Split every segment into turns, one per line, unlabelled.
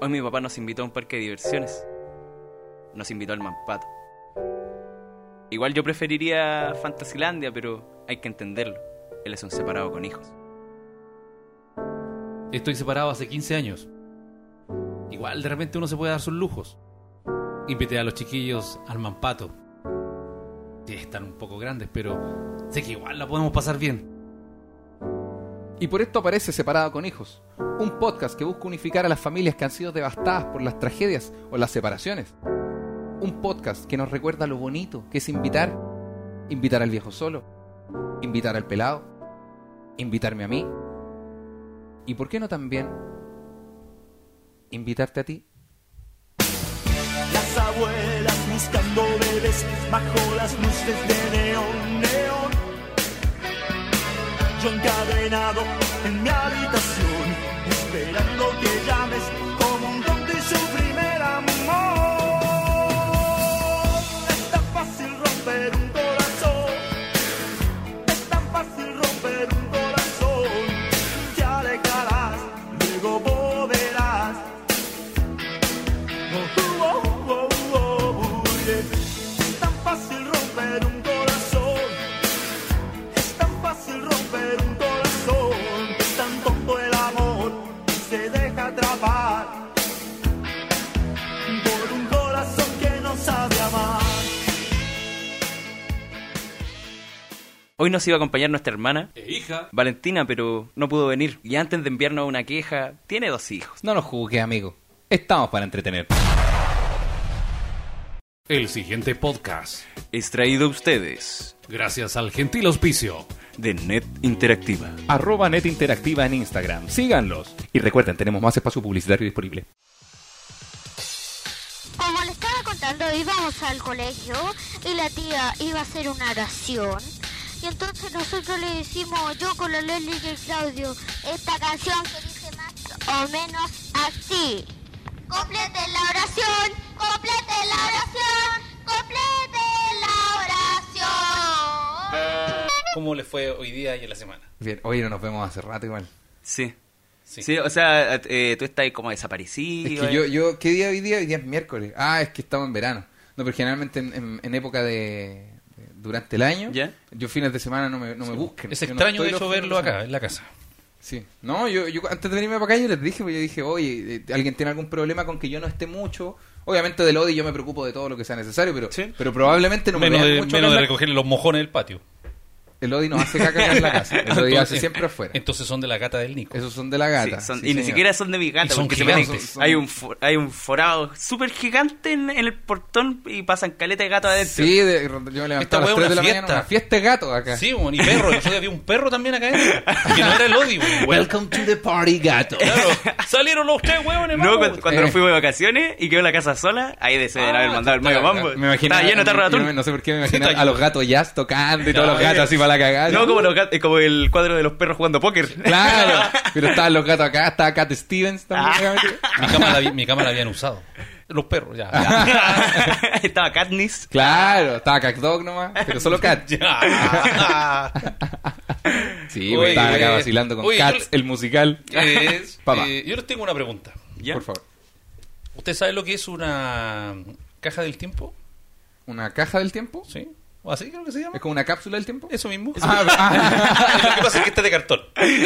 Hoy mi papá nos invitó a un parque de diversiones. Nos invitó al Mampato. Igual yo preferiría Fantasilandia, pero hay que entenderlo. Él es un separado con hijos.
Estoy separado hace 15 años. Igual de repente uno se puede dar sus lujos. Invité a los chiquillos al Mampato. Que están un poco grandes, pero sé que igual la podemos pasar bien.
Y por esto aparece Separado con Hijos, un podcast que busca unificar a las familias que han sido devastadas por las tragedias o las separaciones. Un podcast que nos recuerda lo bonito que es invitar. Invitar al viejo solo, invitar al pelado, invitarme a mí. Y por qué no también invitarte a ti.
Las abuelas buscando bebés bajo las luces de neón, neón. Yo encadenado en mi habitación, esperando que llames como un don de su primer amor. Es tan fácil romper un corazón, es tan fácil romper un corazón. Te alejarás, luego volverás. Oh, oh, oh, oh, yeah. Es tan fácil romper un corazón. Es tan fácil romper un corazón. Es tan tonto el amor que se deja atrapar por un corazón que no sabe amar.
Hoy nos iba a acompañar nuestra hermana,
E hija,
Valentina, pero no pudo venir. Y antes de enviarnos una queja, tiene dos hijos.
No nos juzgues, amigo. Estamos para entretener.
el siguiente podcast.
Extraído a ustedes
Gracias al gentil auspicio.
de Net Interactiva.
Arroba Net Interactiva en Instagram. Síganlos. Y recuerden, tenemos más espacio publicitario disponible.
Como le estaba contando, íbamos al colegio y la tía iba a hacer una oración. Y entonces nosotros le decimos, yo con la Lely y el Claudio, esta canción que dice más o menos así. Complete la oración, complete la oración, complete la oración.
¿Cómo le fue hoy día y en la semana?
Bien, hoy no nos vemos hace rato igual.
Sí.
Sí.
Sí, o sea, eh, tú estás ahí como desaparecido.
Es que yo,
eh.
yo, ¿qué día hoy día? Hoy día es miércoles. Ah, es que estamos en verano. No, pero generalmente en, en- en época de, de- durante el año,
¿Ya?
yo fines de semana no me, no me busquen.
Es
Yo no
extraño,
estoy
de hecho,
los fines
verlo
semana.
acá, ¿eh? en la casa.
Sí. No, yo, yo antes de venirme para acá yo les dije, pues, yo dije, oye, eh, ¿alguien tiene algún problema con que yo no esté mucho? Obviamente del odio yo me preocupo de todo lo que sea necesario, pero,
Sí.
pero probablemente no
menos
me
de,
vean mucho
menos
acá en
de
la-
recoger los mojones del patio.
El odio nos hace caca acá en la casa. El odio hace siempre afuera.
Entonces son de la gata del Nico.
Esos son de la gata.
Sí, son- y
sí,
ni
señor.
siquiera son de mi gata,
Y son
porque se
gigantes.
meten-
Son-
hay, un for- hay un forado súper gigante en, en el portón y pasan caleta de gato adentro.
Sí, de- yo me
Esta
levantaba a las
wea
3
es
de
una
la mañana.
fiesta.
Una fiesta de gato acá.
Sí, bueno, y perro. Yo había un perro también acá adentro. Que no era el odio.
Welcome to the party, gato.
Claro, salieron los tres huevones,
No,
vamos.
cuando, cuando nos
Eh.
fuimos de vacaciones y quedó la casa sola, ahí de
Ah,
haber mandado el Mario Mambo.
Me imagino.
Estaba lleno este de tarro de
No,
atún.
sé por qué me imagino a los gatos jazz tocando y todos los
Claro.
gatos así para la cagada.
Ah, No, como, los gat- eh, como el cuadro de los perros jugando póker.
Claro. Pero estaban los gatos acá, estaba Cat Stevens también.
Ah.
Mi cámara, la, vi- mi cámara la habían usado. Los perros, ya. ya.
Ah.
Estaba Katniss.
Claro, estaba Cat Dog nomás, pero solo Cat.
Ya.
Sí, güey, estaba acá vacilando con
Oye,
Cat,
yo-
el musical.
Es,
Papá.
eh, yo les tengo una pregunta.
¿Ya?
Por favor.
¿Usted sabe lo que es una caja del tiempo?
¿Una caja del tiempo?
¿Sí? ¿O así creo que se llama?
¿Es como una cápsula del tiempo?
Eso mismo.
Ah, ah,
lo que pasa es que está de cartón.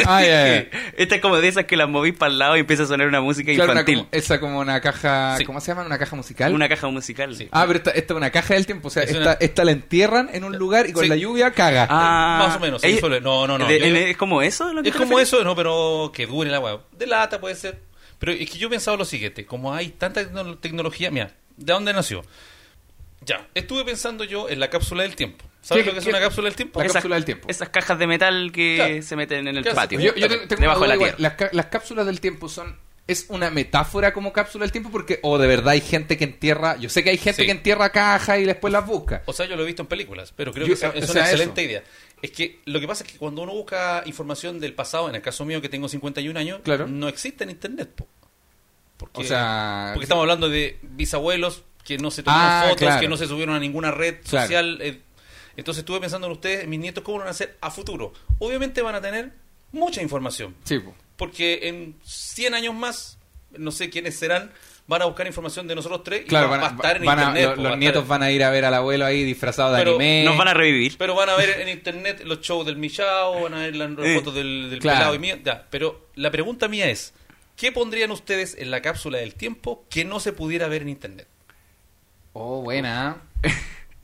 ah, ya, ya.
Esta es como de esas que las movís para el lado y empieza a sonar una música
Claro, una,
infantil.
como, esa como una caja.
Sí.
¿Cómo se llama? ¿Una caja musical?
una, caja musical.
Sí.
Ah, pero esta, esta es una caja del tiempo. O sea,
Es
esta,
una-
esta la entierran en un lugar y con
Sí.
la lluvia caga.
Ah,
Más o menos, sí,
ella-
suele- no, no, no,
de-
yo-
en- ¿Es como eso? lo que
Es
te
como
refieres?
eso, no, pero que dure el agua. De lata puede ser. Pero es que yo he pensado lo siguiente, como hay tanta tecno- tecnología, mira, ¿de dónde nació? Ya, estuve pensando yo en la cápsula del tiempo. ¿Sabes
¿Qué-
lo que es
qué-
una cápsula del tiempo?
La
Esas-
cápsula del tiempo.
Esas cajas de metal que
Claro.
se meten en el
Claro,
patio.
Yo, yo tengo- tengo
debajo de
una
la
duda
tierra.
igual. Las, ca- las cápsulas del tiempo son. ¿Es una metáfora como cápsula del tiempo? Porque, o de verdad hay gente que entierra. Yo sé que hay gente
Sí.
que entierra cajas y después las busca.
O sea, yo lo he visto en películas, pero creo
Yo-
que esa-
o
es
sea,
una
eso.
excelente idea. Es que lo que pasa es que cuando uno busca información del pasado, en el caso mío que tengo 51 años,
Claro.
no existe en internet. po. Porque,
O sea,
porque estamos hablando de bisabuelos que no se tomaron
Ah,
fotos,
claro.
que no se subieron a ninguna red
Claro.
social. eh, entonces estuve pensando en ustedes, en mis nietos, cómo van a ser a futuro. Obviamente van a tener mucha información,
Sí, po.
porque en 100 años más no sé quiénes serán, van a buscar información de nosotros tres y
Claro,
va,
van
va
a-
a estar en
van a-
internet.
los,
po,
los
va a
nietos
estar-
van a ir a ver al abuelo ahí disfrazado de
Pero
anime.
Nos van a revivir.
Pero van a ver en internet los shows del Michao, van a ver las
Eh,
fotos del, del
claro.
pelado y mío. Ya, pero la pregunta mía es, ¿qué pondrían ustedes en la cápsula del tiempo que no se pudiera ver en internet?
Oh, buena. ¿eh?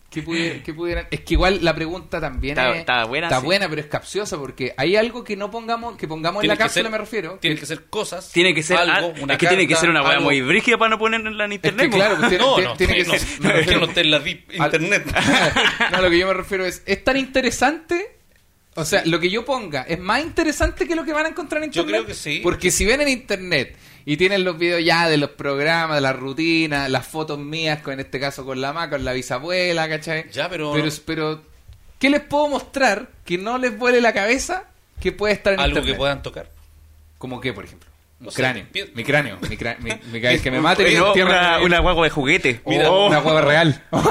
¿Qué, pudier- qué pudieran? Es que igual la pregunta también
Está-
es-
está buena,
Está
sí.
buena, pero es capciosa porque hay algo que no pongamos, que pongamos en la
Tiene que
cápsula,
ser-
me refiero.
Tiene que ser cosas.
Tiene que ser
algo,
al-
una
es que tiene que
carta,
ser una weá
algo.
muy brígida para no ponerla en
Es
internet.
que,
po.
claro, pues, tiene,
No,
tiene-
no,
tiene
que
que
no,
ser.
no, que no esté en la deep
Al-
internet.
no, lo que yo me refiero es, es tan interesante. O sea, lo que yo ponga es más interesante que lo que van a encontrar en
Yo
internet.
creo que sí.
Porque si ven en internet y tienen los videos ya de los programas, de las rutinas, las fotos mías, con, en este caso con la ma, con la bisabuela, ¿cachai?
Ya, pero-
Pero, pero, ¿qué les puedo mostrar que no les vuele la cabeza que puede estar en
algo
internet?
que puedan tocar.
¿Como qué, por ejemplo? Un
O sea,
cráneo.
pi-
mi cráneo. Mi cráneo. Mi, mi- cada vez que me mate,
Oye,
mi-
no,
tierra-
una, una guagua de juguete.
Mira,
Oh.
una hueva real.
Oh,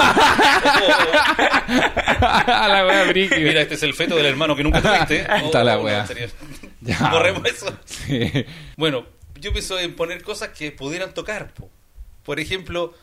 la hueva brígida.
Mira, este es el feto del hermano que nunca tuviste. Oh,
Ahí está la
no,
wea.
sería-
Ya.
Borremos eso.
Sí.
Bueno, yo pienso en poner cosas que pudieran tocar. po. Por ejemplo,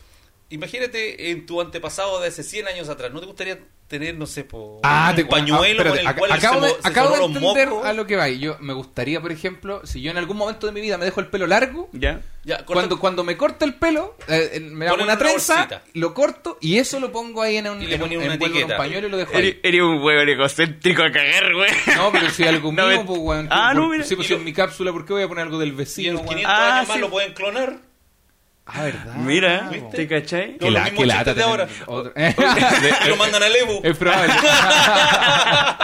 imagínate en tu antepasado de hace 100 años atrás. ¿No te gustaría tener, no sé, po, un
te- ah,
pañuelo con
espérate,
el
ac-
cual él
acabo
se,
de,
mo- se
acabo
sonó
de
los
entender
mocos?
a lo que va. Y Yo me gustaría, por ejemplo, si yo en algún momento de mi vida me dejo el pelo largo,
Ya.
Ya, corta-
cuando cuando me corto el pelo, eh, eh, me hago
Ponle
una
una
trenza,
bolsita.
lo corto y eso lo pongo ahí en un,
Y le
en
ponía
un-
una
envuelvo en un
etiqueta.
pañuelo y lo dejo
Eres
ahí.
eres un weón egocéntrico a cagar, weón.
No, pero si algo
No,
mío,
me-
pues, weón.
Ah,
por-
no, mira.
Sí, pues
Y
si
lo-
en mi cápsula, ¿por qué voy a poner algo del
Y
vecino,
en
weón?
500
Ah,
años más
sí.
lo pueden clonar.
Ah, verdad.
Mira,
¿Viste?
¿te cachai?
No, los mismos chistes de
tener
ahora.
otro-
y
eh,
lo mandan a Lebu.
Es probable.
Lebu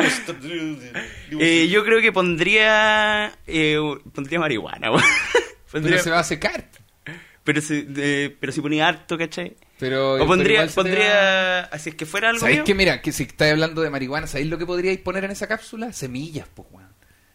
está- Lebu
Eh,
está-
yo creo que pondría. eh, pondría marihuana, weón. Pondría-
Pero se va a secar.
Pero si, eh, pero si ponía harto, ¿cachai?
Pero,
o
pero
pondría,
igual se te
pondría así es que fuera algo
¿Sabéis
mío.
que, mira, que si estáis hablando de marihuana, ¿sabéis lo que podríais poner en esa cápsula? Semillas, pues, weón.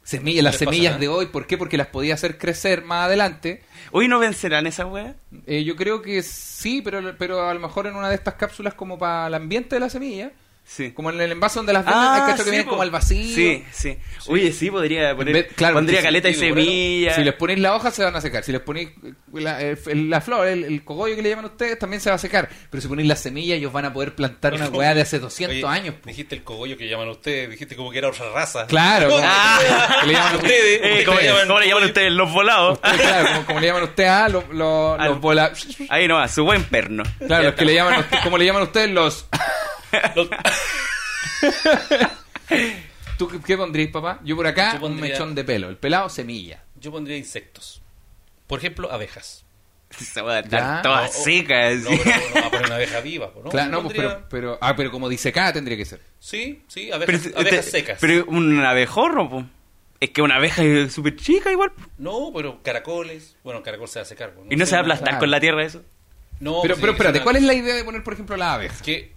Semillas, las
les pasa
semillas
nada?
de hoy, ¿por qué? Porque las podía hacer crecer más adelante.
Hoy no vencerán esa weá.
Eh, yo creo que sí, pero, pero a lo mejor en una de estas cápsulas como para el ambiente de la semilla,
Sí.
como en el envase donde las venden, hay que esto que viene
Ah, po.
como al vacío.
Sí, sí. Oye, sí, podría poner.
vez- claro,
pondría
porque
caleta y
sí, digo, bueno,
semilla.
Si les ponéis la hoja se van a secar. Si les ponéis eh, la, eh, la flor, el, el cogollo que le llaman ustedes, también se va a secar. Pero si ponéis las semillas, ellos van a poder plantar una weá de hace 200
Oye,
años. po.
Dijiste el cogollo que llaman ustedes, dijiste como que era otra raza.
Claro,
No,
como-
ah,
que le llaman-
ustedes.
Eh, ¿cómo,
ustedes
le- cómo le llaman
cogollo.
ustedes? Los volados.
Ustedes, Eh, claro, como, como le llaman ustedes, ah, los, los,
Ah,
los
no.
bola-
Ahí nomás, su buen perno.
Claro, los que le llaman, como le llaman ustedes los...
Los-
¿Tú qué, qué pondrías, papá? Yo por acá,
Yo pondría-
un mechón de pelo. El pelado, semilla.
Yo pondría insectos. Por ejemplo, abejas.
Se va a
Ya.
estar toda
O- o-
seca.
Oh,
así.
No, pero no va a poner una abeja viva, ¿no?
claro, no,
Yo
pues,
pondría-
pero, pero... Ah, pero como dice acá, tendría que ser.
Sí, sí, abejas,
te-
abejas
te-
secas.
Pero un abejorro, po. Es que una abeja es súper chica igual. po.
No, pero caracoles. Bueno, el caracol se hace cargo.
Y no se va a
habla
aplastar
claro.
con la tierra eso.
No,
pero,
pues tiene
pero
que ser
espérate,
una-
¿cuál es la idea de poner, por ejemplo, la abeja?
Que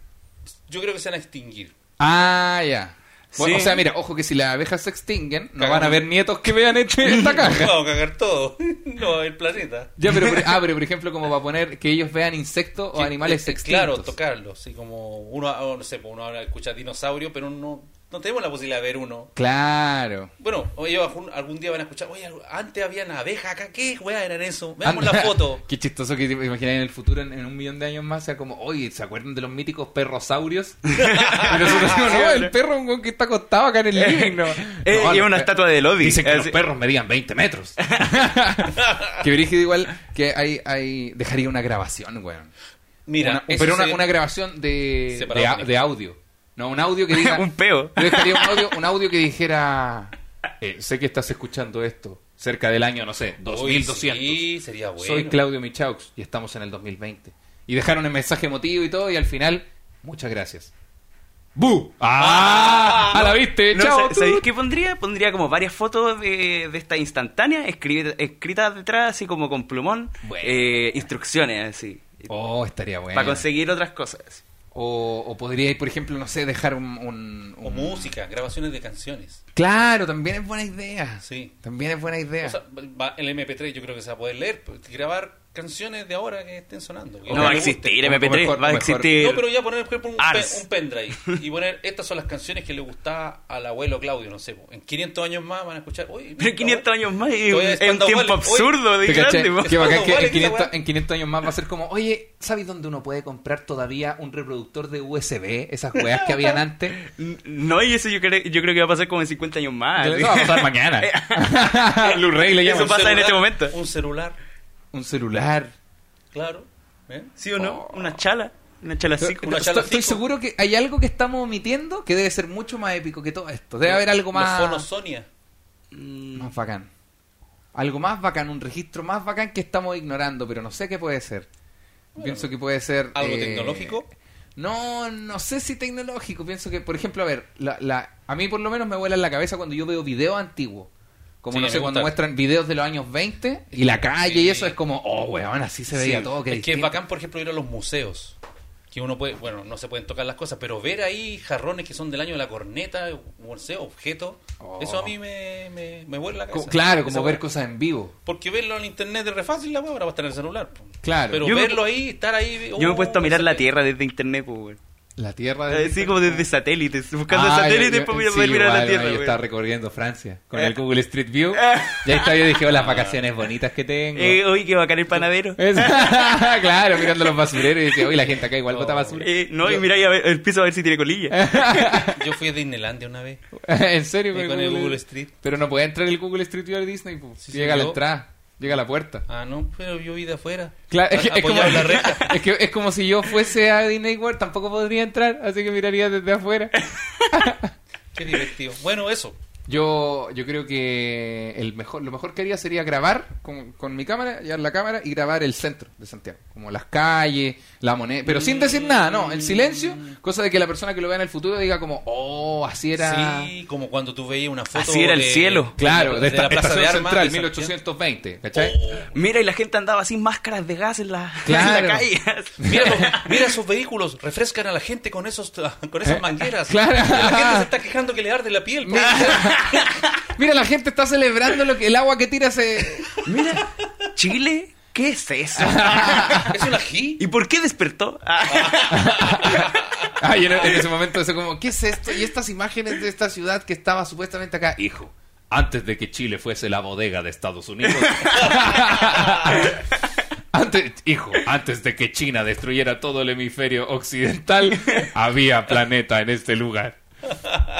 yo creo que se van a extinguir.
Ah, ya. Bueno,
Sí.
O sea, mira, ojo que si las abejas se extinguen, no
Cagamos.
van a haber nietos que vean este- esta caja.
Vamos a cagar todo. No va a haber planeta.
Ya, pero, por- ah, pero por ejemplo, como para poner que ellos vean insectos o
Sí,
animales
eh,
extintos.
Claro, tocarlos. Sí, como uno, ah, no sé, pues uno ahora escucha dinosaurio, pero no, no tenemos la posibilidad de ver uno.
Claro.
Bueno, oye, algún, algún día van a escuchar, oye, antes había una abeja acá, ¿qué weá eran eso? Veamos la
Anda,
foto.
Ah, Qué chistoso que te imagináis en el futuro, en, en un millón de años más, sea como, oye, ¿se acuerdan de los míticos perrosaurios? y nosotros decimos, no, el perro es un weón que está acostado acá en el living, ¿no?
Eh,
No,
y
los
una
pe-
estatua de Lodi.
Dicen que los
Así-
perros medían 20 metros. que brígido igual que hay, hay dejaría una grabación, weón.
Mira,
Una-
eso
pero una,
se-
una grabación de,
Separado
de, a-
con
de audio. No, un audio que diga...
un peo.
Yo dejaría un audio, un audio que dijera... eh, sé que estás escuchando esto cerca del año, no sé,
Uy,
2200.
Sí, sería bueno.
Soy Claudio Michaux y estamos en el 2020. Y dejaron el mensaje emotivo y todo y al final, muchas gracias. ¡Bu! ¡Ah!
Ah,
¡A la viste!
No,
¡Chao!
sa- ¿Sabéis qué pondría? Pondría como varias fotos de, de estas instantáneas escribe- escritas detrás, así como con plumón.
Bueno.
eh, instrucciones, así.
Oh, estaría bueno.
Para conseguir otras cosas. así.
O, o podríais, por ejemplo, no sé, dejar un... un-
O
un-
música, grabaciones de canciones.
Claro, también es buena idea.
Sí.
También es buena idea.
O sea, va- el MP3 yo creo que se va a poder leer, pues, grabar canciones de ahora que estén sonando. Que
No va a
me
existir
gusten.
MP3,
Oh, mejor-
va a
o mejor-
existir.
No, pero ya poner, por ejemplo, un,
Ars.
pe- un pendrive y poner estas son las canciones que le gustaba al abuelo Claudio, no sé. po. En 500 años más van a escuchar. Uy,
Pero 500 años más es
Todavía
un, es un
cuando
tiempo
vale. Oye,
absurdo de
¿Te caché?
grande. po.
Qué bacán
No,
que
vale,
en, 500,
esa weá.
en 500 años más va a ser como, oye, ¿sabes dónde uno puede comprar todavía un reproductor de USB? Esas weas que habían antes.
N- No, y eso yo creo, yo creo que va a pasar como en 50 años más.
Eso
así.
va a pasar mañana. Blu-ray le
Ah, Eso
llaman.
pasa en este momento.
Un celular,
Un celular.
claro. ¿eh?
¿Sí o no? Una chala. Una chala así. como-
una
estoy,
charla
estoy
cinco.
seguro que hay algo que estamos omitiendo que debe ser mucho más épico que todo esto. Debe haber algo más,
Los fonos Sonia.
más bacán. Algo más bacán, un registro más bacán que estamos ignorando, pero no sé qué puede ser. Pienso que puede ser... eh,
¿Algo tecnológico?
No, no sé si tecnológico. Pienso que, por ejemplo, a ver, la, la- a mí por lo menos me vuela en la cabeza cuando yo veo videos antiguos. Como
Sí,
no
me
sé, cuando
gusta.
muestran videos de los años 20 y la calle y
Sí.
eso es como, oh, weón, así se veía
Sí,
todo.
es
qué
que es
distinto".
bacán, por ejemplo, ir a los museos. Que uno puede, bueno, no se pueden tocar las cosas, pero ver ahí jarrones que son del año de la corneta, no sé, objetos,
Oh.
eso a mí me, me, me vuelve la
Co-
cabeza.
claro,
Esa
como ver
weá.
cosas en vivo.
Porque verlo en internet es re fácil, la weá, ahora va a estar en el celular. po.
Claro.
Pero
Yo me-
verlo ahí, estar ahí.
Yo me he
oh,
puesto a mirar
esa
la
weá.
Tierra desde internet, pues, weón.
La tierra de...
Así Eh, como desde satélites. Buscando
Ah,
satélites
yo- yo-
para mirar,
sí,
poder mirar la
igual,
Tierra, Eh.
Yo estaba
weón.
recorriendo Francia con el Google Street View. Y ahí estaba yo dije, oh, las vacaciones bonitas que tengo.
Eh, oye, que bacán el panadero.
Es- claro, mirando los basureros y dije, oye, la gente acá igual bota basura.
Eh, no, y miráis a ver- el piso a ver si tiene
Eh.
colilla.
Yo fui a Disneylandia una vez.
en serio,
Y con el Google Street.
Pero no puede entrar el Google Street View de Disney. pues.
Sí,
llega a la
yo-
entrada, llega a la puerta.
Ah, no, pero yo vi de afuera.
Claro, es, que,
A-
es como,
apoyado en la reja.
es que es como si yo fuese a Disney World, tampoco podría entrar, así que miraría desde afuera.
Qué divertido. Bueno, eso.
Yo, yo creo que el mejor, lo mejor que haría sería grabar con, con mi cámara, llevar la cámara y grabar el centro de Santiago, como las calles, la moneda, pero sin decir nada, no, en silencio,
Mm.
cosa de que la persona que lo vea en el futuro diga como, oh, así era.
Sí, como cuando tú veías una foto.
Así era el
de-
cielo.
de,
Claro, de,
de
esta-
la Plaza de
Estación
Armas.
Central,
de Santiago.
1820, ¿cachai?
Mira, y la gente andaba sin máscaras de gas en la, en
Claro.
la calle.
Mira, los- mira esos vehículos, refrescan a la gente con esos con esas mangueras.
Eh, claro.
La gente se está quejando que le arde la piel. pues. po.
Mira, la gente está celebrando lo que el agua que tira se...
Mira, Chile, ¿qué es eso?
¿Es un ají?
¿Y por qué despertó?
Ay, en, en ese momento eso como, ¿qué es esto? Y estas imágenes de esta ciudad que estaba supuestamente acá. Hijo, antes de que Chile fuese la bodega de Estados Unidos. antes, hijo, antes de que China destruyera todo el hemisferio occidental, había planeta en este lugar.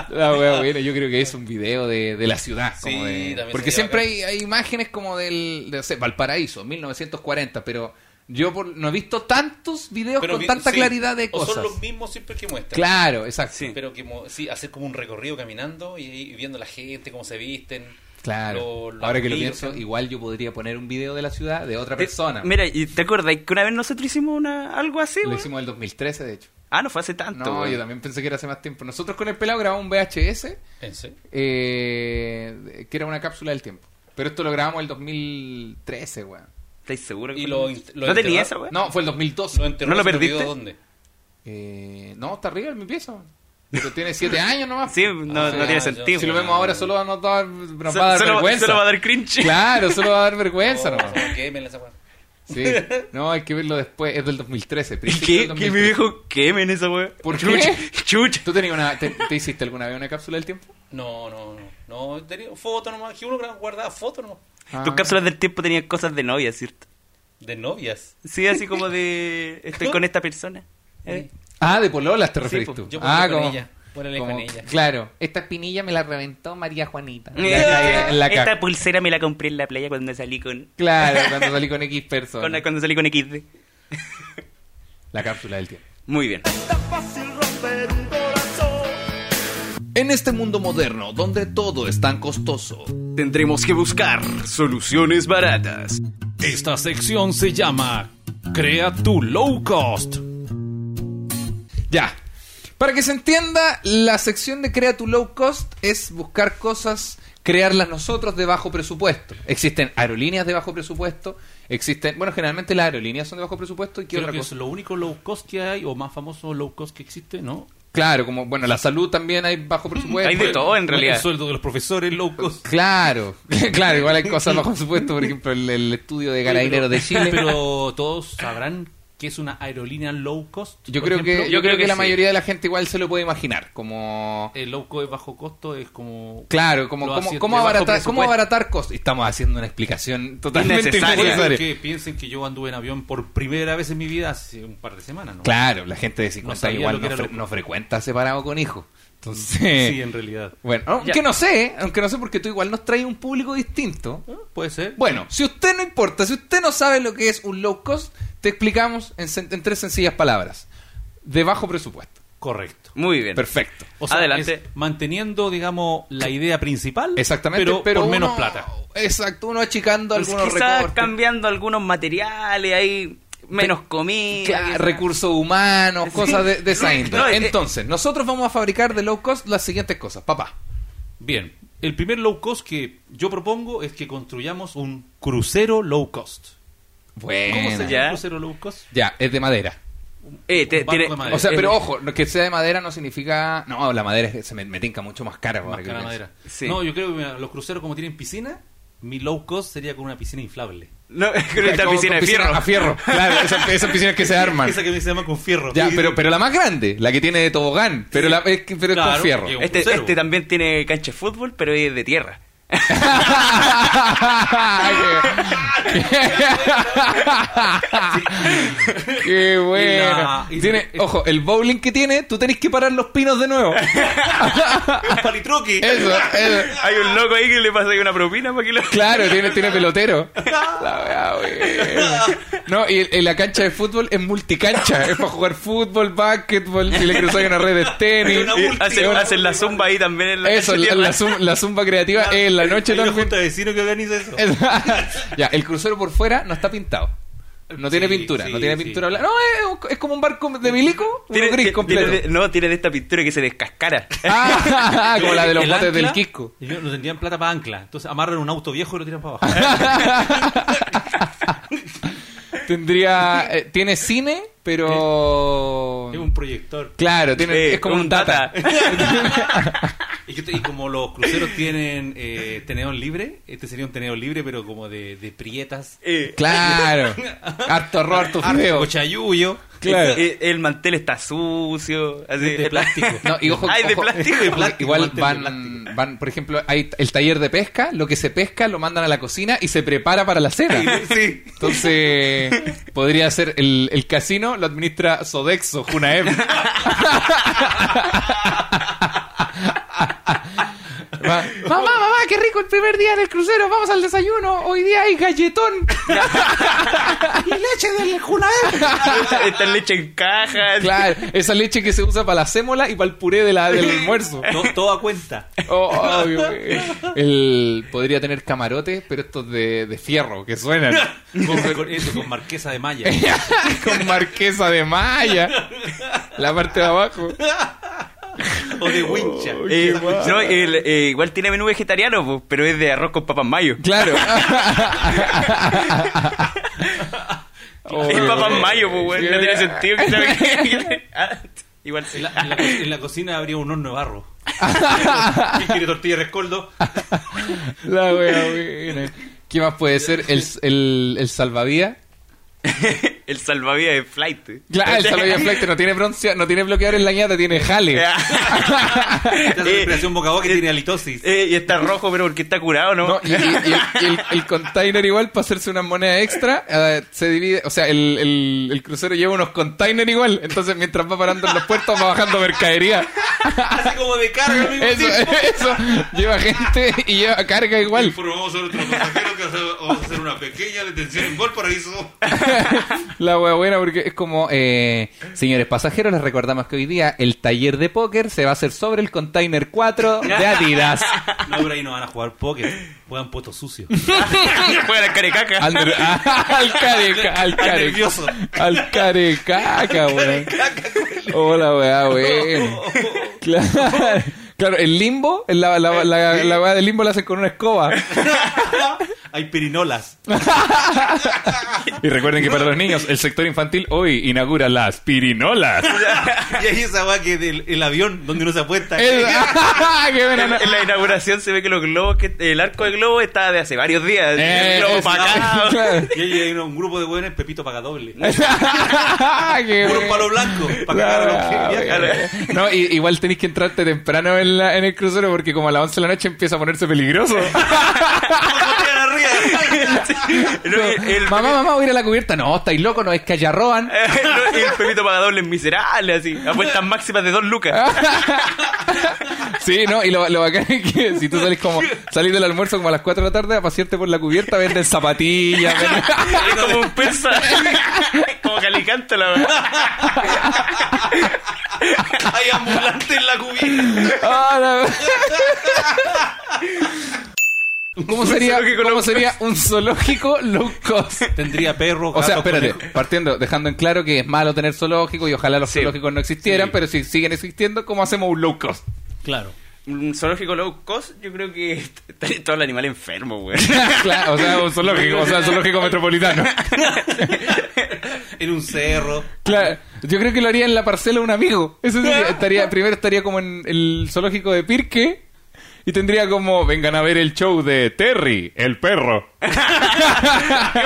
La wea buena, yo creo que es un video de, de la ciudad.
Sí,
como de-
también
porque
sería
siempre
bacán.
hay, hay imágenes como del de, no sé, Valparaíso, 1940, pero yo por- no he visto tantos videos
Pero
con
vi-
tanta
sí,
claridad de
O
cosas.
son los mismos siempre que muestran.
Claro, exacto.
Sí.
Pero que mo- sí, hacer como un recorrido caminando y, y viendo la gente, cómo se visten. lo-
Claro.
lo
Ahora que lo
abrigo,
pienso,
o sea.
igual yo podría poner un video de la ciudad de otra persona.
Ah, Mira, ¿y ¿te acuerdas que una vez nosotros hicimos una, algo así,
lo
weón?
hicimos en el 2013, de hecho.
Ah, no fue hace tanto.
No,
weón.
yo también pensé que era hace más tiempo. Nosotros con el pelado grabamos un VHS,
¿En serio?
eh, que era una cápsula del tiempo. Pero esto lo grabamos el 2013, weón.
¿Estáis seguro? que
Y
fue-
lo in- lo
¿No tenía
enterra-
esa, weón?
No, fue el 2012.
¿Lo enterró
¿No lo
y se olvidó
perdiste?
dónde?
Eh, no, está arriba en mi pieza. weón. Pero tiene 7 años nomás.
Sí, no, no
Ah, ya,
tiene
ya.
sentido.
si lo vemos ahora solo nos, da- nos
Se-
va a dar
solo-
vergüenza.
solo va a dar cringe.
Claro, solo va a dar vergüenza
Oh,
nomás.
quémela esa weá.
Sí. No, hay que verlo después. Es del 2013.
¿Y
principio
qué?
del
¿Qué mi
2013.
viejo quemen esa, weón?
¿Por qué?
chucha, Chucha.
¿Tú tenías una, te, te hiciste alguna vez una cápsula del tiempo?
No, no, no. No, tenía foto nomás. Que uno guardaba foto nomás.
Ah.
Tus cápsulas del tiempo tenían cosas de novia, ¿cierto?
De novias.
Sí, así como de... Estoy con esta persona. ¿eh?
Ah, de pololas te referís
po,
tú.
yo
ah,
ponle con ella, ponle con ella.
Claro. Esta espinilla me la reventó María Juanita.
Esta
cap-
pulsera me la compré en la playa cuando salí con...
Claro, cuando salí con X
con
personas.
la- cuando salí con XD.
La cápsula del tiempo.
Muy bien.
Tan fácil romper un corazón.
En este mundo moderno, donde todo es tan costoso,
Tendremos que buscar soluciones baratas.
Esta sección se llama Crea tu low cost.
Ya. Para que se entienda, la sección de Crea tu Low Cost es buscar cosas, crearlas nosotros de bajo presupuesto. Existen aerolíneas de bajo presupuesto, existen... Bueno, generalmente las aerolíneas son de bajo presupuesto y qué
Creo
otra
que
cosa.
es lo único low cost que hay o más famoso low cost que existe, ¿no?
Claro, como, bueno, la salud también hay bajo presupuesto.
Hay de todo, en realidad.
El sueldo de los profesores
Pues,
locos.
Claro, claro, igual hay cosas bajo presupuesto, por ejemplo, el, el estudio de Carabineros de Chile.
Pero todos sabrán que es una aerolínea low cost.
Yo
por
creo que,
ejemplo.
yo
yo
creo
creo
que,
que
la
sí.
mayoría de la gente igual se lo puede imaginar, como...
El low cost bajo costo es como.
Claro, como
Eh, Lo
cómo,
hace
cómo
de bajo
abaratar,
presupuesto.
cómo abaratar costos. Estamos haciendo una explicación totalmente
Innecesaria.
innecesaria.
Que piensen que yo anduve en avión por primera vez en mi vida hace un par de semanas, ¿no?
Claro, la gente de
No
50
sabía
igual
lo que
no,
era
fre-
lo-
no frecuenta separado con hijos. Entonces,
Sí, en realidad.
bueno, aunque
Ya.
no sé, ¿eh? aunque no sé porque tú igual nos traes un público distinto.
Ah, Puede ser.
Bueno, si usted no importa, si usted no sabe lo que es un low cost, te explicamos en, sen- en tres sencillas palabras. De bajo presupuesto.
Correcto.
Muy bien.
Perfecto.
O sea,
Adelante.
es manteniendo, digamos, la idea principal.
Exactamente,
Pero,
pero,
por menos
uno-
plata.
Exacto, uno achicando
Pues
algunos
quizás
recortes.
cambiando algunos materiales ahí, menos comida.
Claro,
quizás.
recursos humanos,
Sí.
cosas de, de esa
No,
índole.
no, eh,
Entonces, nosotros vamos a fabricar de low cost las siguientes cosas. Papá,
Bien. El primer low cost que yo propongo es que construyamos un crucero low cost.
bueno.
¿Cómo se llama
Ya.
un crucero low cost?
Ya, es de madera.
Eh, te-
Un banco
tiene-
de madera.
O sea,
es-
pero ojo, no- que sea de madera no significa... No, la madera es- se me, me tinca mucho más cara.
Más
ahora que
cara
lo
madera.
Sí.
No, yo creo que mira, los cruceros como tienen piscina, mi low cost sería con una piscina inflable.
No, con
pienso.
esta
Como-
piscina de
con piscina-
fierro.
A fierro, claro, esas, esas piscinas que se arman.
Esa que se llama con fierro.
Ya, pero, pero la más grande, la que tiene de tobogán, pero, la, es, que- pero es
Claro,
con fierro.
que-
Este,
crucero.
este también tiene cancha de fútbol, pero es de tierra.
Qué bueno.
Y la- y-
Tiene-
y-
ojo, el bowling que tiene, tú tenés que parar los pinos de nuevo.
Un palitruqui.
Eso, eh, eso.
Hay un loco ahí que le pasa ahí una propina para que lo...
Claro, tiene, tiene pelotero. La weá, buena. no, y, y la cancha de fútbol es multicancha. Es para jugar fútbol, básquetbol, si le cruzáis una red de tenis.
Una
Y
multi-
Hacen,
una
hacen la zumba ahí también en la cancha
Eso,
de
la,
tierra.
la zum- la zumba creativa es en la noche
Hay una
también.
junta de vecinos que organiza eso.
Es- ya, el crucero por fuera no está pintado. No tiene
Sí,
pintura, no
sí,
tiene
sí.
pintura blanca. No, es, es como un barco de milico, uno
Tiene-
gris
tiene-
completo.
tiene de- no, tiene de esta pintura que se descascara.
Ah, como la de los
El
botes del
ancla,
Quisco.
ellos no tendrían plata para ancla. Entonces amarran un auto viejo y lo tiran para abajo.
Tendría. eh, tiene cine, pero.
es un proyector.
Claro, tiene,
Sí,
es como un data.
Y, que te- y como los cruceros tienen eh, tenedor libre, este sería un tenedor libre, pero como de, de prietas.
Eh,
Claro. Harto horror, harto fideo.
Cochayuyo.
Claro.
eh, el mantel está sucio, así
de plástico.
No, y ojo,
Ay, de
ojo,
plástico.
De plástico,
Igual
mantel de
van, van, por ejemplo, hay t- el taller de pesca, lo que se pesca lo mandan a la cocina y se prepara para la cena.
Sí.
Entonces, podría ser el, el casino, lo administra Sodexo, Junaem. mamá, mamá, qué rico el primer día en el crucero, vamos al desayuno, hoy día hay galletón. y leche del Junaem.
Está leche en caja.
Claro, esa leche que se usa para la sémola y para el puré de la, del almuerzo.
To- todo a cuenta.
Oh, obvio, güey. El- podría tener camarotes, pero estos de, de fierro que suenan.
Con, con eso, con marquesa de malla.
Con marquesa de malla. La parte de abajo.
O de wincha.
Eh, no, el- eh, igual tiene menú vegetariano, po, pero es de arroz con papas mayo.
Claro.
es
Obvio,
papas
güey.
mayo, pues, weón. No
Sí,
tiene
¿verdad?
sentido que sabe- Ah, Igual sí.
En la, en la co- en la cocina habría un horno de barro. ¿Quién quiere tortilla de rescoldo?
La wea buena. ¿Qué más puede ser? El, el, el salvavidas.
El salvavidas de flight.
Claro, ah, el salvavidas flight no tiene broncea, no tiene bloqueador en la ñata, tiene jale.
Esta es la
Eh,
respiración boca a boca que tiene halitosis.
Eh, y está rojo, pero porque está curado, ¿no?
No, y, y- y el, y el- el container igual para hacerse una moneda extra eh, se divide, o sea, el, el- el crucero lleva unos containers igual, entonces mientras va parando en los puertos va bajando mercadería.
Así como de carga al mismo
Eso,
tiempo.
eso, lleva gente y lleva carga igual.
Informamos a nuestros pasajeros que vamos a hacer una pequeña detención en Valparaíso.
La hueá buena porque es como, eh, señores pasajeros, les recordamos que hoy día el taller de póker se va a hacer sobre el container 4 de Adidas.
No, pero ahí no van a jugar póker. Juegan puesto sucio.
Juega la carecaca.
Ander- al careca, al
Al
careca.
nervioso.
Al carecaca, weón. Hola, weá, weón. Claro. Claro, el limbo, el la, la, la, la weá del limbo la hacen con una escoba.
Hay pirinolas.
Y recuerden que para los niños, el sector infantil hoy inaugura las pirinolas.
y ahí esa weá que del el avión donde uno se apuesta.
El- ¡Qué buena
En,
no-
en la inauguración se ve que los globos, que el arco de globo está de hace varios días.
Eh,
el globo
es-
para acá.
Y ahí hay un grupo de weones, Pepito Pagadoble.
¡Qué
Puro
buena!
palo blanco. Para cagar a los
Ah,
viajes.
bueno. No, y- igual tenéis que entrarte temprano en, la- en el crucero porque como a las 11 de la noche empieza a ponerse peligroso.
No, el- el-
mamá, mamá, voy a ir a la cubierta. No, estáis loco, no es que allá roban.
el, el pepito pagadoble es miserable, así. Apuestas máximas de dos
Ah.
lucas.
Sí, no, y lo, lo bacán es que si tú sales como salís del almuerzo como a las 4 de la tarde a pasearte por la cubierta, venden zapatillas, venden-
es como un pesa. es como calicante la verdad.
Hay ambulantes en la cubierta.
Ah, la- ¿Cómo sería, ¿Cómo sería un zoológico low cost?
Tendría perros,
O sea,
gatos,
espérate,
conejos.
partiendo, dejando en claro que es malo tener zoológicos y ojalá los
Sí.
zoológicos no existieran, pero si siguen existiendo, ¿cómo hacemos un low cost?
Claro.
Un zoológico low cost, yo creo que está todo el animal enfermo, güey.
Claro, o sea, un zoológico, o sea, un zoológico metropolitano.
En un cerro.
Claro, yo creo que lo haría en la parcela de un amigo. Eso sí, estaría, primero estaría como en el zoológico de Pirque y tendría como, vengan a ver el show de Terry, el perro.
es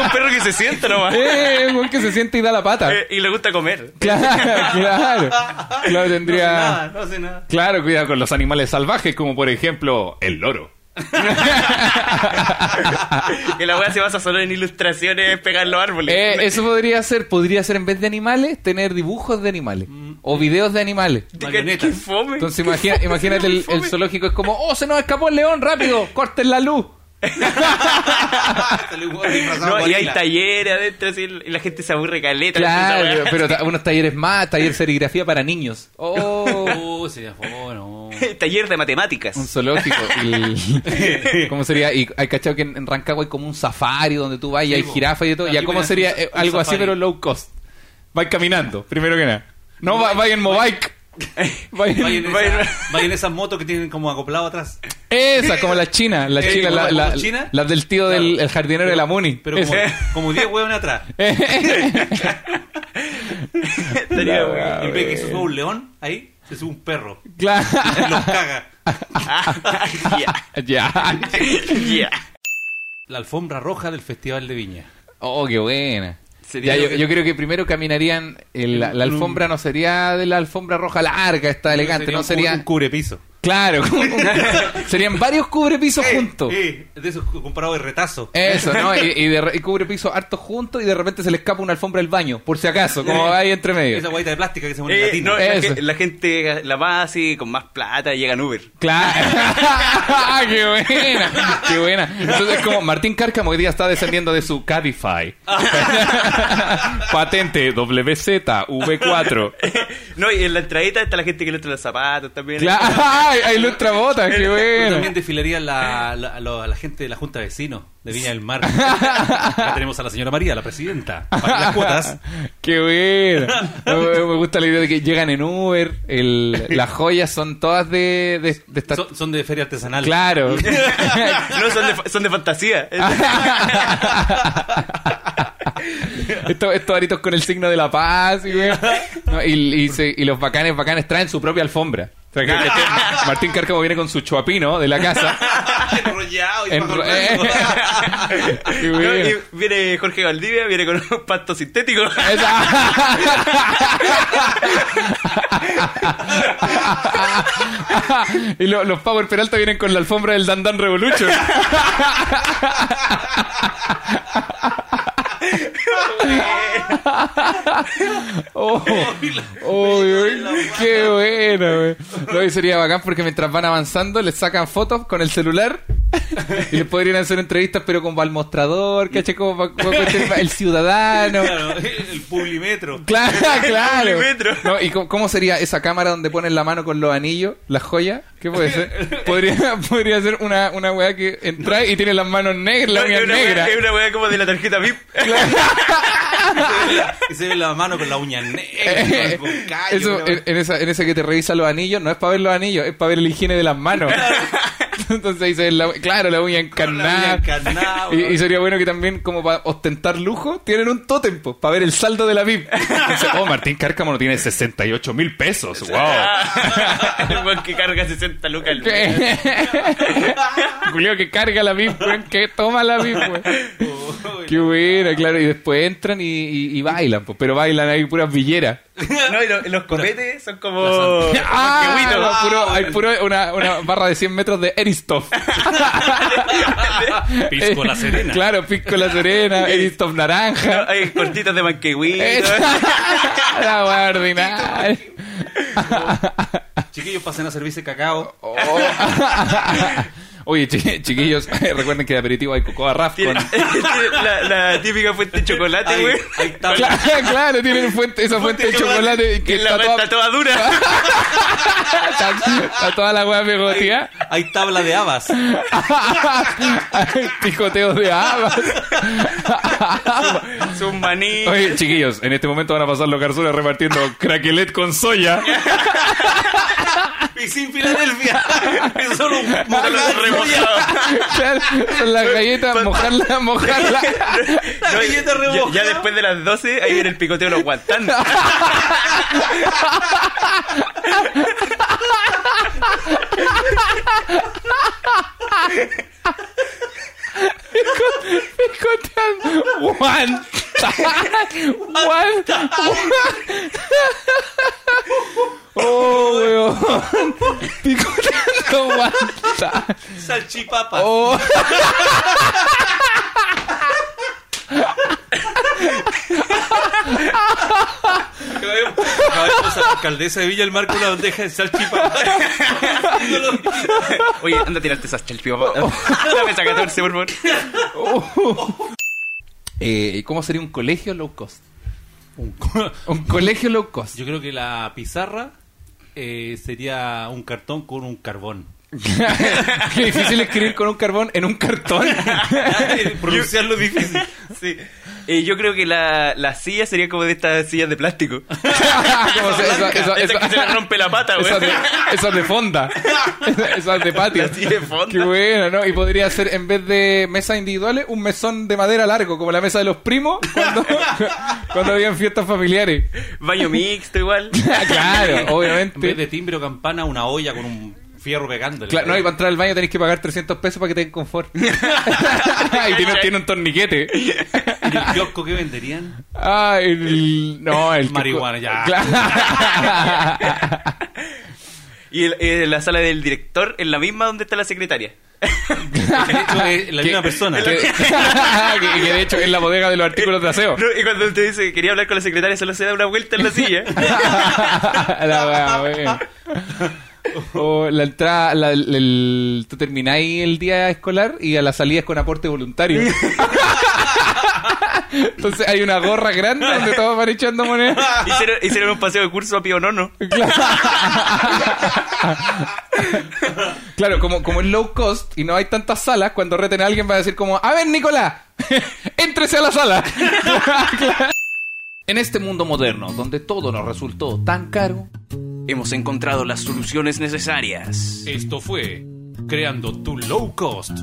un perro que se sienta nomás.
Eh, un weón que se siente y da la pata.
Eh, y le gusta comer.
Claro, claro. Claro, tendría...
No hace nada, no hace nada.
Claro, cuidado con los animales salvajes, como por ejemplo el loro. Ah.
Y la weá se basa solo en ilustraciones, pegar los árboles.
Eh, eso podría ser, podría ser en vez de animales, tener dibujos de animales o videos de animales.
¿Qué-
marionetas.
qué fome.
Entonces imagina- imagínate el, el zoológico es como, oh, se nos escapó el león, rápido, corten la luz.
Sale un hueón disfrazado
No,
de
y hay
gorila.
talleres adentro así, y la gente se aburre caleta. Esa
Claro,
weá.
pero ta- unos talleres más, taller serigrafía para niños. Oh,
Oh, sería bueno.
Taller de
un
matemáticas.
zoológico. El- ¿Cómo sería? Y hay cachado que en, en Rancagua hay como un safari donde tú vas y hay
po.
jirafas y todo.
Aquí
¿Ya cómo
ponen
sería
un-
eh,
un
algo así
safari.
pero low cost? Vais caminando, primero que nada. No, va- vais en mobike. Vais en-
Vayan en,
Vayan-
esa- vayan en esas motos que tienen como acoplado atrás.
Esa, como la china, la
Eh,
china,
como
la,
la-
la-
como china.
la del tío del el jardinero de la Muni. Eh,
Pero
Esa.
como- como 10 hueones atrás.
Estaría
La weá.
bueno.
A
En vez de que
ver.
se suba un león, ahí se sube un perro.
Claro.
Y los caga.
Ah, Ya,
ya.
ya.
La alfombra roja del Festival de Viña.
Oh, qué buena.
Sería lo
Ya, yo,
que-
yo creo que primero caminarían. el- la, la alfombra no sería de la alfombra roja larga, esta elegante, no
un cu-
sería.
Un cubrepiso.
Claro, serían varios cubrepisos juntos.
Eh, de esos comparado de retazo.
Eso, ¿no? Y, y de re- y cubrepisos hartos juntos y de repente se le escapa una alfombra del baño, por si acaso, como hay entre medio.
Esa guaita de plástica que se pone en
Eh,
latino.
no, la,
Eso.
ge- la gente, la más así, con más plata, llega en Uber.
Claro, qué buena, qué buena. Entonces, como Martín Cárcamo hoy día está descendiendo de su Cabify. Patente WZV4.
No, y en la entradita está la gente que ilustra los zapatos también.
Claro, ay, ay, lustra botas, qué
Yo también
bueno.
desfilaría la, la- a lo- a la gente de la Junta de Vecinos de Viña del Mar. Acá tenemos a la señora María, la presidenta. Para las cuotas.
Qué buena. Me me gusta la idea de que llegan en Uber, el- las joyas son todas de, de, de esta-
Son, son de feria artesanal.
Claro.
no, son de, fa- son de fantasía.
Estos, estos aritos con el signo de la paz y, weón. No, y- y se- y los bacanes bacanes traen su propia alfombra. O sea, que- que- Martín Cárcamo viene con su chuapino de la casa.
Enrollado y
En-
bajo el brazo.
eh. Qué
No,
bueno.
y viene Jorge Valdivia, viene con un pasto sintético.
Esa- y lo- los Power Peralta vienen con la alfombra del Dandan Revolution. Oh, oh, güey, qué bueno, güey. No, y sería bacán porque mientras van avanzando les sacan fotos con el celular y les podrían hacer entrevistas, pero como al mostrador, caché, como pa- pa- pa- el ciudadano.
Claro, el Publimetro.
Claro, claro.
Milimetro.
No, ¿Y cómo, cómo sería esa cámara donde ponen la mano con los anillos, las joyas? ¿Qué puede ser? Podría, podría ser una, una weá que entra y tiene las manos negras, la
No,
uña
es, una
negra.
wea- es una wea como de la tarjeta VIP.
Y se ve la mano con la uña negra, con callo,
Eso,
pero-
en, en esa, en esa que te revisa los anillos, no es para ver los anillos, es para ver la higiene de las manos. Entonces ahí se ve la- claro, la uña
con la uña
encarnada.
encarnada,
Y,
weón.
y sería bueno que también, como para ostentar lujo, tienen un tótem, pues, para ver el saldo de la VIP. Dice, oh, Martín Cárcamo no tiene 68 mil pesos. ¡Wow!
el weón que carga 60 lucas al mes.
Oh. ¿Qué? Julio que carga la VIP, weón, que toma la VIP, weón. Qué buena, claro. Y después entran y, y- y bailan, pues, pero bailan ahí puras villeras.
No, y lo- y los copetes son como.
Oh,
como kiwitos.
Ah, no, puro- hay puro
Ah.
una, una barra de 100 metros de Eristov.
Pisco La Serena.
Eh, Claro, Pisco La Serena, Eristov Naranja.
Hay cortitas de manquehuito.
La weá ordinaria.
Chiquillos, pasen a servirse cacao.
Oh. Oye, chi- chiquillos, recuerden que de aperitivo hay cocoa raf con...
Tiene- tiene la, la típica fuente de chocolate,
Ahí,
güey.
ahí está.
Claro, claro, tienen fuente, esa fuente de chocolate que
Que la
está
está
toda,
toda dura.
está- está toda la weá pegotía.
Hay tabla de habas.
Picoteos de habas.
Su maní.
Oye, chiquillos, en este momento van a pasar los garzones repartiendo craquelet con soya.
Y sin Filadelfia. Es solo un
Con los remojados.
Claro, Son las galletas, mojarla, mojarla.
No,
galleta
ya-
remojada.
Ya después de las 12, ahí viene el picoteo de los guantanes.
Picoteando. Juan. Juan. Oh, weón. Picoteando, Juan.
salchipapa.
Oh.
La alcaldesa de Villa el Marco una bandeja de salchipapa.
Oye, anda a tirarte esas
Oh,
chalpipas. Dame esa 14, por favor.
Eh, ¿Cómo sería un colegio low cost?
Un co-
Un colegio low cost.
Yo creo que la pizarra eh, sería un cartón con un carbón.
Qué difícil escribir con un carbón en un cartón.
Pronunciarlo difícil.
Sí. Eh, yo creo que la, la silla sería como de estas sillas de plástico.
Como se- esa- esa-
Esa
esa-
que se le rompe la pata, güey.
Esas de, esas de fonda. Esas de patio.
Así de fonda.
Qué bueno, ¿no? Y podría ser, en vez de mesas individuales, un mesón de madera largo, como la mesa de los primos cuando, cuando habían fiestas familiares.
Baño mixto igual.
Ah, claro,
En vez
obviamente.
de timbre o campana, una olla con un fierro pegándole.
Claro, no, y para entrar al baño tenés que pagar 300 pesos para que te den confort. y tiene, tiene un torniquete.
¿Y el kiosco que venderían?
Ah, el... No, el...
Marihuana, ya.
Claro.
Y el- eh, la sala del director es la misma donde está la secretaria.
De hecho, es la
Que-
misma persona.
Que, que- que de hecho es la bodega de los artículos de aseo.
No, y cuando usted dice que quería hablar con la secretaria, solo se da una vuelta en la silla.
la wea, wea. O la entrada, la- el- el- tú termináis el día escolar y a la salida es con aporte voluntario. Entonces hay una gorra grande donde todos van echando monedas.
Hicieron, hicieron un paseo de curso a Pío Nono.
Claro, como, como es low cost y no hay tantas salas, cuando reten a alguien va a decir como, a ver Nicolás, éntrese a la sala. en este mundo moderno, donde todo nos resultó tan caro,
Hemos encontrado las soluciones necesarias.
Esto fue creando tu low cost.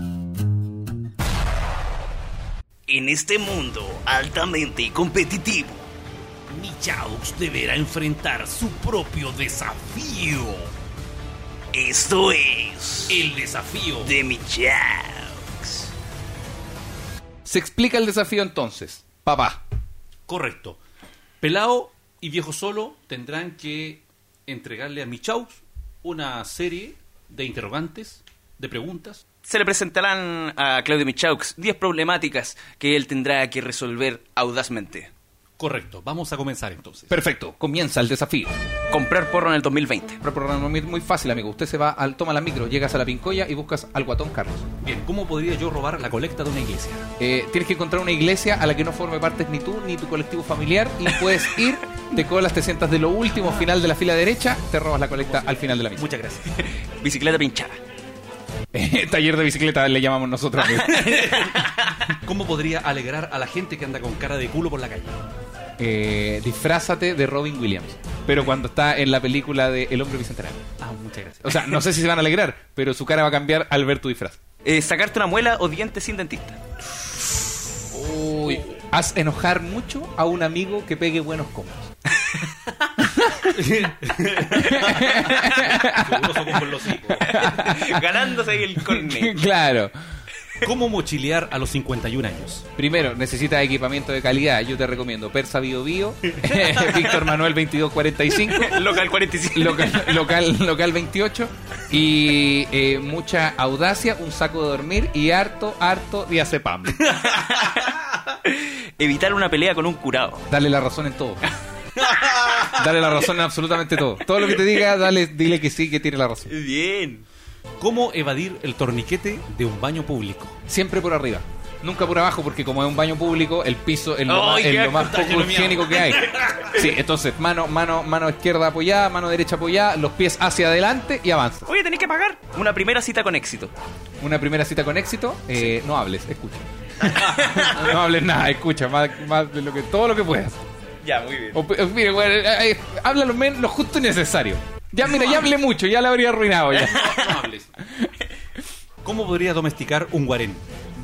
En este mundo altamente competitivo,
Michaux deberá enfrentar su propio desafío.
esto es
El desafío
de mi chao.
se explica el desafío entonces. Papá,
Correcto. Pelao y Viejo Solo tendrán que entregarle a Michaus una serie de interrogantes, de preguntas.
Se le presentarán a Claudio Michaux 10 problemáticas que él tendrá que resolver audazmente.
Correcto. Vamos a comenzar entonces.
perfecto, comienza el desafío.
Comprar porro en el 2020.
Pero programa muy- muy fácil, amigo. Usted se va al toma la micro, llegas a la pincoya y buscas al guatón Carlos.
Bien, ¿cómo podría yo robar la colecta de una iglesia?
Eh, tienes que encontrar una iglesia a la que no forme parte ni tú ni tu colectivo familiar y puedes ir, te colas, te sientas de lo último final de la fila derecha, te robas la colecta al final de la misa.
Muchas gracias.
Bicicleta pinchada.
Taller de bicicleta le llamamos nosotros. amigo.
¿Cómo podría alegrar a la gente que anda con cara de culo por la calle?
Eh, disfrázate de Robin Williams. Pero cuando está en la película de El hombre bicentenario.
Ah, muchas gracias.
O sea, no sé si se van a alegrar, pero su cara va a cambiar al ver tu disfraz.
Eh, sacarte una muela o dientes sin dentista.
Uy. Haz enojar mucho a un amigo que pegue buenos combos.
Seguroso como los hijos.
Ganándose ahí el cornet.
claro.
¿Cómo mochilear a los 51 años?
Primero, necesitas equipamiento de calidad. Yo te recomiendo Persa Bio Bio, Víctor Manuel 2245,
Local 45.
local, local, local 28 y eh, mucha audacia, un saco de dormir y harto, harto diazepam.
Evitar una pelea con un curado.
Dale la razón en todo. Dale la razón en absolutamente todo. Todo lo que te diga, dale, dile que sí, que tiene la razón.
Bien.
¿Cómo evadir el torniquete de un baño público?
Siempre por arriba. Nunca por abajo, porque como es un baño público, el piso es lo,
¡Ay,
más, es
qué
lo más
asco, está
poco
lleno de
higiénico que hay. Sí, entonces, mano, mano, mano izquierda apoyada, mano derecha apoyada, los pies hacia adelante y avanza.
Oye, tenés que pagar. Una primera cita con éxito.
Una primera cita con éxito, eh, no hables, escucha. no hables nada, escucha, más, más de lo que, todo lo que puedas.
Ya, muy bien.
O- o- mire, güey, eh, eh, habla lo, men- lo justo y necesario. Ya, mira, ya hablé mucho, ya la habría arruinado ya.
No hables. ¿Cómo podría domesticar un guarén?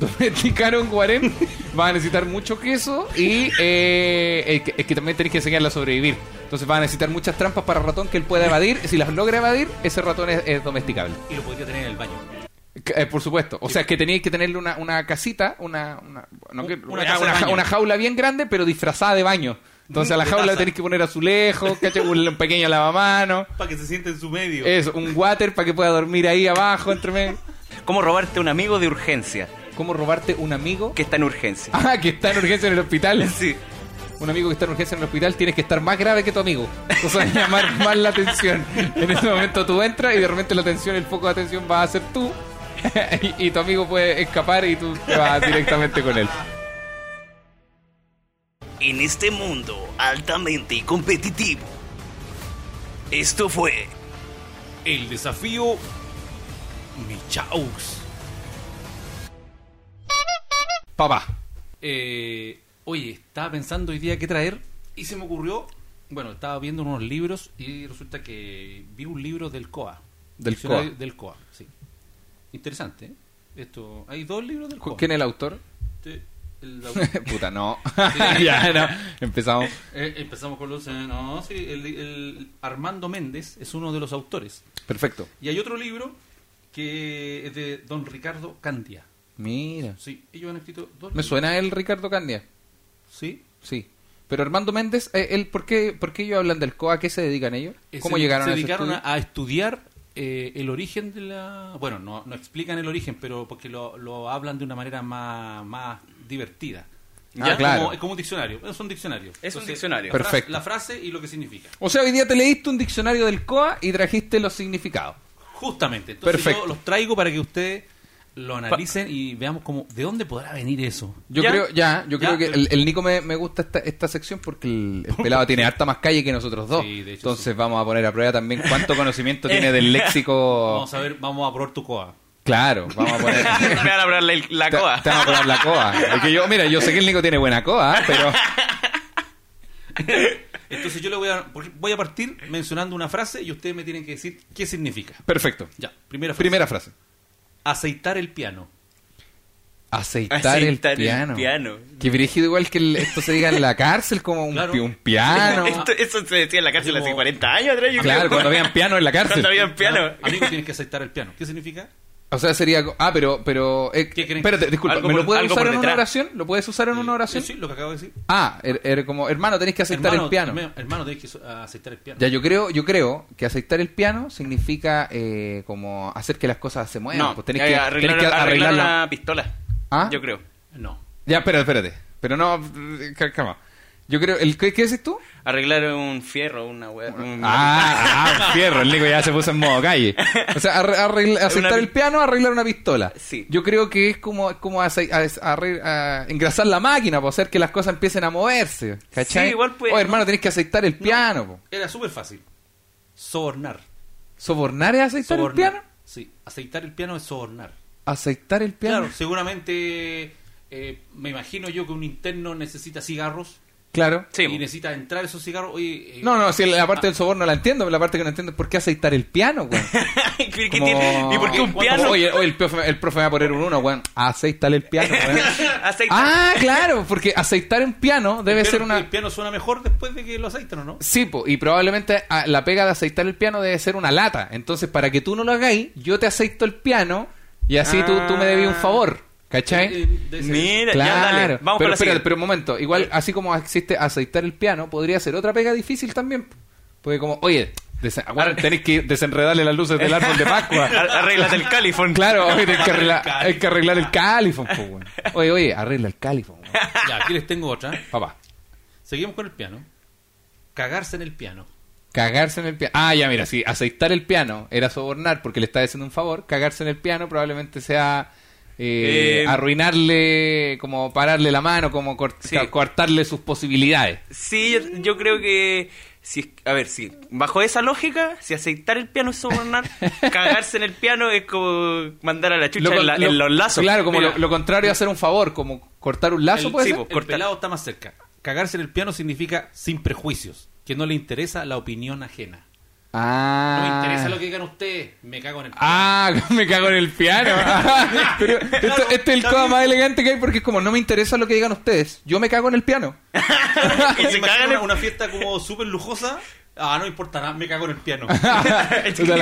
Domesticar un guarén va a necesitar mucho queso y eh, es, que, es que también tenés que enseñarle a sobrevivir. Entonces va a necesitar muchas trampas para ratón que él pueda evadir. Si las logra evadir, ese ratón es, es domesticable.
Y lo podría tener en el baño.
C- eh, por supuesto. O sea, que tenías que tenerle una, una casita, una, una, no, que-
Una
ah,
casa de
una ja-
baño.
una jaula bien grande, pero disfrazada de baño. Entonces a la
De
jaula
taza.
tenés que poner azulejos, ¿cachai? un, un pequeño lavamanos.
Para que se siente en su medio.
Eso, un water para que pueda dormir ahí abajo, entre medio.
¿Cómo robarte a un amigo de urgencia?
¿Cómo robarte un amigo?
Que está en urgencia.
Ah, que está en urgencia en el hospital.
Sí.
un amigo que está en urgencia en el hospital, tienes que estar más grave que tu amigo. O sea, llamar más la atención. En ese momento tú entras y de repente la atención, el foco de atención va a ser tú. y, y tu amigo puede escapar y tú te vas directamente con él.
En este mundo altamente competitivo. Esto fue
El desafío Michaus.
Papá.
Eh, oye, estaba pensando hoy día qué traer y se me ocurrió, bueno, estaba viendo unos libros y resulta que vi un libro del COA.
Del
Diccionario
COA.
Del COA, sí. Interesante, ¿eh? Esto, hay dos libros del COA.
¿Quién es el autor?
Este, el autor-
Puta, no. ya, no. Empezamos.
Eh, empezamos con los... eh, no, sí, el- el Armando Méndez es uno de los autores.
Perfecto.
Y hay otro libro que es de don Ricardo Candia.
Mira.
Sí, ellos han escrito dos
¿Me
libros.
suena el Ricardo Candia?
Sí.
Sí. Pero Armando Méndez, eh, él, ¿por, qué, ¿por qué ellos hablan del COA? ¿A qué se dedican ellos?
Eh,
¿Cómo
se-
llegaron
se
a ese
dedicaron
estudio?
a, a estudiar eh, el origen de la... Bueno, no, no explican el origen, pero porque lo, lo hablan de una manera más, más divertida.
Ah, claro.
como, es como un diccionario. Es un diccionario.
Es un diccionario.
la fra-
Perfecto.
La frase y lo que significa.
O sea, hoy día te leíste un diccionario del COA y trajiste los significados.
Justamente. Entonces
Perfecto.
yo los traigo para que ustedes lo analicen y veamos cómo... ¿De dónde podrá venir eso?
Yo
¿Ya?
creo, ya, yo
Ya,
creo que
pero-
el, el Nico me, me gusta esta, esta sección porque el, el pelado tiene harta más calle que nosotros dos.
Sí, de hecho,
Entonces
sí.
vamos a poner a prueba también cuánto conocimiento tiene del léxico.
Vamos a ver, vamos a probar tu coa.
Claro, vamos a poner.
Me van a hablar la, la
Te-
coa.
Te, vamos a poner la coa. Es que yo, mira, yo sé que el Nico tiene buena coa, ¿eh? pero
Entonces yo le voy a, por- voy a partir mencionando una frase y ustedes me tienen que decir qué significa.
perfecto.
Ya, primera frase.
Primera frase.
Aceitar el piano.
Aceitar,
Aceitar
el
el
piano.
piano.
Que brígido igual que el- esto se diga en la cárcel como un,
Claro.
pi- un piano.
Esto- eso se decía en la cárcel
Así
hace
como-
40 años atrás, yo
Ah, Claro,
creo.
cuando habían piano en la cárcel.
Cuando habían piano.
Ah, Amigo, tienes que aceitar el piano. ¿Qué significa?
O sea, sería. co- Ah, pero. pero eh,
¿Qué creen?
espérate, disculpa.
Algo
¿Me lo
por-
puedes
algo por
usar en una
detrás.
oración? ¿Lo puedes usar en una oración?
Eh, Sí, lo que acabo de decir.
Ah, er- er- como, hermano, tenés que aceitar el piano.
Hermano, hermano, tienes que so- aceitar el piano.
Ya, yo creo, yo creo que aceitar el piano significa eh, como hacer que las cosas se muevan.
No,
pues tenés
hay
que,
arreglar,
tenés que
arreglar
arreglarla.
una pistola.
¿Ah?
Yo creo.
No.
Ya, espérate, espérate. Pero no, eh, ca- calma. Yo creo, el, ¿qué, qué dices tú?
Arreglar un fierro, una wea. un-
Ah, ah, un fierro, el Nico ya se puso en modo calle. O sea, arre- arregla- aceptar
pi-
el piano, arreglar una pistola.
Sí.
Yo creo que es como, como ace- a- arre- a- engrasar la máquina, para hacer que las cosas empiecen a moverse. ¿Cachai?
Sí, igual puede-
Oh, hermano, tenés que aceitar el piano. po.
Era súper fácil. Sobornar.
¿Sobornar es aceitar
Sobornar.
el piano?
Sí, aceitar el piano es sobornar.
¿Aceitar el piano?
Claro, seguramente eh, me imagino yo que un interno necesita cigarros
Claro.
Sí,
y
po.
necesita entrar esos cigarros. Oye, eh,
No, no, si la
Ah.
parte del soborno la entiendo, pero la parte que no entiendo es por qué aceitar el piano, weón.
¿Qué- qué
Como-
tiene? ¿Y por qué un
Como,
piano?
Oye, oye, el, profe, el profe me va a poner un uno, weón. Aceítale el piano, weón.
Aceita.
Ah, claro, porque aceitar un piano debe
el
ser
piano-
una.
El piano suena mejor después de que lo aceitan, ¿o no?
Sí, po, y probablemente ah, la pega de aceitar el piano debe ser una lata. Entonces, para que tú no lo hagáis, yo te aceito el piano y así tú, tú me debí un favor. ¿Cachai?
Eh, eh, debe ser-
Mira,
claro.
ya dale. Vamos
pero,
con la
espérate,
siguiente.
pero un momento. Igual, así como existe aceitar el piano, podría ser otra pega difícil también. Porque como, oye, desen- bueno, tenéis que desenredarle las luces del árbol de Pascua.
Ar- Arréglate el califón.
Claro, oye, hay que arreglar, hay que arreglar el califón, po, weón. Oye, oye, arregla el califón, weón.
Ya, aquí les tengo otra.
Papá,
Seguimos con el piano. Cagarse en el piano.
cagarse en el piano. Ah, ya, mira, si aceitar el piano era sobornar porque le está haciendo un favor, cagarse en el piano probablemente sea eh,
Eh,
arruinarle, como pararle la mano, como cort-
Sí.
ca- coartarle sus posibilidades.
Sí, yo, yo creo que. Si, es- a ver, si bajo esa lógica, si aceitar el piano es sobornar, cagarse en el piano es como mandar a la chucha
Lo con-
en, la-
lo-
en los lazos.
Claro, como
Mira,
lo, lo contrario a hacer un favor, como cortar un lazo,
El-
puede
sí,
ser?
po.
El
Cortar.
pelado está más cerca. Cagarse en el piano significa sin prejuicios, que no le interesa la opinión ajena. No
Ah.
me interesa lo que digan ustedes, me cago en el piano.
Ah, me cago en el piano. Pero esto- este es el coda más elegante que hay porque es como, no me interesa lo que digan ustedes. Yo me cago en el piano.
y se
Imagina
cagan
una,
en-
una fiesta como súper lujosa. Ah, no importa nada, me cago en el piano.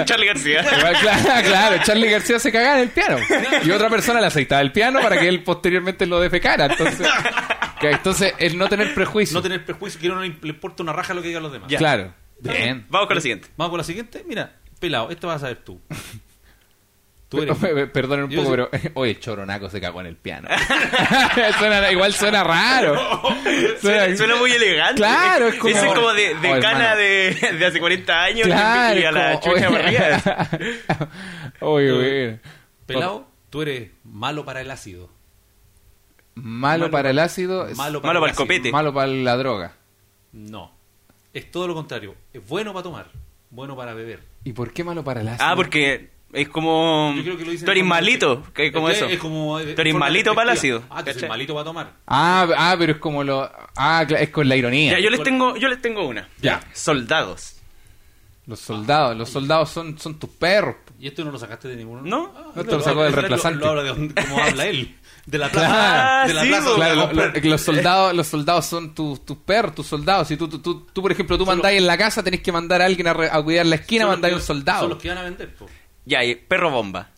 Charlie García.
Igual, claro, claro, Charlie García se cagaba en el piano. Y otra persona le aceitaba el piano para que él posteriormente lo defecara. Entonces, que- entonces el no tener prejuicio.
No tener prejuicio, que no le imp- le importa una raja lo que digan los demás.
Ya.
Claro. Bien.
Vamos con la siguiente.
Vamos con la siguiente. Mira, pelado, esto vas a saber tú. Tú eres.
Perdón un
Yo
poco,
soy-
pero eh, oye, el choronaco se cagó en el piano. Suena- igual suena raro.
Suena, suena muy elegante.
Claro, es como-
Ese es como de, de
Oh,
cana
hermano.
de, de hace 40 años
Claro,
y a la
como,
chucha
oye.
barriga.
Oye, oye.
Pelado, tú eres malo para el ácido.
Malo,
Malo
para
pa-
el ácido, es-
Malo para
Malo para
el
el
ácido.
copete.
malo para la droga.
No. Es todo lo contrario. Es bueno para tomar, bueno para beber.
¿Y por qué malo para el ácido?
Ah, porque es como.
Yo creo que lo dicen
Mm. Tú eres
en forma
malito.
de-
que es como
Es-
eso.
es como, eh,
Tú eres
forma
malito para el
despectiva.
ácido.
Ah, tú eres
¿cachai?
malito para tomar.
Ah, ah, pero es como lo. Ah, cla- es con la ironía.
Ya, yo les tengo, yo les tengo una.
Ya.
Soldados.
Los soldados, los soldados son, son tus perros. po.
Y esto no lo sacaste de ninguno.
No.
Ah,
No, te lo sacó del reemplazante.
Lo, habla de donde- como habla él. De la plaza.
Claro.
de la
Ah, sí,
plaza.
bo.
donde
Claro,
va a
lo- lo-
comprar.
los soldados, los soldados son tus tus perros, tus soldados. Si tú, tú, tú, tú, por ejemplo, tú mandáis en la casa, tenés que mandar a alguien a, re- a cuidar la esquina,
Son los
mandáis
que-
un soldado.
Son los que van a vender, po.
Ya, y perro bomba.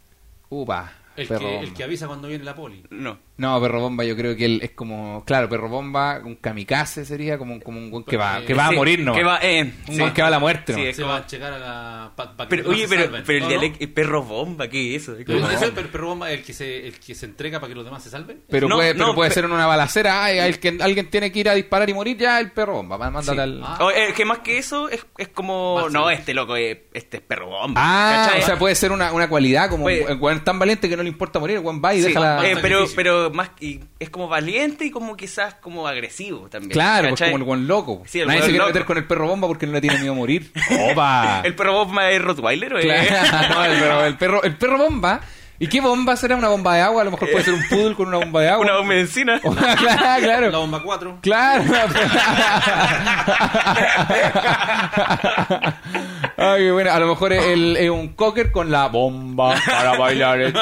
Upa,
El,
perro
que, el
bomba.
que avisa cuando viene la poli.
No.
No, perro bomba, yo creo que él es como, claro, perro bomba, un kamikaze sería como, un- como un buen que va, que va a
Sí,
morir, ¿no?
Que va, eh,
Un
sí.
buen que va a la muerte,
Sí,
¿no?
es
Se
como-
va a checar a la. pa- pa que
Pero,
no
oye,
se
pero,
salven,
pero el
¿o no?
dialecto. el Perro bomba, ¿qué es eso? Es
Pero
como-
ese es el per- perro bomba, el que se, el que se entrega para que los demás se salven.
Pero
No,
puede,
no,
pero puede
pe-
ser en una balacera, ay, al que- alguien tiene que ir a disparar y morir, ya el perro bomba, má- mándate al...
Ah.
O, eh, que más que eso es, es como.
Más
no,
sí.
este loco, eh, este es perro bomba.
Ah,
¿cachai?
o sea, puede ser una, una cualidad como
Puede-
un weón tan valiente que no le importa morir, el weón va y
Sí,
deja la...
eh, pero,
sacrificio.
pero más y es como valiente y como quizás como agresivo también.
Claro, pues
¿cachai?
como el buen loco.
Sí, el
Nadie
weón
se quiere
loco.
meter con el perro bomba porque no le tiene miedo a morir. ¡Opa!
¿El perro bomba es Rottweiler o es-
Claro, no, el, perro, el, perro, el perro bomba. ¿Y qué bomba será? ¿Una bomba de agua? A lo mejor puede ser un poodle con una bomba de agua.
una bomba de encina?
Ah,
claro, claro.
La bomba 4.
Claro. Ay, bueno, a lo mejor es, el- es un cocker con la bomba para bailar. el-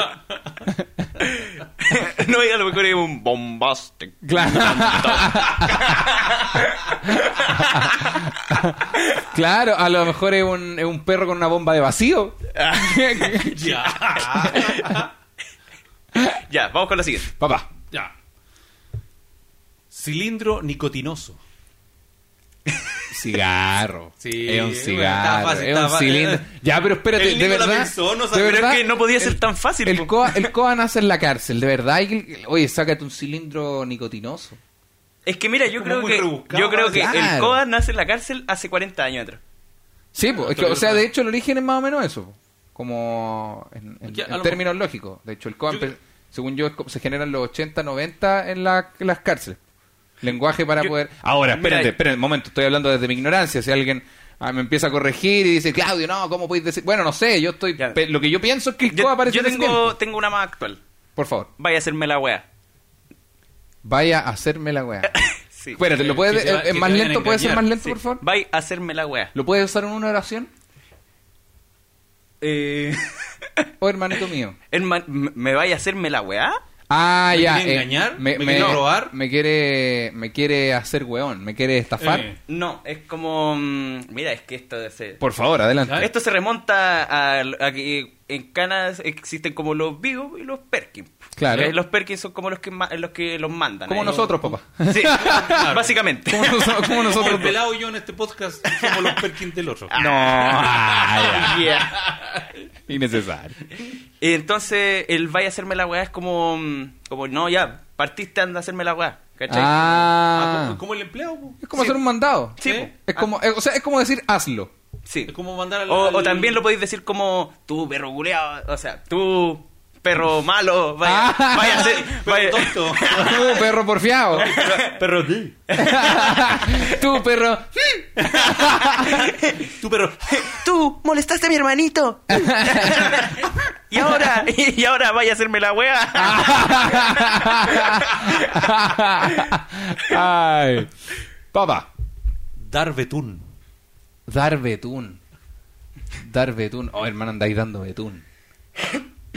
no, y a lo mejor es un bombastic.
Claro. claro, a lo mejor es un, es un perro con una bomba de vacío.
Ya.
Ya, vamos con la siguiente.
Papá.
ya. Cilindro nicotinoso.
Cigarro.
Sí,
es un
bueno,
cigarro.
estaba fácil,
es un
estaba-
cilindro. Ya, pero espérate,
El
de
niño la
verdad.
pensó, no
de
sabía-
Pero
verdad,
es que no podía ser
el-
tan fácil.
El
po.
COA, el COA nace en la cárcel, de verdad. hay que- oye, sácate un cilindro nicotinoso.
Es que mira, yo
Como
creo
muy
que,
rebuscado,
yo creo que el
ah, claro.
COA nace en la cárcel hace 40 años atrás.
Sí, po, es que, o sea, de hecho el origen es más o menos eso. po. Como en, en-
Ya, a
en
lo
términos lógicos. De hecho, el COA,
Yo
empe- según yo, es como- se generan los 80, 90 en, la- en las cárceles. Lenguaje para
Yo-
poder... Ahora, espérate,
Mira,
espérate, un momento, estoy hablando desde mi ignorancia. Si alguien ah, me empieza a corregir y dice, Claudio, no, ¿cómo podéis decir? Bueno, no sé, yo estoy...
Ya.
pe- Lo que yo pienso es que el COA
Yo,
aparece
yo
en ese tiempo.
tengo, tengo una más actual.
Por favor.
Vaya a hacerme la weá.
Vaya a hacerme la weá.
Sí.
Espérate, ¿lo puedes,
que te va-
es-
que
es
te
más
vayan a
lento? ¿Puede ser
engañar,
más lento,
Sí.
por favor?
Vai a hacerme la weá.
¿Lo puedes usar en una oración?
Eh,
Oh, hermanito mío.
herman- m- ¿Me vaya a hacerme la weá?
Ah,
¿Me
ya.
quiere engañar? ¿Me quiere robar?
Me quiere, me quiere hacer weón, me quiere estafar.
Eh.
No, es como. mm, Mira, es que esto se.
Por favor, adelante.
Dale.
Esto se remonta a, a que en Canas existen como los Vigo y los Perkins.
Claro.
Eh, Los Perkins son como los que ma- los que los mandan.
Como
eh.
nosotros, papá.
Sí, básicamente.
Como, noso- como
Como el
nosotros.
pelado y yo en este podcast somos los Perkins del otro.
No. Yeah.
Innecesario.
Y entonces el vaya a hacerme la weá es como, mm, como no, ya, partiste anda a hacerme la weá. ¿Cachai?
Ah,
Ah.
como- como el empleado, po.
Es como hacer un mandado.
Sí,
¿eh?
po.
Es como, eh, o sea, es como decir hazlo.
Sí.
es como mandar al-
O, o
al-
también lo podéis decir como tú, perro guleado, o sea, tú, perro malo, vaya,
Ah.
vaya a hacer. vaya-
Pero tonto.
Tú, Uh, perro porfiado.
Perro, sí.
Tú, perro.
Tú, perro.
tú, molestaste a mi hermanito. y ahora, y ahora vaya a hacerme la weá.
Ah.
Ay. Papá.
Dar betún.
Dar betún. Dar betún. Oh, hermano, andáis dando betún.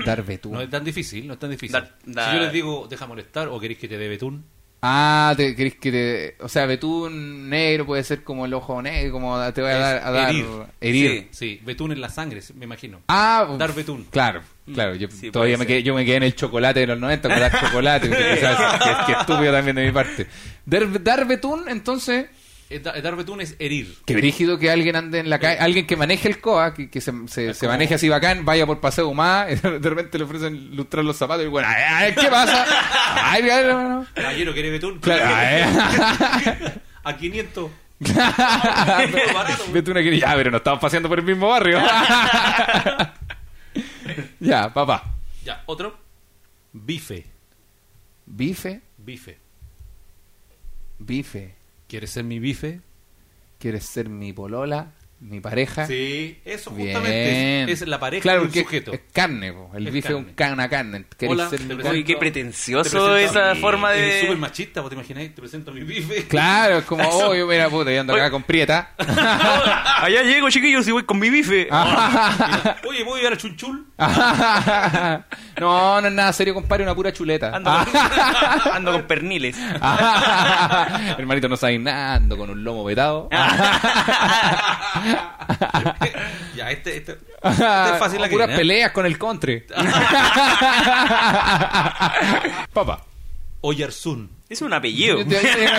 Dar betún.
No es tan difícil, no es tan difícil.
Dar- dar-
Si yo les digo, deja molestar o queréis que te dé betún,
Ah, te querés que te. O sea, betún negro puede ser como el ojo negro, como te voy a
Es
dar. A dar
herir.
herir.
Sí.
sí, betún en la sangre, me imagino.
Ah,
Dar betún. Mm.
Claro, claro. Yo
Sí, puede
todavía me
ser.
quedé, yo me quedé en el chocolate de los 90 con dar chocolate. que quizás- que es que estúpido también de mi parte. Dar, dar betún, entonces.
Eh, da- Dar betún es herir.
Qué brígido que alguien ande en la calle, alguien que maneje el COA, que, que se, se, se maneje así bacán, vaya por paseo humada, y de repente le ofrecen lustrar los zapatos y bueno, ay, ay, ¿qué pasa? Ay, ay, hermano.
Caballero, ¿quiere betún?
Claro, Ah, eh. ay.
A 500.
Vete una que- ya, pero no estamos paseando por el mismo barrio. ya, papá.
Ya, otro. Bife.
Bife,
Bife.
bife.
¿Quieres ser mi bife?
¿Quieres ser mi polola, mi pareja?
Sí, eso justamente
Ah. Bien.
es, es la pareja
claro,
del
porque es-
sujeto.
Es carne, po. el
Es
bife es
carne.
un can- una carne. ¿Querés
Hola,
ser
te
mi
presento-
Uy, qué pretencioso
Te presento a
esa
mí.
forma
Es súper
de.
machista, vos te imagináis, te presento a mi bife.
Claro, es como, oh, yo mira, puta, yo ando acá
Oye.
con prieta.
Allá llego, chiquillos, y voy con mi bife.
Ah. Mira, Oye, voy a ir a Chunchul.
no, no es nada serio, compadre, una pura chuleta.
Ando,
Ah.
con, ando con perniles.
Hermanito, no sabes nada, ando con un lomo vetado.
Ah.
Ah.
ya, este, este, este
Ah,
es fácil la
Puras
que viene, ¿eh?
peleas con el country. Papá.
Oyarzún.
Es un apellido.
Yo tenía una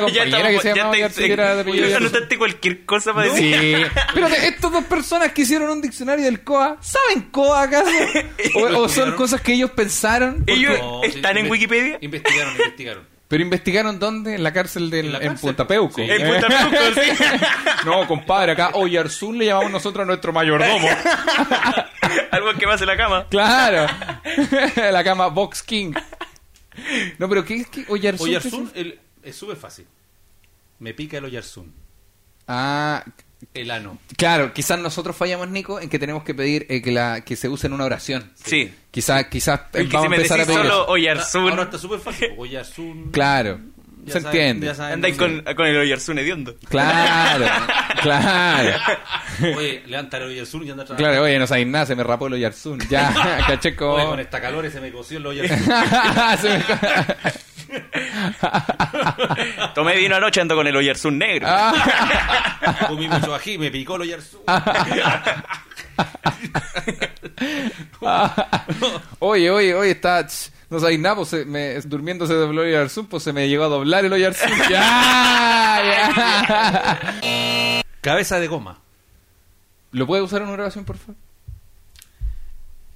estamos-
compañera que se llamaba
te-
García, que era de apellido.
ya anotaste cualquier cosa para
Sí.
decir.
Pero de- estas dos personas que hicieron un diccionario del COA, ¿saben COA acaso? O, o son cosas que ellos pensaron.
Ellos
No,
están
sí,
en
inve-
Wikipedia.
Investigaron, investigaron.
Pero investigaron dónde? En la cárcel de, en,
En la cárcel.
Punta Peuco.
Sí.
En Punta Peuco, sí.
No, compadre, acá Oyarzún le llamamos nosotros a nuestro mayordomo.
Algo que pasa en la cama.
Claro. la cama Box King. No, pero ¿qué es que Oyarzún?
Oyarzún el- es súper fácil. Me pica el Oyarzún.
Ah,
El ano.
claro, quizás nosotros fallamos, Nico, en que tenemos que pedir eh, que, la, que se use en una oración.
Sí.
Quizás, quizás
Es
eh,
que si
vamos a
me
empezar a
decís
pedir
solo
eso.
Oyarzún,
Ah, Ahora está súper fácil. Oyarzún.
Claro,
Ya
se
saben-
entiende.
ya saben,
andáis
no
con, con el Oyarzún hediondo.
Claro, claro.
sé. Oye, levanta el Oyarzún y anda a
Claro, oye, no sabéis nada, se me rapó el Oyarzún. Ya, caché como-
Oye, con esta calor se me coció el Oyarzún.
Se me-
Tomé vino anoche ando con el Oyarzún negro.
Ah.
Comí mucho ají, me picó el Oyarzún.
oye, oye, oye, está... ch, No sabéis nada, pues se me, durmiendo se dobló el Oyarzún, pues se me llegó a doblar el Oyarzún. Ya, ya.
Cabeza de goma.
¿Lo puedes usar en una grabación, por favor?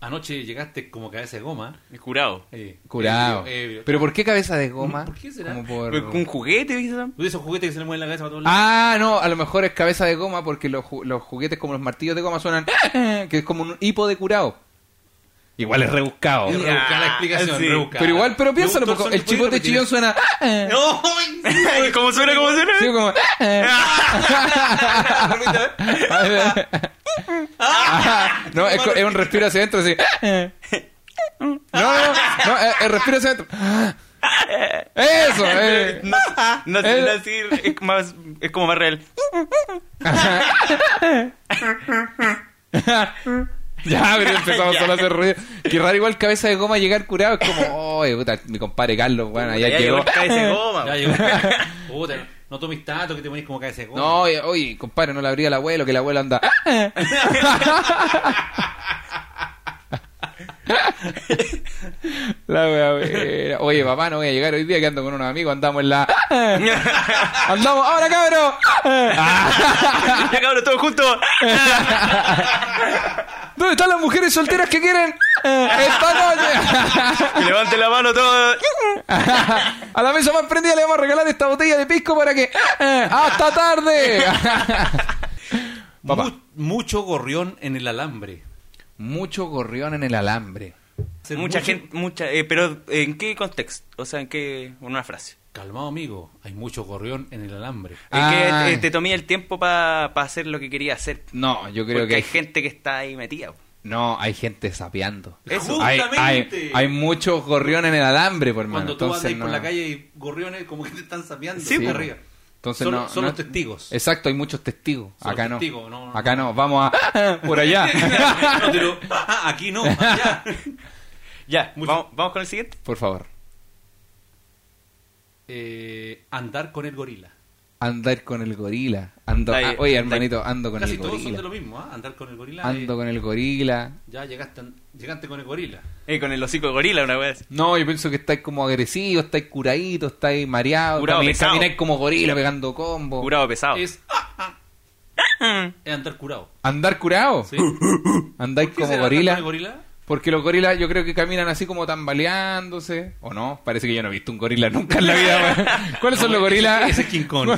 Anoche llegaste como cabeza de goma.
El Curado.
Eh,
Curado.
ebrio, ebrio.
¿Pero por qué cabeza de goma?
¿Por qué será? Pues
Como por-
¿Un juguete? ¿viste?
¿Tú esos juguetes que se le mueven la cabeza para todos lados?
Ah, no, a lo mejor es cabeza de goma porque los, ju- los juguetes como los martillos de goma suenan que es como un hipo de curado. Igual es rebuscado.
Es rebuscar la explicación,
sí.
rebuscar.
Pero igual, pero
Me
piénsalo,
gustó
porque el
sonido, ¿puedes
chipote
repetir
chillón
eso?
suena. ah, eh.
¡No!
¿Cómo suena? ¿Cómo suena?
Sí, como. ah, eh.
Ah.
No, es, co- es ah, eh.
Ah.
un respiro eh, hacia adentro así. No, no, no, no, es, es respiro hacia adentro. Eso, eh.
No, no,
Eh.
no, sí, es, más- es como más real.
Ya, pero empezamos
Ya.
solo a hacer ruido. Qué raro igual cabeza de goma llegar curado. Es como, oye, puta, mi compadre Carlos, bueno, allá
ya llegó
llegó.
el cabeza de goma.
Ya llegó. Puta, no tomes tanto que te ponés como cabeza de goma.
No, oye, oye, compadre, no le abría al abuelo, que el abuelo anda. la wea, wea. Oye, papá, no voy a llegar hoy día que ando con unos amigos, andamos en la. ¡Andamos ahora, cabrón!
ya cabrón, todos juntos.
¿Dónde están las mujeres solteras que quieren? Esta noche.
Que levanten la mano todos.
A la mesa más prendida le vamos a regalar esta botella de pisco para que. ¡Hasta tarde! Papá.
Mu- mucho gorrión en el alambre.
Mucho gorrión en el alambre.
Ser
Mucha
mucho-
gente, mucha, eh, pero ¿en qué contexto? O sea, ¿en qué? Una frase.
Calmado, amigo. Hay mucho gorrión en el alambre.
¿En
Ah.
que eh, te tomé el tiempo para hacer lo que quería hacer?
No, yo creo
Porque
que.
hay gente que está ahí metida. po.
No, hay gente sapeando.
Eso.
Hay, hay,
Justamente.
hay muchos gorrión en el alambre, por hermano.
Cuando tú andas
Entonces,
ahí por
no.
la calle y gorriones como que te están sapeando.
Sí,
de
po.
arriba.
Entonces,
son
no,
son
no-
los testigos.
Exacto, hay muchos testigos.
Son
Acá
los
no.
testigos, no, no,
Acá no. Vamos a. Por allá.
No, te lo- ah, aquí no, allá.
Ya,
Mucho.
vamos, vamos con el siguiente.
por favor.
Eh, andar con el gorila.
Andar con el gorila. Ando,
Ahí,
ah, oye,
ahí.
hermanito, ando con
Casi
el
todos son de lo
gorila.
mismo, ¿ah? Andar con el gorila.
Ando
eh,
con el gorila.
Ya llegaste, llegaste con el gorila.
Eh, con el hocico de gorila una vez.
No, yo pienso que estáis como agresivos, estáis curaditos, estáis mareados.
Curado,
también
pesado.
camináis como gorila pegando combo.
Curado pesado.
Es, ah, es andar curado.
¿Andar curado?
¿sí?
Andáis
¿Por qué
como
será andar
gorila.
con el gorila?
Porque los gorilas yo creo que caminan así como tambaleándose. ¿O no? Parece que yo no he visto un gorila nunca en la vida. weón. ¿Cuáles son los gorilas?
Ese es King Kong.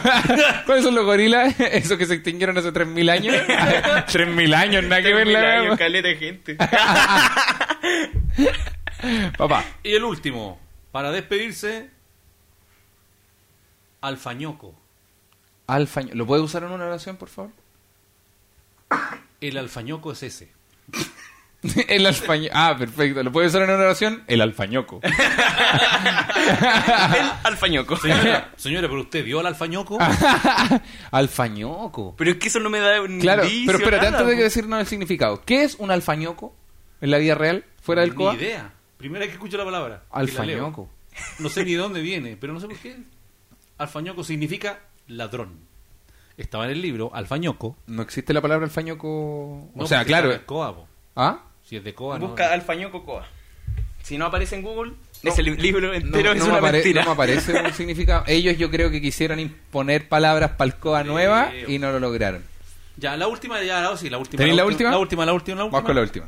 ¿Cuáles son los gorilas? Esos que se extinguieron hace 3.000 años. 3.000 años, nada que ver la weá, weón.
caleta de gente.
Papá.
Y el último, para despedirse, alfañoco.
Alfaño. ¿Lo puedes usar en una oración, por favor?
El alfañoco es ese.
El alfaño. Ah, perfecto. ¿Lo puedes usar en una oración? El alfañoco.
el alfañoco.
Señora, señora, pero usted vio al alfañoco.
Ah, alfañoco.
Pero es que eso no me da un
Claro,
indicio,
pero espérate,
nada,
antes de
po.
que decirnos el significado. ¿Qué es un alfañoco en la vida real, fuera del
Ni
coa?
idea. Primera vez que escucho la palabra. y la
Alfañoco.
leo. No sé ni de dónde viene, pero no sé por qué. Alfañoco significa ladrón. Estaba en el libro, alfañoco.
No existe la palabra alfañoco.
No,
o sea,
porque
claro.
está de Coa, po.
¿Ah?
Si es de coa, no.
Busca alfañoco coa. Si no aparece en Google,
No.
ese li- libro
No,
entero es
no me
una
apare-
mentira.
no me aparece un significado. Ellos yo creo que quisieron imponer palabras para coa nueva y no lo lograron.
Ya, la última, ya, la, sí, la última.
¿Tenéis la última?
La última, la última, la última.
Vamos con la última.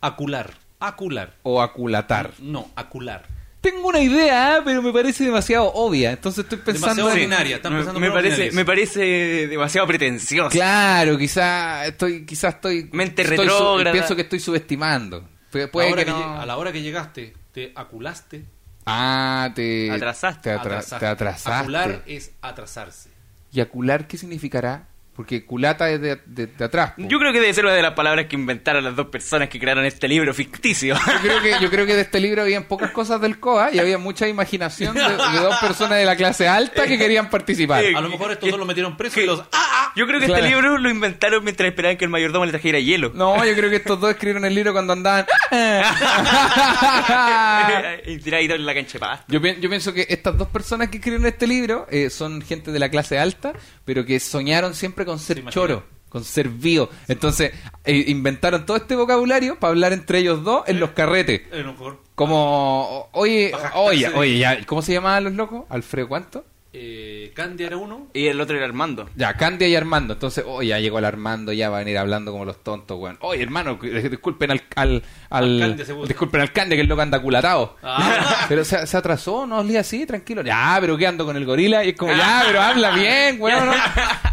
Acular. Acular.
O aculatar.
No, acular.
Tengo una idea, ¿eh? pero me parece demasiado obvia. Entonces estoy pensando
Demasiado
en...
ordinaria. Están
Me-
pensando
me,
puras
parece,
ordinarias.
me parece demasiado pretencioso.
Claro, quizá estoy, quizá estoy.
Mente
estoy su-
retrógrada.
Pienso que estoy subestimando. Pu-
Ahora
Puede que
que
no.
lleg- A la hora que llegaste, te aculaste.
Ah, te
Atrasaste.
Te, atra- te atrasaste.
Acular es atrasarse.
¿Y acular qué significará? Porque culata es de, de- de atrás. po.
Yo creo que debe ser una de las palabras que inventaron las dos personas que crearon este libro ficticio.
Yo creo que yo creo que de este libro habían pocas cosas del COA y había mucha imaginación de, de dos personas de la clase alta que querían participar.
Eh,
A lo mejor estos dos los metieron presos y los. ¡Ah!
Yo creo que
Claro.
este libro lo inventaron mientras esperaban que el mayordomo le trajera hielo.
No, yo creo que estos dos escribieron el libro cuando andaban.
y tiradito en la cancha de pasto.
Yo, pien- yo pienso que estas dos personas que escribieron este libro eh, son gente de la clase alta, pero que soñaron siempre con ser
imagina.
choro, con ser vivo. Entonces, eh, inventaron todo este vocabulario para hablar entre ellos dos en los carretes.
A lo mejor.
Como, o- oye,
Para jactarse
oye,
de-
oye, ya, ¿cómo se llamaban los locos? Alfredo, ¿cuánto?
Eh, Candy era uno.
Y el otro era Armando.
Ya, Candia y Armando. Entonces, oh, ya llegó el Armando, ya va a venir hablando como los tontos, weón. Oye, hermano, que- disculpen al. al, al-
Al Candia se puso.
disculpen al Candia, que el loco anda culatado.
Ah.
Pero se, se atrasó, no olía así, tranquilo. Ya, pero ¿qué ando con el gorila? Y es como, ya, pero habla bien, weón. ¿no?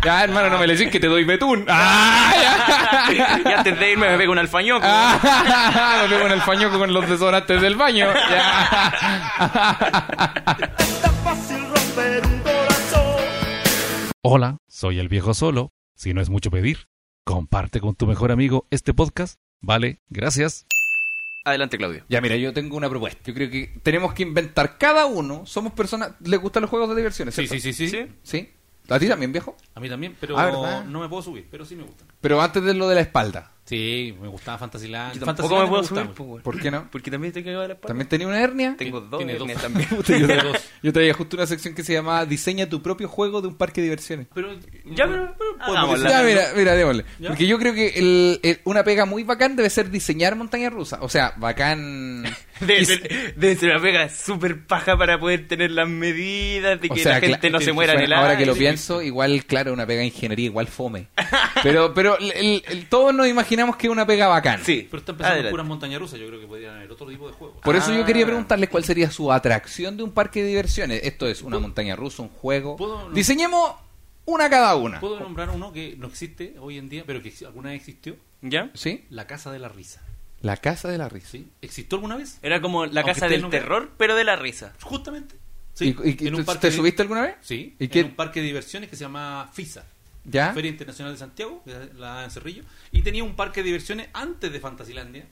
Ya, hermano, no me le decís que te doy betún. ¡Ah!
y
Ya.
antes de irme me pego un alfañoco.
Ah, me pego en el fañoco con los desodorantes del baño. Ya.
Es tan fácil romper un corazón.
Hola, soy el viejo solo. Si no es mucho pedir, comparte con tu mejor amigo este podcast. Vale, gracias.
Adelante, Claudio.
Ya, mira, yo tengo una propuesta. Yo creo que tenemos que inventar cada uno. Somos personas. ¿Les gustan los juegos de diversiones?
Sí, sí,
¿cierto?
sí, sí,
Sí.
¿Sí? ¿A ti también, viejo?
A mí también, pero
Ah, ¿verdad?
no me puedo subir, pero sí me gustan.
Pero antes de lo de la espalda.
Sí, me gustaba Fantasyland.
Yo
Fantasyland
tampoco me puedo
gustaba.
subir, po, weón.
¿Por qué no?
Porque también te cagaba la espalda.
¿También tenía una hernia?
Tengo dos
Tiene
hernias
dos.
también.
yo,
Tiene dos.
yo traía justo una sección que se llamaba Diseña tu propio juego de un parque de diversiones.
Pero, Ah,
ya, pero, pero
Podemos
hagámosla.
Ya, mira, mira, démosle.
¿Ya?
Porque yo creo que el- el- una pega muy bacán debe ser diseñar montaña rusa. O sea, bacán.
Debe
Y-
ser, debe ser una pega súper paja para poder tener las medidas de
o
que
sea,
la gente
cla-
no
que-
se muera en
bueno,
el
Ahora que lo
aire.
pienso, igual, claro, una pega de ingeniería, igual fome. Pero, pero el- el- el- todos nos imaginamos que es una pega bacán.
Sí,
pero está empezando
adelante.
con puras montañas rusas, yo creo que podrían haber otro tipo de juegos.
Por eso yo
Ah.
quería preguntarles cuál sería su atracción de un parque de diversiones. Esto es una montaña rusa, un juego.
¿Puedo- no?
Diseñemos una cada una.
Puedo nombrar uno que no existe hoy en día, pero que ex- alguna vez existió,
¿Ya?
¿Sí?
la Casa de la Risa.
La casa de la risa.
¿Sí? ¿Existió alguna vez?
Era como la
Aunque
casa
usted
del
nunca-
terror, pero de la risa.
Justamente.
¿Y,
Sí,
y- y
en
tú-
un parque
te
de-
subiste alguna vez?
Sí,
¿Y qué? ¿Ah?
en un parque de diversiones que se llama FISA,
¿Ya?
Feria Internacional de Santiago, que es la en Cerrillo, y tenía un parque de diversiones antes de Fantasilandia.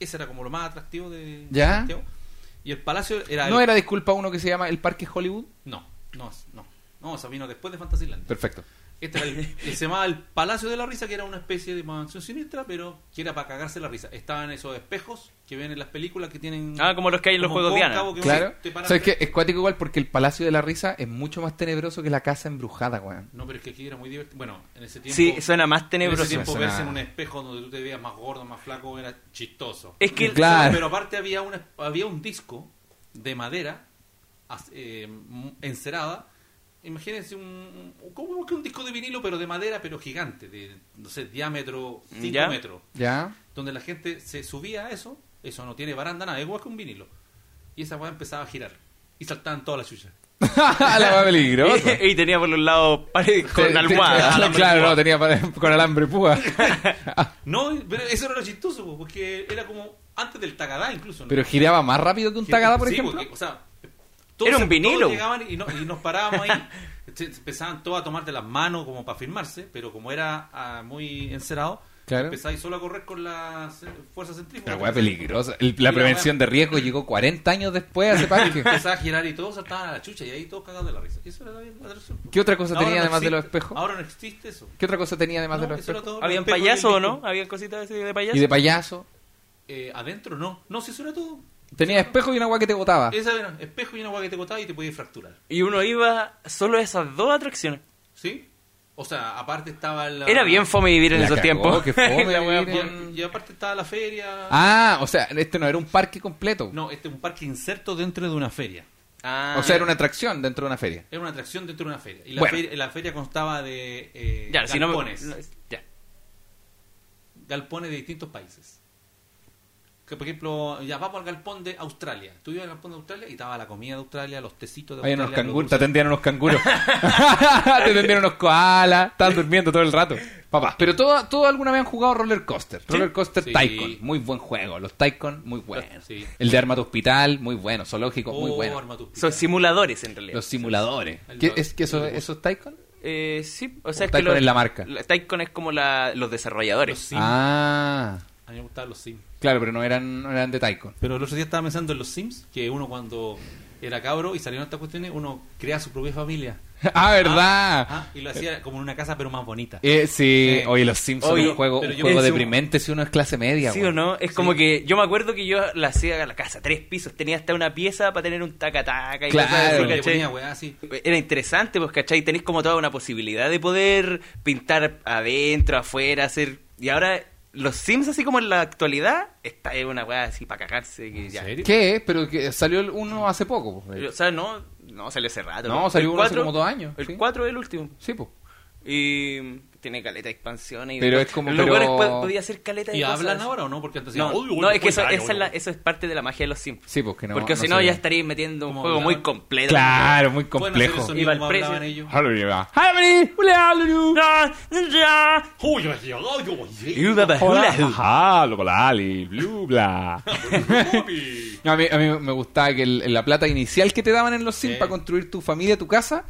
Ese era como lo más atractivo de
¿Ya?
Santiago. Y el palacio era...
¿No
el-
era disculpa uno que se llama el Parque Hollywood?
No, no, no. No, esa vino después de Fantasilandia.
Perfecto.
Este era el, el- se llamaba el Palacio de la Risa, que era una especie de mansión siniestra, pero que era para cagarse la risa. Estaban esos espejos que ven en las películas que tienen.
Ah, como los que hay en los juegos Diana.
cóncavo que
Claro.
uno te para
¿Sabes qué?
frente.
Es cuático igual porque el Palacio de la Risa es mucho más tenebroso que la casa embrujada, weón.
No, pero es que aquí era muy divertido. Bueno, en ese tiempo.
Sí, suena más
en ese
tenebroso.
tiempo
Suena-
verse en un espejo donde tú te veas más gordo, más flaco, era chistoso.
Es que
Claro.
Pero aparte había, una, había un disco de madera as- eh, m- encerada. Imagínense un, como que un disco de vinilo, pero de madera, pero gigante, de, no sé, diámetro 5
¿Ya?
metros.
¿Ya?
donde la gente se subía a eso, eso no tiene baranda, nada, es igual que un vinilo. Y esa weá empezaba a girar. Y saltaban todas las chuchas.
la más peligrosa.
y tenía por los lados pared
Te-
con
te-
almohada.
Claro, claro, no, tenía para- con alambre púa.
No, pero eso era lo chistoso, po, porque era como antes del tagadá incluso. ¿no?
Pero giraba más rápido que un
Gente-
tagada, por
sí, pues,
ejemplo.
porque, o sea,
Era un
se-
vinilo.
todos llegaban y, no- y nos parábamos ahí. Se- se Empezaban todos a tomarte las manos como para firmarse, pero como era ah, muy encerado,
Claro.
empezáis solo a correr con las eh, fuerzas centrífugas.
La weá peligrosa. El-
Y la
la prevención
weá-
de riesgo llegó 40 años después a ese parque.
Empezaba a girar y todos saltaban a la chucha y ahí todos cagados de la risa. Eso era la, la atracción, po.
¿Qué otra cosa tenía además de
existe-
los espejos?
Ahora no existe eso.
¿Qué otra cosa tenía además
No,
de los
eso era
espejos?
todo
¿Habían
los espejos
payaso o
del
no?
disco.
¿Habían cositas así de payaso?
Y de payaso.
Eh, adentro no. No, si eso era todo.
Tenía espejo y una agua que te botaba.
Esa era espejo y una agua que te botaba y te podías fracturar.
Y uno iba solo a esas dos atracciones.
¿Sí? O sea, aparte estaba la.
Era bien fome vivir en
La
esos
cagó,
tiempos.
qué fome
La wea-
vivir en-
Y, y aparte estaba la feria.
Ah, o sea, este no era un parque completo.
No, este es un parque inserto dentro de una feria.
Ah.
O sea, era una atracción dentro de una feria.
Era una atracción dentro de una feria. Y la,
Bueno.
feria, la feria constaba de eh,
Ya, si no me...
galpones.
no, ya.
galpones de distintos países. Que, por ejemplo, ya vamos al galpón de Australia. Tú ibas al galpón de Australia y estaba la comida de Australia, los tecitos de
Hay
Australia.
unos
los
canguros, te
dulces.
atendían unos canguros. te atendían unos koalas, estaban durmiendo todo el rato. Papá. Pero todos todo alguna vez han jugado roller coaster. Roller coaster
Sí.
Tycoon, muy buen juego. Los Tycoon, muy buenos.
Sí.
El de Arma tu Hospital, muy bueno. Zoológico, muy
Oh,
bueno.
arma tu
Son
pita.
simuladores en realidad.
Los simuladores.
El
¿Qué,
do-
¿Es que eso, esos Tycoon?
Eh, sí, o sea,
O
es que
Tycoon
los-
es la marca.
la- Tycoon es como la- los
Los
desarrolladores.
Sims.
Ah,
A mí me gustaban los Sims.
claro, pero no eran, no eran de Tycoon.
Pero el otro día estaba pensando en los Sims, que uno cuando era cabro y salieron estas cuestiones, uno crea su propia familia.
ah, ¿verdad?
Ah, y lo hacía como en una casa, pero más bonita.
Eh, sí,
Sí.
oye, los Sims son
Oye,
un juego,
pero
un
yo-
juego
es un-
deprimente si uno es clase media.
¿Sí
güey.
o no? Es como que yo me acuerdo que yo la hacía a la casa, tres pisos. Tenía hasta una pieza para tener un taca-taca y
Claro.
cosas así,
Pero le
¿cachai?
ponía weá así.
Era interesante, pues, ¿cachai? Tenés como toda una posibilidad de poder pintar adentro, afuera, hacer... Y ahora los Sims, así como en la actualidad, está en una weá así para cagarse. Que ya.
serio?
¿Qué? Pero que salió el uno hace poco. pues.
O sea, no, no salió hace rato.
No,
El
salió uno hace
cuatro-
como dos años, sí.
El 4 es el último.
Sí, pues.
Y tiene caleta de expansiones. Y
Pero
después-
es como-
Lo
pero-
bueno es que podía hacer caleta de
¿Y
cosas.
hablan ahora pues, o no? Porque antes
No,
decían, "Uy, uy,
no, es que
uy,
eso,
ay,
esa
uy,
es la-
uy".
eso es parte de la magia de los Sims.
Sí, pues, que no-
Porque
no
si no,
se-
ya estaríais metiendo un
Como
juego
hablaban.
muy completo.
Claro, muy
Pueden hacer el
complejo.
sonido
Iba al
como
precio.
hablaban ellos. Ah, Uy, yo decía, "Ay, yo voy".
Y una basura.
No, a, mí, a mí me gustaba que el- la plata inicial que te daban en los Sims
Sí.
para construir tu familia, tu casa,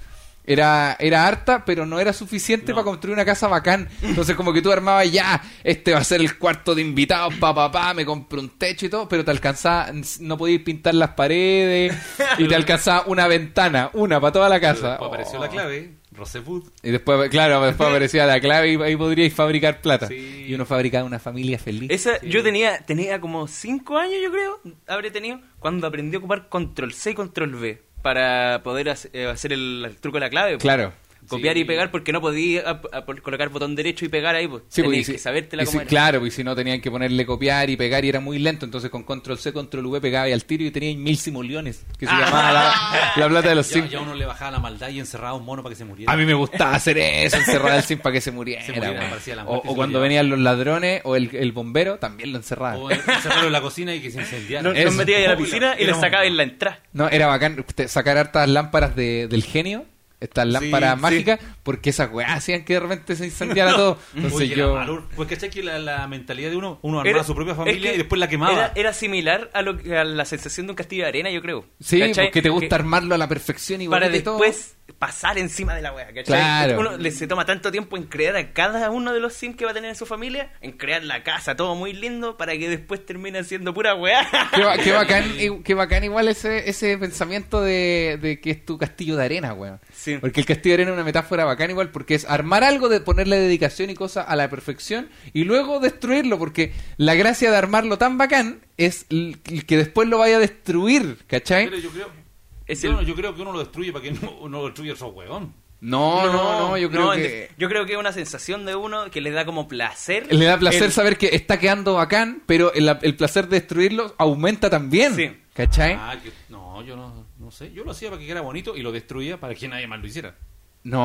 Era, era harta, pero no era suficiente para construir una casa bacán. Entonces, como que tú armabas ya, este va a ser el cuarto de invitados, pa, pa, pa, me compré un techo y todo, pero te alcanzaba, no podías pintar las paredes y te alcanzaba una ventana, una para toda la casa.
Después apareció
Oh.
la clave, Rosewood.
Pues
Y después, claro, después aparecía la clave y ahí podríais fabricar plata.
Sí.
Y uno fabricaba una familia feliz.
Esa, yo tenía, tenía como 5 años, yo creo, habré tenido, cuando aprendí a ocupar control C y control V para poder hace- eh, hacer el, el truco de la clave. pues.
Claro.
Copiar
Sí.
y pegar porque no podía ap- ap- colocar botón derecho y pegar ahí, pues.
Sí,
Tenías
porque
que
si-
sabértela
y
como
si-
era.
Claro, porque si no tenían que ponerle copiar y pegar y era muy lento. Entonces con control C, control V pegaba y al tiro y tenía mil simoleones. Que se llamaba la, la plata de los
Ya,
Sims.
ya uno le bajaba la maldad y encerraba a un mono para que se muriera.
A mí me gustaba hacer eso, encerrar al Sim para que se muriera.
Se muriera,
güey.
aparecía la
o,
muerte y
o
se
cuando
lo
venían los ladrones o el, el bombero, también lo encerraba.
O encerrarlo en la cocina y que se incendiara.
Nos,
Eso.
nos metía ahí a la piscina y le
Éramos-
sacaba en la entrada.
No, era bacán te- sacar hartas lámparas de- del genio, estas lámparas
sí.
mágicas, porque esas weas hacían que de repente se incendiara todo. Entonces
Oye, era
yo...
malo. Pues cachai que la, la mentalidad de uno, uno armaba
Era-
su propia
es
familia
que
y después la quemaba.
Era, era similar a, lo, que- a la sensación de un castillo de arena, yo creo.
Sí,
¿Cachai?
porque te gusta
Que-
armarlo a la perfección y
para
bonito y todo.
después pasar encima de la wea, ¿cachai?
Claro.
Uno le se toma tanto tiempo en crear a cada uno de los sims que va a tener en su familia, en crear la casa, todo muy lindo, para que después termine siendo pura wea.
Qué, ba- qué bacán, i- qué bacán igual ese, ese pensamiento de, de que es tu castillo de arena, weón.
Sí.
Porque el castillo de arena es una metáfora bacán igual, porque es armar algo de ponerle dedicación y cosas a la perfección y luego destruirlo, porque la gracia de armarlo tan bacán es l- que después lo vaya a destruir, ¿cachai?
Pero yo creo,
¿Eh? Es
yo,
el-
no- yo creo que uno lo destruye para que no, uno lo destruya el huevón.
No, no, no, yo creo
no, en
que...
def- Yo creo que es una sensación de uno que le da como placer.
Le da placer
el-
saber que está quedando bacán, pero el, el placer de destruirlo aumenta también.
Sí.
¿Cachai?
Ah, que- no, yo no, no sé. Yo lo hacía para que era bonito y lo destruía para que nadie más lo hiciera.
No,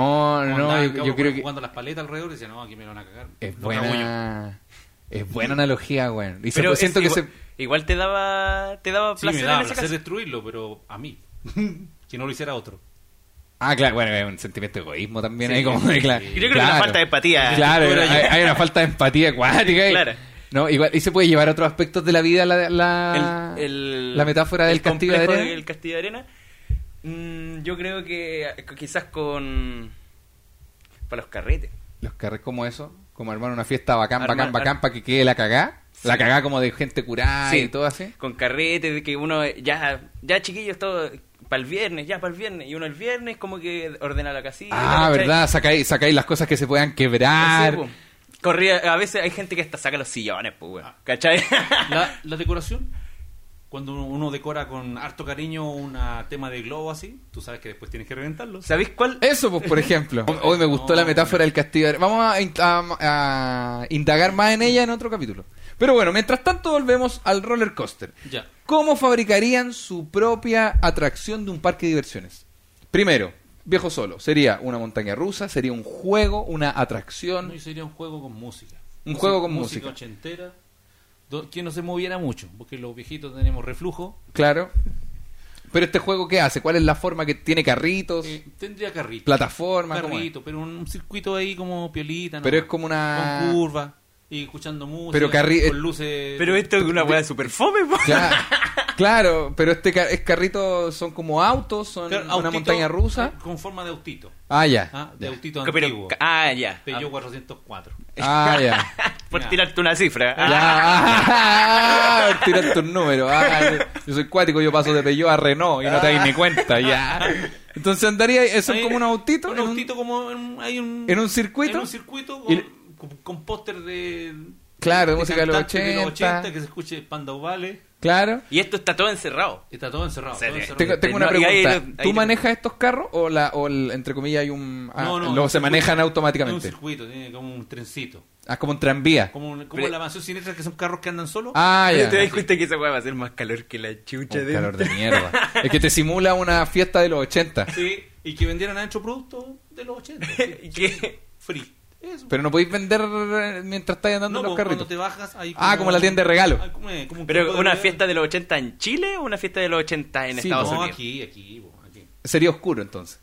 Como
no,
andaba
yo,
cada
yo
uno
creo que...
jugando a las paletas alrededor y decía, no, aquí me lo van a cagar.
Es
Lo cago yo.
buena. Es buena analogía, güey. Y se-
Pero es
pues, siento que
igual,
se-
igual te daba, te daba
Sí,
placer
me daba
en ese
placer
caso.
destruirlo, pero a mí. que no lo hiciera otro.
Ah, claro, bueno, es un sentimiento de egoísmo también
Sí,
ahí como
sí,
de, claro.
sí.
Yo creo que una
Claro.
falta de empatía.
Claro, hay, hay una falta de empatía acuática. ahí.
Claro.
No, igual, y se puede llevar a otros aspectos de la vida la,
Ah.
la,
el- el-
la metáfora del
el
castillo de
complejo
arena.
del castillo de arena. Mm, yo creo que eh, quizás con. Para los carretes.
Los carretes como eso, como armar una fiesta bacán,
Armar-
bacán, bacán,
ar-
para que quede la cagá. La cagá como de gente curada
Sí.
y todo así.
Con carretes, de que uno. eh, Ya, ya chiquillos, todo. Para el viernes, ya para el viernes. Y uno el viernes, como que ordena la casita.
Ah,
¿cachai?
¿verdad? Sacáis, sacáis las cosas que se
Sí,
puedan
pues.
quebrar.
po. Corría, a veces hay gente que hasta saca los sillones, pues,
Ah.
weón. ¿Cachai?
La, la decoración, cuando uno, uno decora con harto cariño un tema de globo así, tú sabes que después tienes que reventarlo.
¿Sabéis cuál?
Eso, pues, por ejemplo. Hoy me gustó la metáfora del castillo. Vamos a, in- a- a indagar más en ella en otro capítulo. Pero bueno, mientras tanto volvemos al roller coaster.
Ya.
¿Cómo fabricarían su propia atracción de un parque de diversiones? Primero, viejo solo, sería una montaña rusa, sería un juego, una
No, y
atracción.
sería un juego con música.
Un juego con música.
ochentera, do- que no se moviera mucho, porque los viejitos tenemos reflujo.
Claro. Pero este juego, ¿qué hace? ¿Cuál es la forma que tiene carritos?
Eh, tendría carrito.
Plataforma, ¿cómo es?
Carrito, pero un, un circuito ahí como piolita. ¿no?
Pero es como una-
Con curva y escuchando música.
Pero carri- eh,
Con luces.
Pero este esto es una weá super fome, pues. po.
Claro, claro, pero este ca- es carrito son como autos, son
Claro,
una
autito eh,
montaña rusa.
Con forma de autito.
Ah, ya.
¿ah? De
Ya.
autito
Pero-
antiguo.
ah, ya.
Peugeot 404.
Ah, ya.
Por
Ya.
tirarte una cifra.
Ya, ah, ah, tiraste un número. ah, yo soy cuático, yo paso de Peugeot a Renault y no te das ni cuenta, ya. Entonces andaría, eh, son
Ahí-
como un autito,
Un
en un-
autito como en un, hay un,
en un circuito.
En un circuito
Y-
con, con, con póster de.
Claro, música de los
cantantes
80.
que se escuche Panda Vale.
Claro.
Y esto está todo encerrado.
Está todo encerrado.
Serio.
todo encerrado.
Tengo, tengo una
No, y ahí
pregunta.
lo- ahí
¿Tú
lo-
manejas estos carros o, la, o el- entre comillas, hay un. ah,
No, no,
lo-
un
se
circuito.
manejan
Es un
automáticamente?
circuito, tiene como un trencito.
Ah, como un tranvía.
Como, un- como
Pero-
la mansión siniestra que son carros que andan solos.
Ah,
Pero
ya.
te das cuenta que esa weá va a hacer más calor que la chucha
Un
de.
calor de mierda. Es que te simula una fiesta de los 80.
Sí, y que vendieran ancho producto de los 80. sí,
¿Qué?
Free. Eso.
Pero no podéis vender eh, mientras estáis andando
No,
en los
pues, cuando
carritos.
te bajas ahí
Ah, como la tienda de regalo.
Ah, como- como un tipo
Pero
de
una
regalo.
fiesta de los 80 en Chile o una fiesta de los 80 en
Sí,
Estados
No,
Unidos.
aquí, aquí, bo, aquí.
Sería oscuro entonces.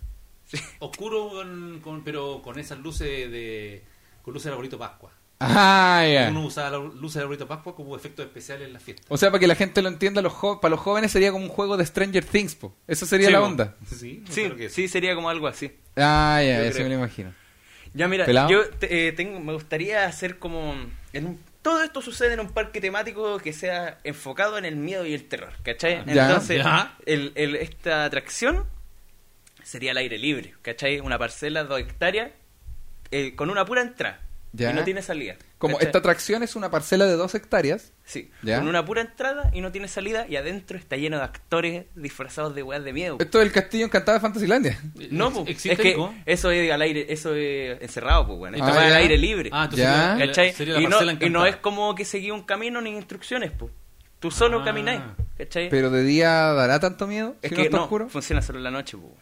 Oscuro, con, con- pero con esas luces de. Con luces de arbolito Pascua.
Ah, ya.
Uno usaba las luces de Rito Pascua como efectos especiales en la fiesta.
O sea, para que la gente lo entienda, los jo- para los jóvenes sería como un juego de Stranger Things, po. Eso sería
Sí,
la
po.
onda.
Sí, no
Sí,
creo que eso.
sí, sería como algo así.
Ah, ya,
Yo
ya se
creo.
me lo imagino.
Ya mira,
¿Pelado?
yo te- eh, tengo, me gustaría hacer como... En un- todo esto sucede en un parque temático que sea enfocado en el miedo y el terror, ¿cachai?
Ya.
Entonces,
Ya.
el- el- esta atracción sería al aire libre, ¿cachai? Una parcela, dos hectáreas, eh, con una pura entrada.
Ya.
Y no tiene salida.
Como
¿cachai?
esta atracción es una parcela de dos hectáreas.
Sí,
Ya.
con una pura entrada y no tiene salida y adentro está lleno de actores disfrazados de weas de miedo.
Esto es el castillo encantado de Fantasylandia.
No,
Eh, Ex-
po, es
existe
que
algo.
eso es al aire, eso es encerrado, pues, bueno. Esto
Ah,
va al
ya.
aire libre.
Ah, entonces
Ya.
sería la-
¿cachai?
sería la
y, no,
parcela
y no
encantada.
es como que seguí un camino ni instrucciones, pues. Tú solo
Ah.
camináis, ¿cachai?
Pero de día dará tanto miedo.
es
si no
que
está
no,
oscuro.
funciona solo en la noche, pues.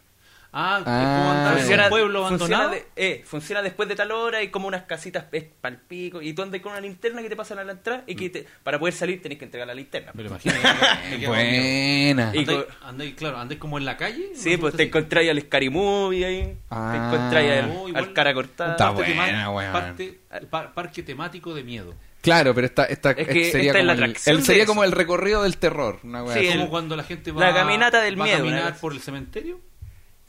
Ah, es como
Ah,
andar en
Funciona,
un pueblo
funciona
abandonado.
de- eh, funciona después de tal hora y como unas casitas palpico y tú andas con una linterna que te pasan a la entrada y
Mm.
que te- para poder salir tenés que entregar la linterna.
Pero imagínate, me quedo dormido.
Buena.
Y-
Andáis-
co-
andáis, claro, andáis como en la calle.
Sí, pues te encontráis al Scarimovie ahí, te
Ah.
encontráis al,
Oh,
al
igual-
cara cortada.
Está
Parque tema-
buena, weón.
parte- par- parque temático de miedo.
Claro, pero esta, esta
Es que
sería,
esta es la
como, el,
atracción
el-
de
sería
eso.
como el recorrido del terror. Una wea
Sí,
así.
el-
Como cuando la gente va,
la caminata del
va
miedo,
a
una
caminar
cosa
por el cementerio.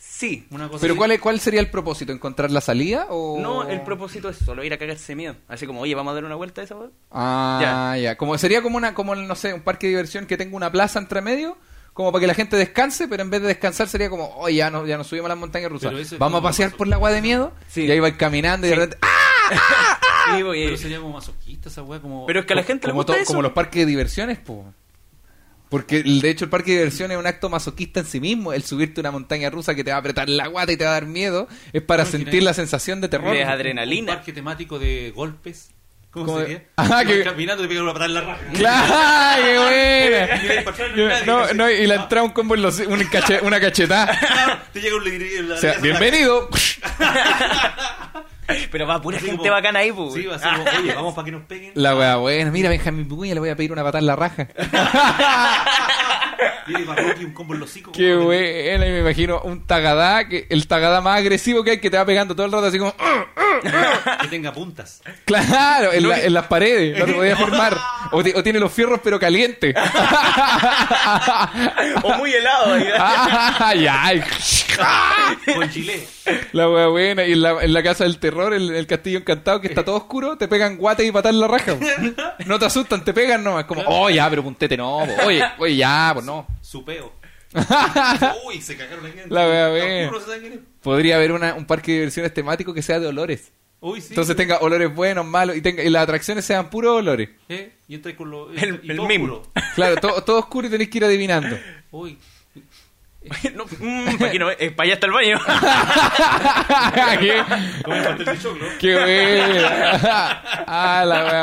Sí,
Una cosa
Pero
así.
¿cuál, es- ¿cuál sería el propósito? ¿Encontrar la salida
Oh.
o...?
No, el propósito es solo ir a cagarse de miedo. Así como, oye, vamos a dar una vuelta a esa weá.
Ah, ya. Como, sería como una, como no sé, un parque de diversión que tenga una plaza entre medio, como para que la gente descanse, pero en vez de descansar sería como, oh, ya nos, ya nos subimos a las montañas rusas.
Pero eso es
Vamos a
como
pasear
masoquismo.
por la agua de miedo
Sí.
y ahí va caminando y de
Sí.
repente, ¡ah!
Sí, pues, voy a ir.
Ah. Pero sería como masoquista esa weá. Como...
Pero es que a la gente le
como,
gusta
to-
eso.
como los parques de diversiones, po. Porque el- de hecho el parque de diversiones es un acto masoquista en sí mismo, el subirte a una montaña rusa que te va a apretar la guata y te va a dar miedo, es para
No,
sentir
tiene-
la sensación de terror.
Le da
Un-
adrenalina.
Un parque temático de golpes. ¿Cómo,
Como de-
sería?
Ajá,
Vas
que-
Caminando te pegan una patada en la raja.
¡Claro! ¡Qué buena!
Y de encontrar
Yo-
nadie,
No,
sé.
no, y la
Ah,
entrada un combo en los, un cache- una cachetada.
claro, te llega un le- la-
O sea,
la-
bienvenido.
Pero va pura
Así
gente
como-
bacana ahí, pues.
Sí, va a ser como, oye, vamos para que nos peguen.
La wea buena. Mira, Benjamín Vicuña, le voy a pedir una patada en la raja.
Viene Barroqui, un combo en los hocicos.
Qué
como-
buena. Y me imagino un tagadá, que, el tagadá más agresivo que hay, que te va pegando todo el rato, así como. "Ugh".
Que tenga puntas.
Claro, en, la- en las paredes. No te podías firmar. O, ti- o tiene los fierros, pero caliente.
O muy helado ahí.
Ay, ay.
Con chile.
La wea buena. Y en la, en la casa del terror, en el castillo encantado, que está todo oscuro, te pegan guate y patar la raja. po. No te asustan, te pegan nomás. Como, oh, ya, pero puntete no. po. Oye, oye, ya, pues no.
Su peo. Uy, se cagaron la gente.
La wea
Está
buena.
oscuro, ¿saben quién es?
Podría haber una- un parque de diversiones temático que sea de olores.
Uy, sí.
Entonces tenga olores buenos, malos y, tenga, y las atracciones sean puros olores.
¿Eh? Y entra con lo.
El-
y
el
todo
mimo.
oscuro.
Claro, to- todo oscuro y tenéis que ir adivinando.
Uy.
no, mm, aquí no, es para allá está el baño.
¿Qué?
Como el pastel de choclo.
¡Qué bueno! ¡Ah, la wea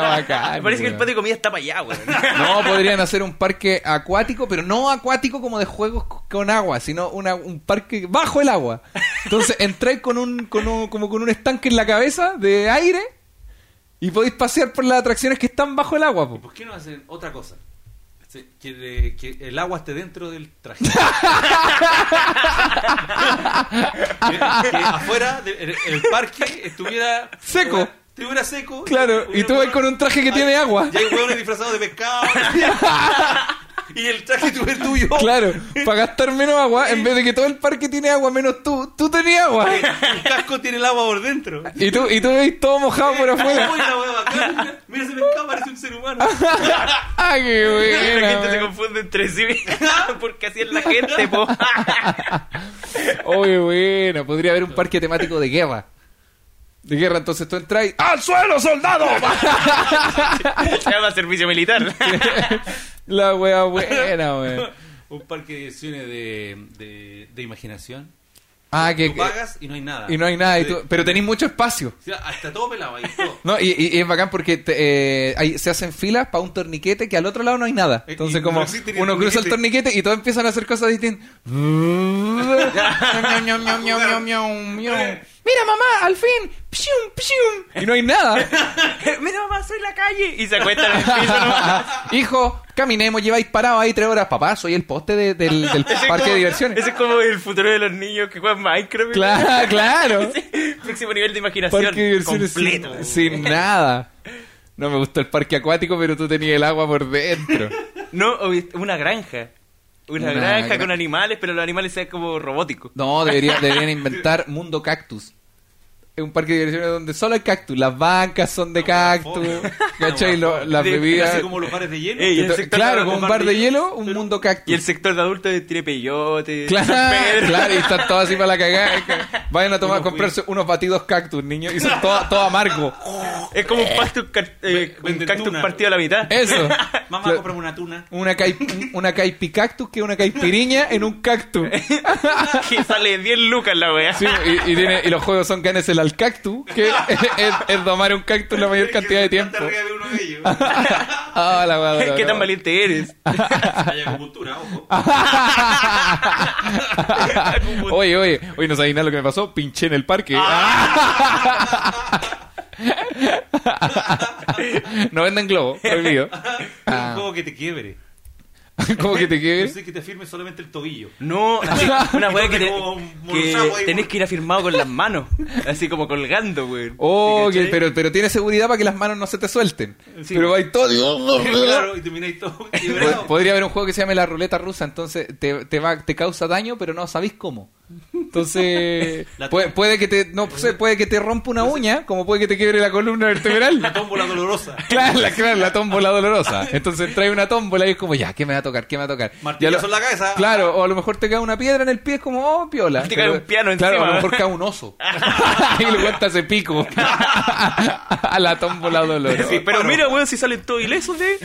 bacán!
Me parece que el
weón.
patio de comida está para allá, weón.
No, podrían hacer un parque acuático, pero no acuático como de juegos c- con agua, sino una- un parque bajo el agua. Entonces entráis con un, con un- como con un estanque en la cabeza de aire y podéis pasear por las atracciones que están bajo el agua. po.
¿Por qué no hacen otra cosa? Se- Que, eh, que el agua esté dentro del traje. que, que afuera del el- el parque estuviera
Seco.
Estuviera seco.
Claro, y tú vas con un traje que tiene agua.
Y hay hueones disfrazados de pescado. y el traje tuve el tuyo.
Claro, para gastar menos agua, en vez de que todo el parque tiene agua menos tú, tú tenías agua.
El casco tiene el agua por dentro.
Y tú, y tú veis todo mojado por
Uy,
afuera.
la hueá bacán. Mira, mira ese pescado, parece un ser humano.
¡Ah, qué
la
buena,
gente se
weón.
confunde entre sí. Porque así es la gente, po.
Oh, qué buena. Podría haber un parque temático de guerra. De guerra, entonces tú entras y... ¡Al suelo, soldado!
Se llama servicio militar.
La wea buena, weón.
un parque de diversiones de, de, de imaginación.
Ah, que...
Tú pagas y no hay nada.
Y no hay nada, y tú-
Sí.
pero tenéis mucho espacio.
O sea, hasta todo pelado ahí. Todo.
No, y, y- y es bacán porque te- eh, hay- se hacen filas para un torniquete que al otro lado no hay nada.
Eh,
Entonces
y
como
no existe ni el
uno cruza el
torniquete.
torniquete y todos empiezan a hacer cosas distintas. Miau, miau, miau, miau, miau, miau, miau. Mira mamá, al fin. Pshum, pshum. Y no hay nada.
Mira, mamá, soy la calle. Y se acuestan en el piso, nomás.
Hijo, caminemos, lleváis parado ahí tres horas. Papá, soy el poste de- del, del
Ese es
parque
como-
de diversiones.
Ese es como el futuro de los niños que juegan Minecraft.
Claro, claro.
Porque máximo nivel de imaginación.
Parque de diversiones sin-
completo.
sin, nada. No me gustó el parque acuático, pero tú tenías el agua por dentro.
No, obvi- una granja. Una,
Una
granja
gra-
con animales, pero los animales sean como robóticos.
No, debería- deberían inventar Mundo Cactus. Es un parque de diversiones donde solo hay cactus. Las bancas son de cactus. ¿Cachai? Lo- las
De-
bebidas.
Así como los bares de hielo.
Ey,
que
el
to-
sector
Claro,
de-
como un bar de hielo, un mundo
Y el
cactus.
sector de adultos tiene peyote, San
Claro,
Pedro.
claro, y están todos así para la cagada. Vayan a tomar,
Unos
comprarse unos batidos cactus, niños, y son todo, todo amargo.
Es como un cactus, car- eh, un
Venden
cactus
tuna.
partido a la mitad.
Eso.
Mamá,
Claro.
cómprame una tuna.
Una, cai- un- una caipicactus que es una caipiriña en un cactus.
que sale 10 lucas la wea.
Sí, y, y tiene- y los juegos son canes el al cactus, que es, es- es domar un cactus la mayor cantidad de tiempo.
Arriba de uno de ellos.
Ah, la wea, la
¿Qué
wea.
tan valiente eres?
Hay acupuntura, ojo.
Ah. Oye, oye, oye, no sabéis nada lo que me pasó. Pinché en el parque.
Ah.
no vendan globo, prohibido.
Un juego que te quiebre.
¿Cómo que te
No
quieres?
sé que te firme solamente el tobillo.
No, así, una wea que, te-
Como un
que
sapo ahí,
tenés
un-
que ir afirmado con las manos, así como colgando, weón.
Oh,
¿Sí,
que-
cachai?
pero, pero tiene seguridad para que las manos no se te suelten. pero va todo.
claro, y termináis todo
Pod-
quebrado.
Podría haber un juego que se llame la ruleta rusa, entonces te, te va, te causa daño, pero no sabéis cómo. Entonces,
La-
puede, puede que te no sé, puede que te rompa una uña, como puede que te quiebre la columna vertebral.
La tómbola dolorosa.
Claro, la, claro, la tómbola dolorosa. Entonces trae una tómbola y es como, ya, ¿qué me va a tocar? ¿Qué me va a tocar?
Martillazo
Y a lo-
en la cabeza.
Claro, o a lo mejor te cae una piedra en el pie, es como, oh, piola.
Te cae un piano
Claro,
encima.
a lo mejor cae un oso. y le cuenta ese pico. a la tómbola dolorosa.
Sí, pero mira, weón, si salen todos ilesos de...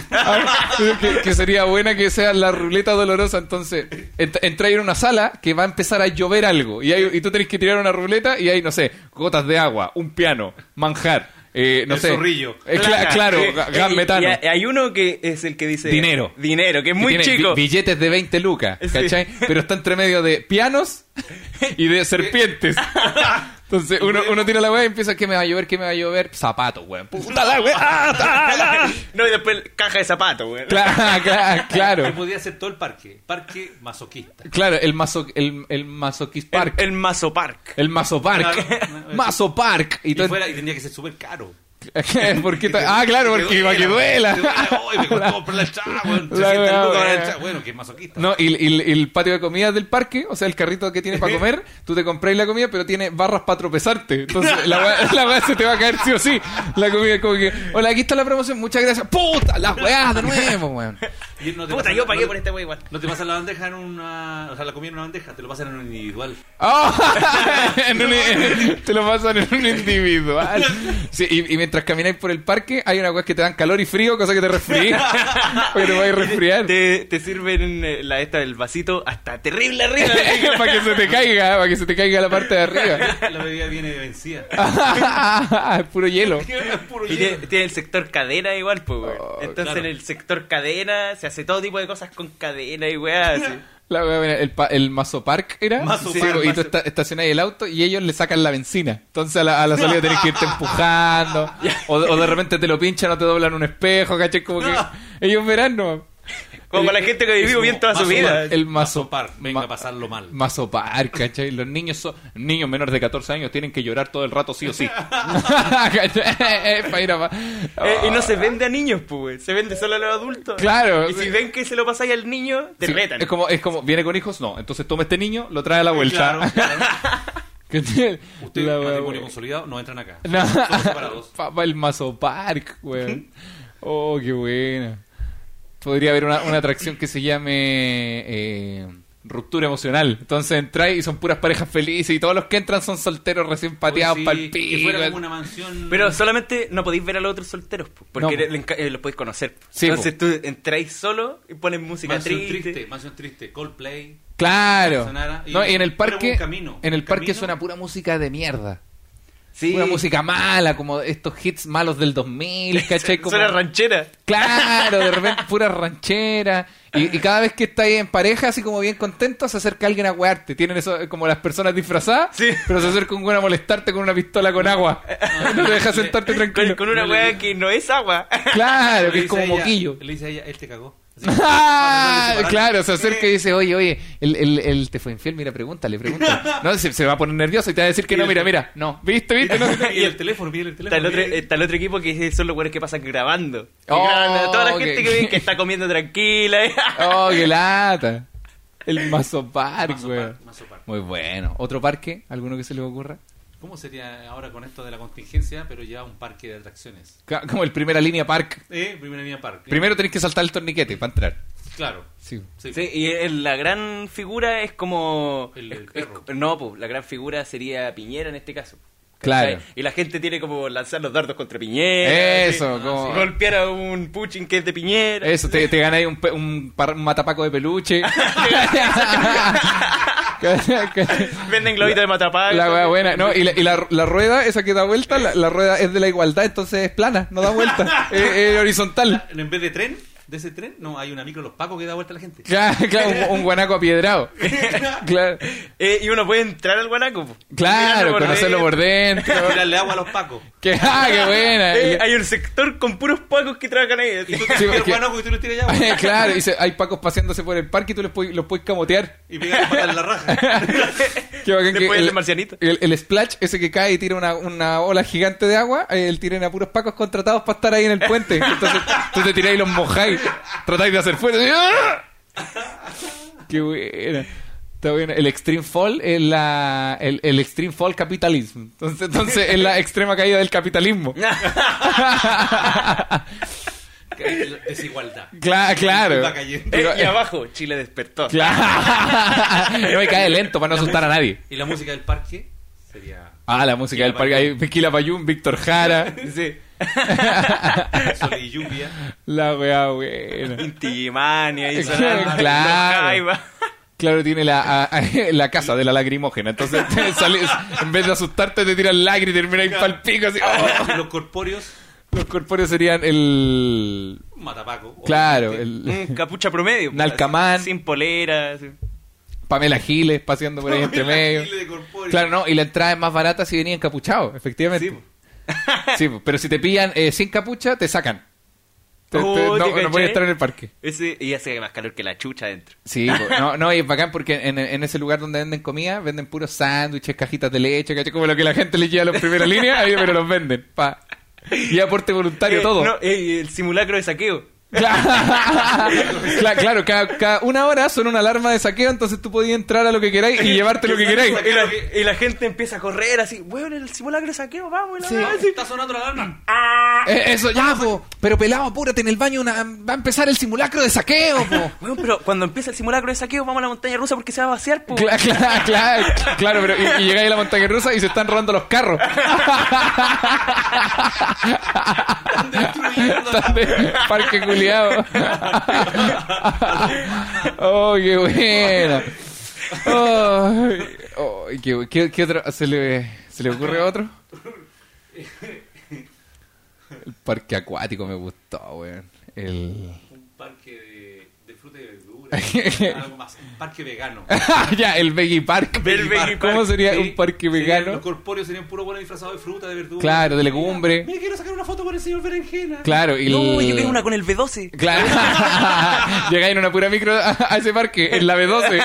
que, que sería buena que sea la ruleta dolorosa. Entonces, ent- entráis en una sala que va a empezar a llover algo. Y, hay- y tú tenés que tirar una ruleta y hay, no sé, gotas de agua, un piano, manjar. eh, no
El
sé.
zorrillo.
Eh, cla- claro,
Eh,
ga-
eh,
gas
y-
metano.
y hay- hay uno que es el que dice...
Dinero.
Dinero, que es
que
muy
tiene bi-
chico.
Billetes de 20 lucas,
Sí.
¿cachai? Pero está entre medio de pianos y de serpientes. Entonces uno, uno tira la weá y empieza, ¿qué me va a llover? ¿Qué me va a llover? Zapatos, weón. Puta la weá. Ah, ah, ah.
No, y después caja de zapatos, weón.
Claro, claro,
Que
ah, claro.
podía ser todo el parque. Parque masoquista.
Claro, el, maso, el, el masoquist
El,
park. El,
el Mazo Park.
mazo park.
Claro.
mazo park. Y
Y,
todo-
fuera, y tendría que ser súper caro.
¿Por qué ta- ah, claro, porque iba que duela.
Hoy me costó comprar la chava, weón.
La
60
wea,
lucas para
wea.
la chava. Bueno, que masoquista.
No, y, y- y el patio de comidas del parque, o sea, el carrito que tiene para comer, tú te compráis la comida, pero tiene barras para tropezarte. Entonces, la weá, la weá se te va a caer sí o sí. La comida es como que, hola, aquí está la promoción, muchas gracias. ¡Puta! Las weás de nuevo, weón.
Y él no te
Puta,
pasa-
yo pagué
no-
por esta wea igual.
No te pasan la bandeja en una. O sea, la comida en una bandeja, te lo pasan en un individual.
Oh, en un- en- te lo pasan en un individual. Sí, y, y mientras camináis por el parque, hay una weá que te dan calor y frío, cosa que te resfrías. Porque te vais a resfriar.
Te, te sirven eh, la esta del vasito hasta terrible arriba.
para que se te caiga, para que se te caiga la parte de arriba.
La bebida viene vencida.
Es puro hielo.
Es puro
Y
hielo.
tiene, tiene el sector cadena igual, pues, weón.
Oh,
Entonces
claro.
en el sector cadena se hace todo tipo de cosas con cadena y weá, así.
La wea, mira, el, pa- el Mazo Park era.
Mazo
Sí,
Park,
y
Mazo-
tú esta- estacionas ahí el auto y ellos le sacan la benzina. Entonces a la, a la salida tenés que irte empujando. o, o de repente te lo pinchan o te doblan un espejo, caché. Como que ellos verán, ¿no?
Como
Eh,
con la gente que vivió bien toda su
Mazo
vida.
Park.
El Mazo
Sopar, venga
ma-
a pasarlo mal.
Mazo Park, ¿cachai? Los niños son, niños menores de 14 años tienen que llorar todo el rato sí o sí. ¿Cachai? Pa' ir a pa-
Eh, y no se vende a niños, pues, weón. Se vende solo a los adultos.
Ah. Claro.
Y si ven que se lo pasáis al niño, te
Sí,
retan.
Es como, es como, viene con hijos, no. Entonces toma este niño, lo trae a la vuelta.
Claro, claro.
¿Cachai?
Ustedes,
La wea,
matrimonio
wea.
consolidado, no entran acá.
No.
Somos separados.
Papá, el Mazo Park, weón. Oh, qué buena. Podría haber una, una atracción que se llame eh, Ruptura Emocional. Entonces entráis y son puras parejas felices y todos los que entran son solteros recién pateados
Oye, sí,
para el
Que
pico.
fuera como una mansión.
Pero solamente no podéis ver a los otros solteros, po, porque
No,
le-
po.
le enca- eh, los podéis conocer.
Sí,
Entonces tú entráis solo y pones música
mansión
triste.
triste. mansión triste, Coldplay.
Claro.
Sonara y-
no, y en el
pero un
parque,
camino,
en el
un
parque
camino.
suena pura música de mierda.
Sí.
Pura música mala, como estos hits malos del 2000, ¿cachai? Como...
Suena ranchera.
Claro, de repente pura ranchera. Y, y cada vez que estáis en pareja, así como bien contento, se acerca alguien a wearte. Tienen eso eh, como las personas disfrazadas,
Sí.
pero se acerca un weón a molestarte con una pistola con agua. No te deja sentarte
Con,
tranquilo.
con una
No le
weá
digo.
que no es agua.
Claro, que
Le
es como
dice a ella-
moquillo.
Le dice a ella, él te cagó.
Ah,
separando.
claro, se acerca y dice, oye, oye, él, él- él te fue infiel, mira, pregúntale, pregúntale. No, se, se va a poner nervioso y te va a decir que no, mira, mira. No, viste, viste, no.
y el teléfono, mira el
Está el,
teléfono.
otro,
mira el-
está el otro equipo que son los buenos que pasan grabando. Que
Oh,
graban a toda la
ok.
gente que, ven que está comiendo tranquila. eh.
Oh, qué lata. El Mazo Park, güey.
Mazo Park.
Muy bueno. ¿Otro parque? ¿Alguno que se le ocurra?
¿Cómo sería ahora con esto de la contingencia, pero ya un parque de atracciones?
Ca- Como el primera línea park.
Eh, primera línea parque.
Primero tenés que saltar el torniquete para entrar.
Claro.
Sí.
Sí.
Sí, y el- la gran figura es como...
El-
es-
el perro.
es- no, pues la gran figura sería Piñera en este caso.
Claro.
¿Cachai? Y la gente tiene como lanzar los dardos contra Piñera.
Eso,
Eh, sí.
como-
Golpear a un Puchin que es de Piñera.
Eso, te, te ganáis un, pe- un, par- un matapaco de peluche.
Venden globitos de matapaco.
La wea buena, no, y la, y la- la rueda, esa que da vuelta, la, la rueda es de la igualdad, entonces es plana, no da vuelta, es, es horizontal.
En vez de tren, de ese tren, no, hay una micro Los Pacos que da vuelta a la gente.
Claro, claro, un, un guanaco apiedrado. Claro,
Eh, y uno puede entrar al guanaco. po. Mirarlo
claro
por
conocerlo
dentro.
por dentro.
Tirarle agua a los Pacos.
Que, ah, qué buena.
Eh, hay un sector con puros pacos que trabajan ahí. así.
Y tú
Sí,
te tiras el
porque-
guanaco y tú le tiras agua.
claro, y se- hay pacos paseándose por el parque y tú los puedes, los puedes camotear.
Y pegar patada en la raja.
Qué bacán que
Después el de marcianito.
El, el splash, ese que cae y tira una, una ola gigante de agua, eh, él tiran a puros pacos contratados para estar ahí en el puente. Entonces tú te tirás y los mojáis, tratáis de hacer fuerza. y ¡ah! Qué buena. Está bueno. El Extreme Fall es la. El, el Extreme Fall Capitalism. Entonces, entonces es la extrema caída del capitalismo.
Desigualdad.
Cla- claro.
Va cayendo.
Eh,
Pero-
y abajo, Chile despertó.
Claro. No me cae lento para no asustar a nadie.
Y la música del parque sería
Ah, la música del parque. Ahí, Pequila Payún, Víctor Jara.
Sí.
Sol y Lluvia.
La weá buena.
Intimania y sonando.
Claro.
Los Jaivas.
Claro, tiene la, a- a- la casa de la lacrimógena. Entonces, te sales- en vez de asustarte, te tiran lágrimas y terminas ahí pa'l pico. Así, ¡oh!
Los corpóreos,
Los corpóreos serían el.
un matapaco.
Claro,
obviamente.
el.
Mm, capucha promedio.
Nalcamán.
Sin sin polera. así.
Pamela Giles paseando por ahí entre medio.
Chile de corpóreo.
Claro, no, y la entrada es más barata si venía encapuchado, efectivamente. Sí, po, pero si te pillan eh, sin capucha, te sacan. Te- te-
Oh,
no,
¿te
no
caché?
puedes entrar en el parque.
Ese, y hace más calor que la chucha adentro.
Sí, po. no, no, y es bacán porque en, en ese lugar donde venden comida, venden puros sándwiches, cajitas de leche, ¿cachai? Como lo que la gente le lleva a los primeras líneas, ahí, pero los venden. Pa. Y aporte voluntario
Eh,
todo.
no, eh, el simulacro de saqueo.
Claro, Cla- claro, cada, cada una hora suena una alarma de saqueo, entonces tú podías entrar a lo que queráis y llevarte lo que queráis.
Y la, y la gente empieza a correr así. Bueno, el simulacro de saqueo, vamos. y la
Sí.
weá, así.
Está sonando la alarma.
Eh, eso ya, po. Pero pelado, apúrate en el baño, una- va a empezar el simulacro de saqueo, po.
Bueno, pero cuando empieza el simulacro de saqueo, vamos a la montaña rusa porque se va a vaciar. po.
Claro, claro, claro, claro, pero y, y llegáis a la montaña rusa y se están robando los carros. Están de parque culiado. oh, qué bueno. Oh, oh, qué, qué- qué otro? ¿Se le, ¿Se le ocurre otro? El parque acuático me gustó, weón. El...
Un parque de, de fruta y verdura. algo más. Un parque vegano.
ya, el Veggie Park.
El Veggie
¿Cómo
Park,
sería
Sí,
un parque
sería-
vegano?
Los corpóreos serían puro bueno disfrazado de fruta, de verdura.
Claro, de legumbre.
Me quiero sacar una foto con el señor Berenjena.
Claro, y
No,
el-
yo vi una con el B12.
Claro. Llegáis en una pura micro a, a ese parque, en la B12.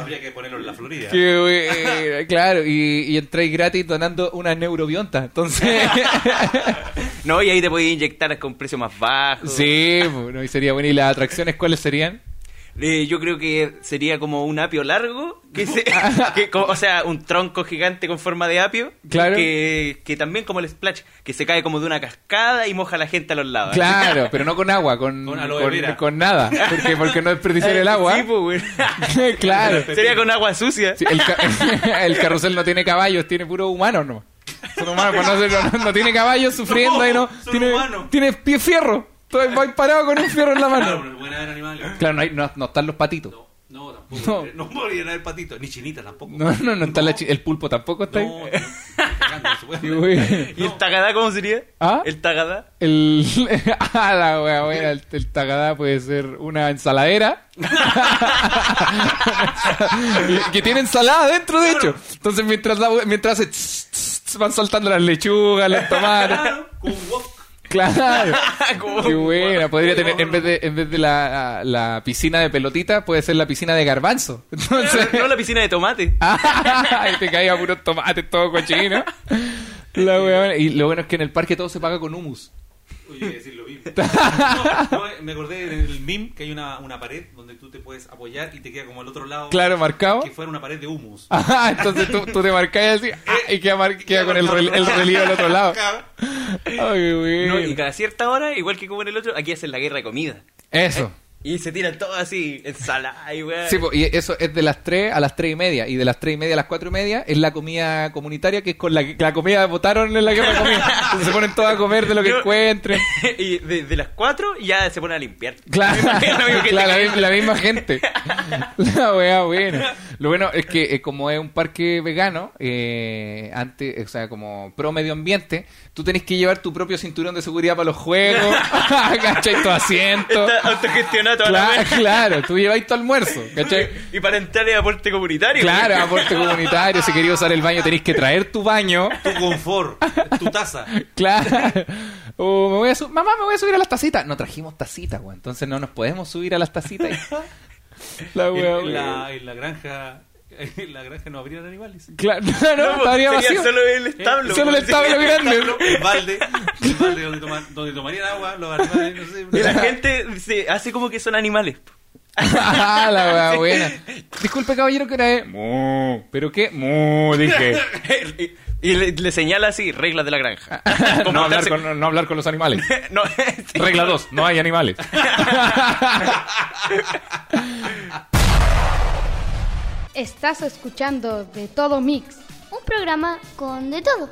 Habría que ponerlo en la Florida.
Qué buena, claro, y, y entráis gratis donando una neurobionta. Entonces,
No, y ahí te podías inyectar con precio más bajo.
sí, bueno, y sería bueno. ¿Y las atracciones cuáles serían?
Eh, yo creo que sería como un apio largo, que se- que como- o sea, un tronco gigante con forma de apio,
Claro.
que, que también como el splash, que se cae como de una cascada y moja a la gente a los lados.
Claro, pero no con agua, Ah. con,
Con aloe vera.
con nada. Porque, porque no desperdiciar
Eh,
el agua.
sí, po, güey.
pues. claro.
Sería con agua sucia.
Sí, el, ca- el carrusel no tiene caballos, tiene puros humanos no. Son humanos, pues no, se- no- no tiene caballos sufriendo
No,
y no.
son
Tiene,
humanos.
tiene pie fierro. Todo va parado con un fierro en la
Claro,
mano.
pero buena era animal.
Claro, no, hay- no- no están los patitos.
No, no, tampoco. No, podría dar patito. Ni chinita tampoco.
No, no, no está la chi- el pulpo tampoco está ahí.
No, no, cagando, no se puede.
Qué bueno.
¿Y el tagadá cómo sería?
¿Ah?
¿El tagadá?
El, ah, la wea, wea, el, el tagadá puede ser una ensaladera. Y- que tiene ensalada dentro, de hecho. Entonces, mientras, la wea- mientras hace tss, tss, tss, van saltando las lechugas, los tomates.
Claro, con un wok.
Claro.
Ah, Como-
Qué buena. Podría tener, en vez de, en vez de la, la piscina de pelotita, puede ser la piscina de garbanzo. Entonces, Ah,
No la piscina de tomate.
¡Ay! te caía puros tomates, todo cochino. La weona. Y lo bueno es que en el parque todo se paga con humus.
Oye, voy a decir lo mismo. No, no, me acordé del meme que hay una, una pared donde tú te puedes apoyar y te queda como al otro lado.
Claro, marcado.
Que fuera una pared de humus.
Ajá, entonces tú, tú te marcas así ah, y queda, mar- queda con el, rel- el relieve al otro lado. Ay, güey.
No, y cada cierta hora, igual que como en el otro, aquí hacen la guerra de comida.
Eso.
Y se tiran todo así, ensalada y weá.
Sí, po, y eso es de las 3 a las 3 y media. Y de las 3 y media a las 4 y media es la comida comunitaria, que es con la que la comida que votaron en la guerra de comida. Entonces se ponen todos a comer de lo que
Yo-
encuentren.
y desde las 4 ya se ponen a limpiar.
Claro,
Lo mismo que
claro, la,
te-
mi- la misma gente. La weá buena. Lo bueno es que eh, como es un parque vegano, eh, antes, o sea, como pro medio ambiente, tú tenés que llevar tu propio cinturón de seguridad para los juegos, ¿cachai? Tu asiento.
Está autogestionado toda la
Claro,
weá.
claro, tú lleváis tu almuerzo, ¿cachai?
Y para entrar es aporte comunitario.
Claro,
weá.
aporte comunitario, si querías usar el baño tenés que traer tu baño.
Tu confort, tu taza.
Claro. O me voy a su- Mamá, me voy a subir a las tacitas. No trajimos tacitas, güey. Entonces no nos podemos subir a las tacitas. La
En,
wea,
en
wea.
la, en la granja. En la granja no habrían animales.
Claro, no, no,
No, pues,
estaría
sería
vacío. Eh,
solo el pues, establo.
Solo el
weón.
establo grande.
El balde, el balde donde, toma- donde tomarían agua, los animales, no sé.
Y la gente se hace como que son animales. pues.
ah, la wea buena. Disculpe, caballero, que era eh? Mu. ¿Pero qué? Mu, dije.
y y le, le señala así, reglas de la granja. Como
No hablar,
darse-
con, no hablar con los animales.
No,
Regla 2, no hay animales.
Estás escuchando De Todo Mix.
Un programa con de todo.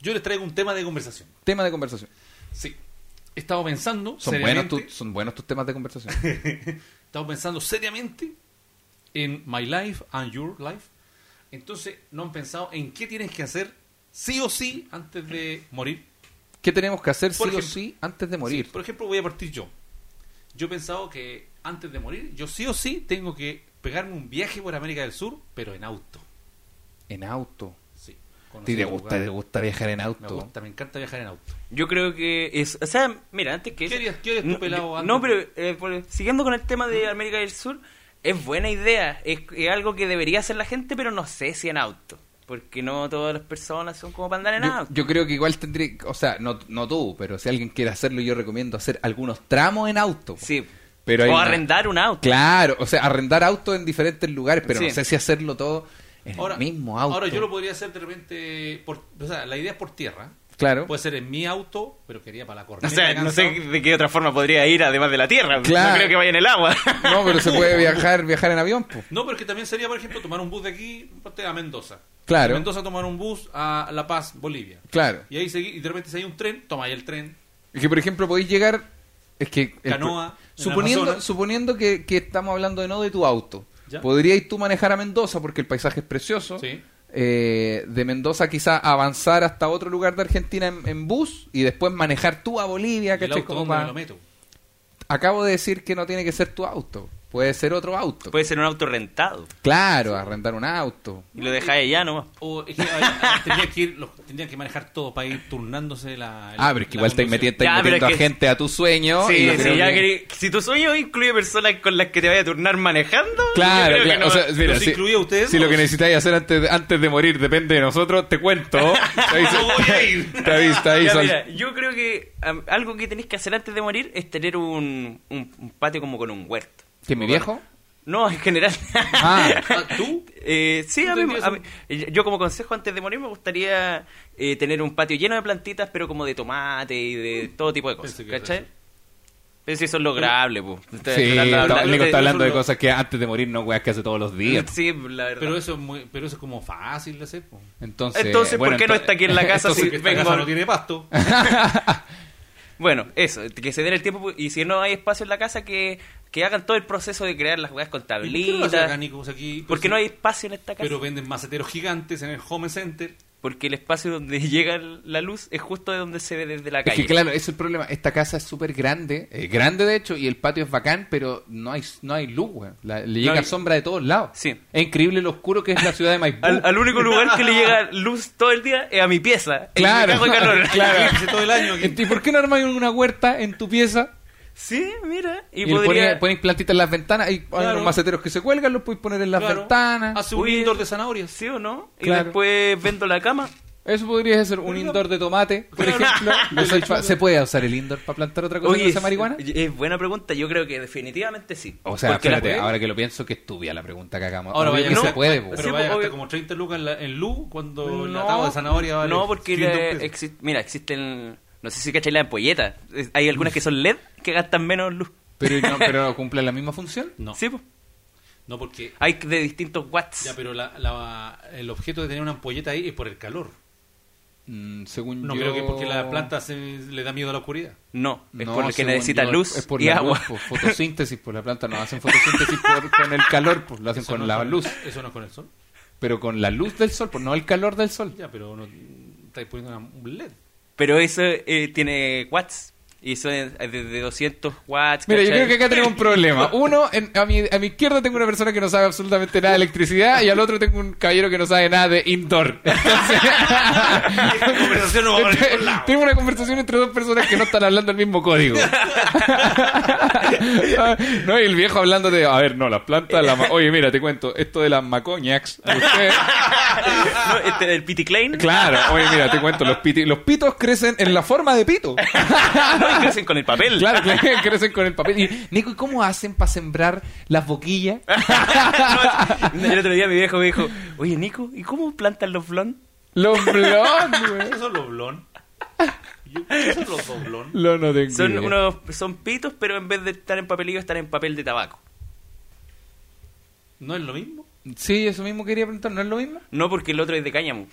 Yo les traigo un tema de conversación.
Tema de conversación.
Sí. He estado pensando.
Son buenos,
seriamente-
tus, son buenos tus temas de conversación.
estaba pensando seriamente en my life and your life. Entonces, no han pensado en qué tienes que hacer sí o sí antes de morir.
¿Qué tenemos que hacer sí
Por
o
ejemplo.
sí antes de morir?
Sí, por ejemplo, voy a partir yo. Yo he pensado que antes de morir, yo sí o sí tengo que pegarme un viaje por América del Sur, pero en auto.
En auto.
Sí.
¿Te,
Conocer
te
lugares.
gusta, te gusta viajar en
Me
auto?
gusta, me encanta viajar en auto.
Yo creo que es. O sea, mira, antes que.
¿Qué
eso-
harías- qué harías tú,
no,
pelado,
yo-
antes?
No, pero eh, por- siguiendo con el tema de América del Sur, es buena idea. Es, es algo que debería hacer la gente, pero no sé si en auto. Porque no todas las personas son como para andar en
Yo,
auto.
yo creo que igual tendría, o sea, no, no tú, pero si alguien quiere hacerlo, yo recomiendo hacer algunos tramos en auto. po.
sí.
Pero hay
o
una-
arrendar un auto.
Claro, o sea, arrendar autos en diferentes lugares, pero no
Sí.
sé si hacerlo todo en el mismo auto.
ahora yo lo podría hacer de repente. Por, o sea, la idea es por tierra.
Claro.
Puede ser en mi auto, pero quería para la
O
corneta.
sea, no sé
cansado.
de qué otra forma podría ir además de la tierra.
Claro.
No creo que vaya en el agua.
No, pero se puede viajar viajar en avión, pues. po.
No, porque también sería, por ejemplo, tomar un bus de aquí parte a Mendoza.
Claro.
De Mendoza tomar un bus a La Paz, Bolivia.
Claro.
Y ahí seguí, y de repente si hay un tren, toma ahí el tren.
Es que, por ejemplo, podéis llegar... Es que... el-
Canoa, en
suponiendo
Amazonas.
suponiendo que, que estamos hablando de no de tu auto,
Ya.
podríais tú manejar a Mendoza porque el paisaje es precioso.
Sí.
Eh, de Mendoza quizá avanzar hasta otro lugar de Argentina en, en bus y después manejar tú a Bolivia,
Y el
¿cachai?
auto,
Como
¿dónde
pa-
me lo meto?
Acabo de decir que no tiene que ser tu auto, puede ser otro auto.
Puede ser un auto rentado.
Claro, arrendar un auto.
Y lo dejáis allá nomás.
O es que ahí tendría que ir, los, tendría que manejar todo para ir turnándose la.
Ah, pero es que igual te
metiendo
metiendo,
Ya, pero
metiendo
es
a
que-
gente a tu sueño. y
Sí,
yo
sí,
creo
ya
que-
que- si tu sueño incluye personas con las que te vaya a turnar manejando,
Claro,
yo creo que
claro.
no-
o sea, mira,
¿Los
si,
incluye a ustedes
si lo
dos?
que necesitáis hacer antes de, antes de morir depende de nosotros, te cuento. Te aviso- Te aviso, te
Ya,
aviso.
mira, yo creo que am, algo que tenés que hacer antes de morir es tener un, un- un patio como con un huerto.
¿Que mi viejo?
No, en general.
Ah.
¿Tú?
Eh, sí, a mí- a mí- yo como consejo antes de morir me gustaría eh, tener un patio lleno de plantitas, pero como de tomate y de todo tipo de cosas.
Pensé que iba a
¿Cachai? Pero si eso es lograble, po. Está-
Sí,
está- está-
está-
está-
Nico está hablando de
lo-
cosas que antes de morir no weas que hace todos los días.
Sí, la verdad.
Pero eso, es muy, pero eso es como fácil de hacer. po.
Entonces,
Entonces, ¿por
bueno,
qué no
ento-
está aquí en la casa si
Porque esta
vengo-
casa no tiene pasto.
Bueno, eso, que se den el tiempo y si no hay espacio en la casa que, que hagan todo el proceso de crear las weas con
¿Y por qué no lo hacen acá,
tablitas.
Nico? O sea, aquí-
Porque no hay espacio en esta casa.
Pero venden maceteros gigantes en el home center.
Porque el espacio donde llega el- la luz es justo de donde se ve desde la
Es
calle.
que claro, ese es el problema. Esta casa es súper grande, eh, grande de hecho, y el patio es bacán, pero no hay, no hay luz, weón. La- Le llega
hay-
sombra de todos lados.
Sí.
Es increíble lo oscuro que es la ciudad de Maipú.
Al, al único lugar que le llega luz todo el día es a mi pieza. Y
Claro,
me cago de calor.
claro.
Hace todo el año. que-
¿Y por qué no armáis una huerta en tu pieza?
Sí, mira. Y,
Y,
podría...
ponéis, ponéis plantitas en las ventanas. Hay, hay
Claro.
unos maceteros que se cuelgan, los podéis poner en las
claro,
ventanas.
Hace un
Oye.
indoor de zanahorias.
¿Sí o no? Y
Claro.
después vendo la cama.
Eso podría ser un indoor de tomate, por ejemplo. No soy fa- ¿Se puede usar el indoor para plantar otra cosa que no sea
es-
marihuana?
Es, buena pregunta. Yo creo que definitivamente sí.
O sea,
Porque la-
espérate, ahora que lo pienso, que estúpida la pregunta que hagamos.
Ahora
Obvio
vaya
que
no,
se puede, po.
Pero
Sí,
vaya a
obvio.
gastar como 30 lucas en, la- en luz cuando Oh, la
No,
taba de zanahoria vale
No, porque
100
la-
pesos.
exi- mira, existen. No sé si cacháis la ampolleta. Es- Hay algunas que son LED que gastan menos luz.
Pero, no, pero cumple la misma función.
No,
Sí, po.
no porque
Hay de distintos watts.
ya, pero la- la- el objeto de tener una ampolleta ahí es por el calor.
Mm, según
No
yo.
creo que porque la planta se, le da miedo a la oscuridad.
No, es
No,
porque
según
necesita
yo,
luz
es por
y
la
agua.
luz, po, fotosíntesis, pues la planta no hacen fotosíntesis por- con el calor, pues lo hacen
Eso
con
no es
la
con-
luz.
Eso no es con el sol.
Pero con la luz del sol, pues no el calor del sol.
Ya, pero no estáis poniendo una- un LED.
Pero eso eh, tiene watts. Y son eh, desde 200 watts.
Mira, yo
¿cachai?
creo que acá tenemos un problema. Uno, en- a, mi, a mi izquierda tengo una persona que no sabe absolutamente nada de electricidad y al otro tengo un caballero que no sabe nada de indoor. Entonces,
conversación no va por ningún lado.
tengo una conversación entre dos personas que no están hablando el mismo código. no, y el viejo hablando de, a ver, no, las plantas, la ma- oye, mira, te cuento, esto de las macoñacs, usted-
No, este, el Pity Klein.
claro, oye, mira, te cuento, los, piti- los pitos crecen en la forma de pito.
No, y crecen con el papel.
Claro, cre- crecen con el papel. Y, Nico, ¿y cómo hacen para sembrar las boquillas?
No, el otro día mi viejo me dijo: Oye, Nico, ¿y cómo plantan los blond?
Los blondes, güey.
Eso es lo blon. Yo- Eso es lo doblón.
Lo no tengo
Son
idea.
unos son pitos, pero en vez de estar en papelillo, están en papel de tabaco.
¿No es lo mismo?
Sí, eso mismo quería preguntar. ¿No es lo mismo?
No, porque el otro es de cáñamo.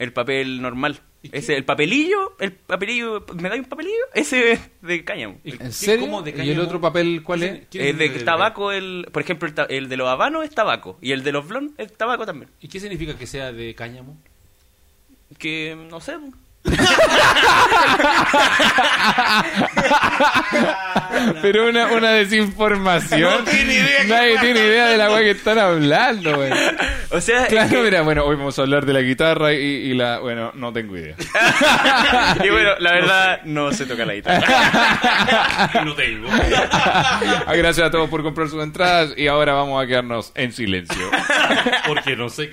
El papel normal. Ese, el papelillo, el papelillo, ¿me dais un papelillo? Ese es de cáñamo.
¿Y qué-
¿En serio?
cómo de
¿Y el
cáñamo?
otro papel cuál
¿Quién-
es?
quién
El Eh, de
el-
tabaco, el, por ejemplo, el, ta- el de los habanos es tabaco. Y el de los blon es tabaco también.
¿Y qué significa que sea de cáñamo?
Que, no sé. po.
Pero una, una desinformación. No tiene idea. Nadie tiene idea de la weá que están hablando, güey.
O sea, es
Claro,
que-
mira, bueno, hoy vamos a hablar de la guitarra y, y la... Bueno, no tengo idea.
y bueno, la verdad, no se toca la guitarra.
No tengo.
Ah, Gracias a todos por comprar sus entradas y ahora vamos a quedarnos en silencio.
Porque no sé.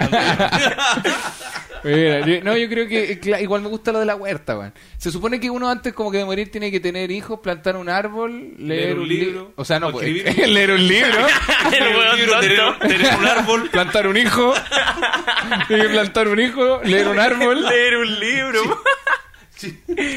Mira, yo- no, yo creo que eh, cla- igual me gusta lo de la huerta, weón. Se supone que uno antes como que de morir tiene que tener hijos, plantar un árbol, leer, un, libro. o sea, no,
o
pues,
escribir.
leer un libro,
El hueón tonto.
Tener un árbol.
plantar un hijo, tiene que plantar un hijo, leer un árbol,
Leer un libro.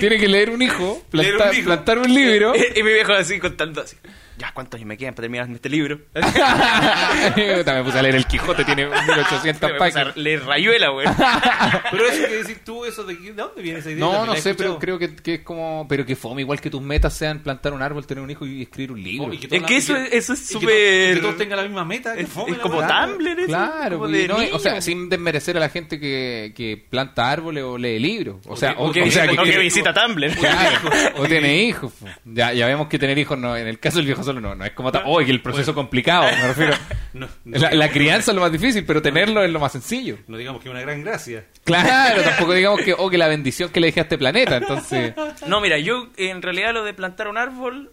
tiene que leer un hijo,
Leer un
plantar,
hijo.
plantar un libro.
Y, y mi viejo así contando así. Ya, ¿cuántos años me quedan para terminar este libro?
También puse a leer El Quijote, tiene 1800
Me puse a
páginas.
leer rayuela, güey.
Ah,
Pero eso que decís tú, eso de, qué- ¿de dónde viene esa idea?
No,
¿También
no
la he
sé, pero
escuchado?
creo que, que es como... Pero que fome, igual que tus metas sean plantar un árbol, tener un hijo y escribir un libro.
Oh, y
Es
todas
que
las-
eso
y
es- eso es
y que to-
súper-
y Que todos tengan la misma meta. que
Es,
fome
es
la
como
weá.
Tumblr, eso,
Claro,
como
pues,
de
no,
niño.
o sea, sin desmerecer a la gente que, que planta árboles o lee libros. O sea,
que-
o,
O que,
o sea,
visita,
que-
o que
que-
visita Tumblr.
claro, o tiene hijos. po. Ya, ya vemos que tener hijos, no, en el caso del viejo solo, no, no es como... ta- Oh, que el proceso complicado, me refiero.
No, no,
La, la crianza es lo más difícil, pero tenerlo es lo más sencillo.
no digamos que una gran gracia.
Claro, tampoco digamos que, oh, que la bendición que le dejé a este planeta, entonces...
No, mira, yo en realidad lo de plantar un árbol,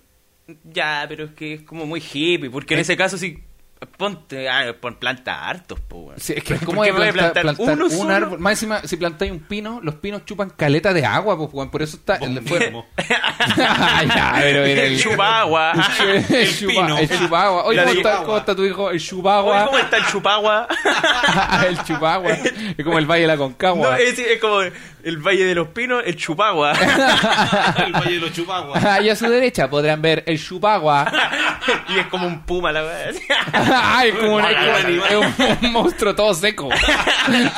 ya, pero es que es como muy hippie, porque
Eh.
en ese caso sí, ponte, ah, pon planta hartos, po, weón.
Sí, es que
¿Por
¿cómo
qué
de
voy a
plantar,
plantar
plantar
uno
un
solo?
árbol? Más encima, si plantáis un pino, los pinos chupan caleta de agua, pues, Juan, por eso está...
Vos
el-
mismo.
ya, pero en
El chupagua.
El,
pino.
chupa- el chupagua. Oye,
La
¿cómo
de-
está, cómo está tu hijo? El
Oye,
chupagua.
¿Cómo está el chupagua?
el chupagua. Es como el Valle de la
No,
Concagua.
es, es como el Valle de los Pinos, el chupagua.
el Valle de los Chupaguas.
y a su derecha podrán ver el chupagua.
y es como un puma, la verdad.
Ay, es como una- es un, un monstruo todo seco.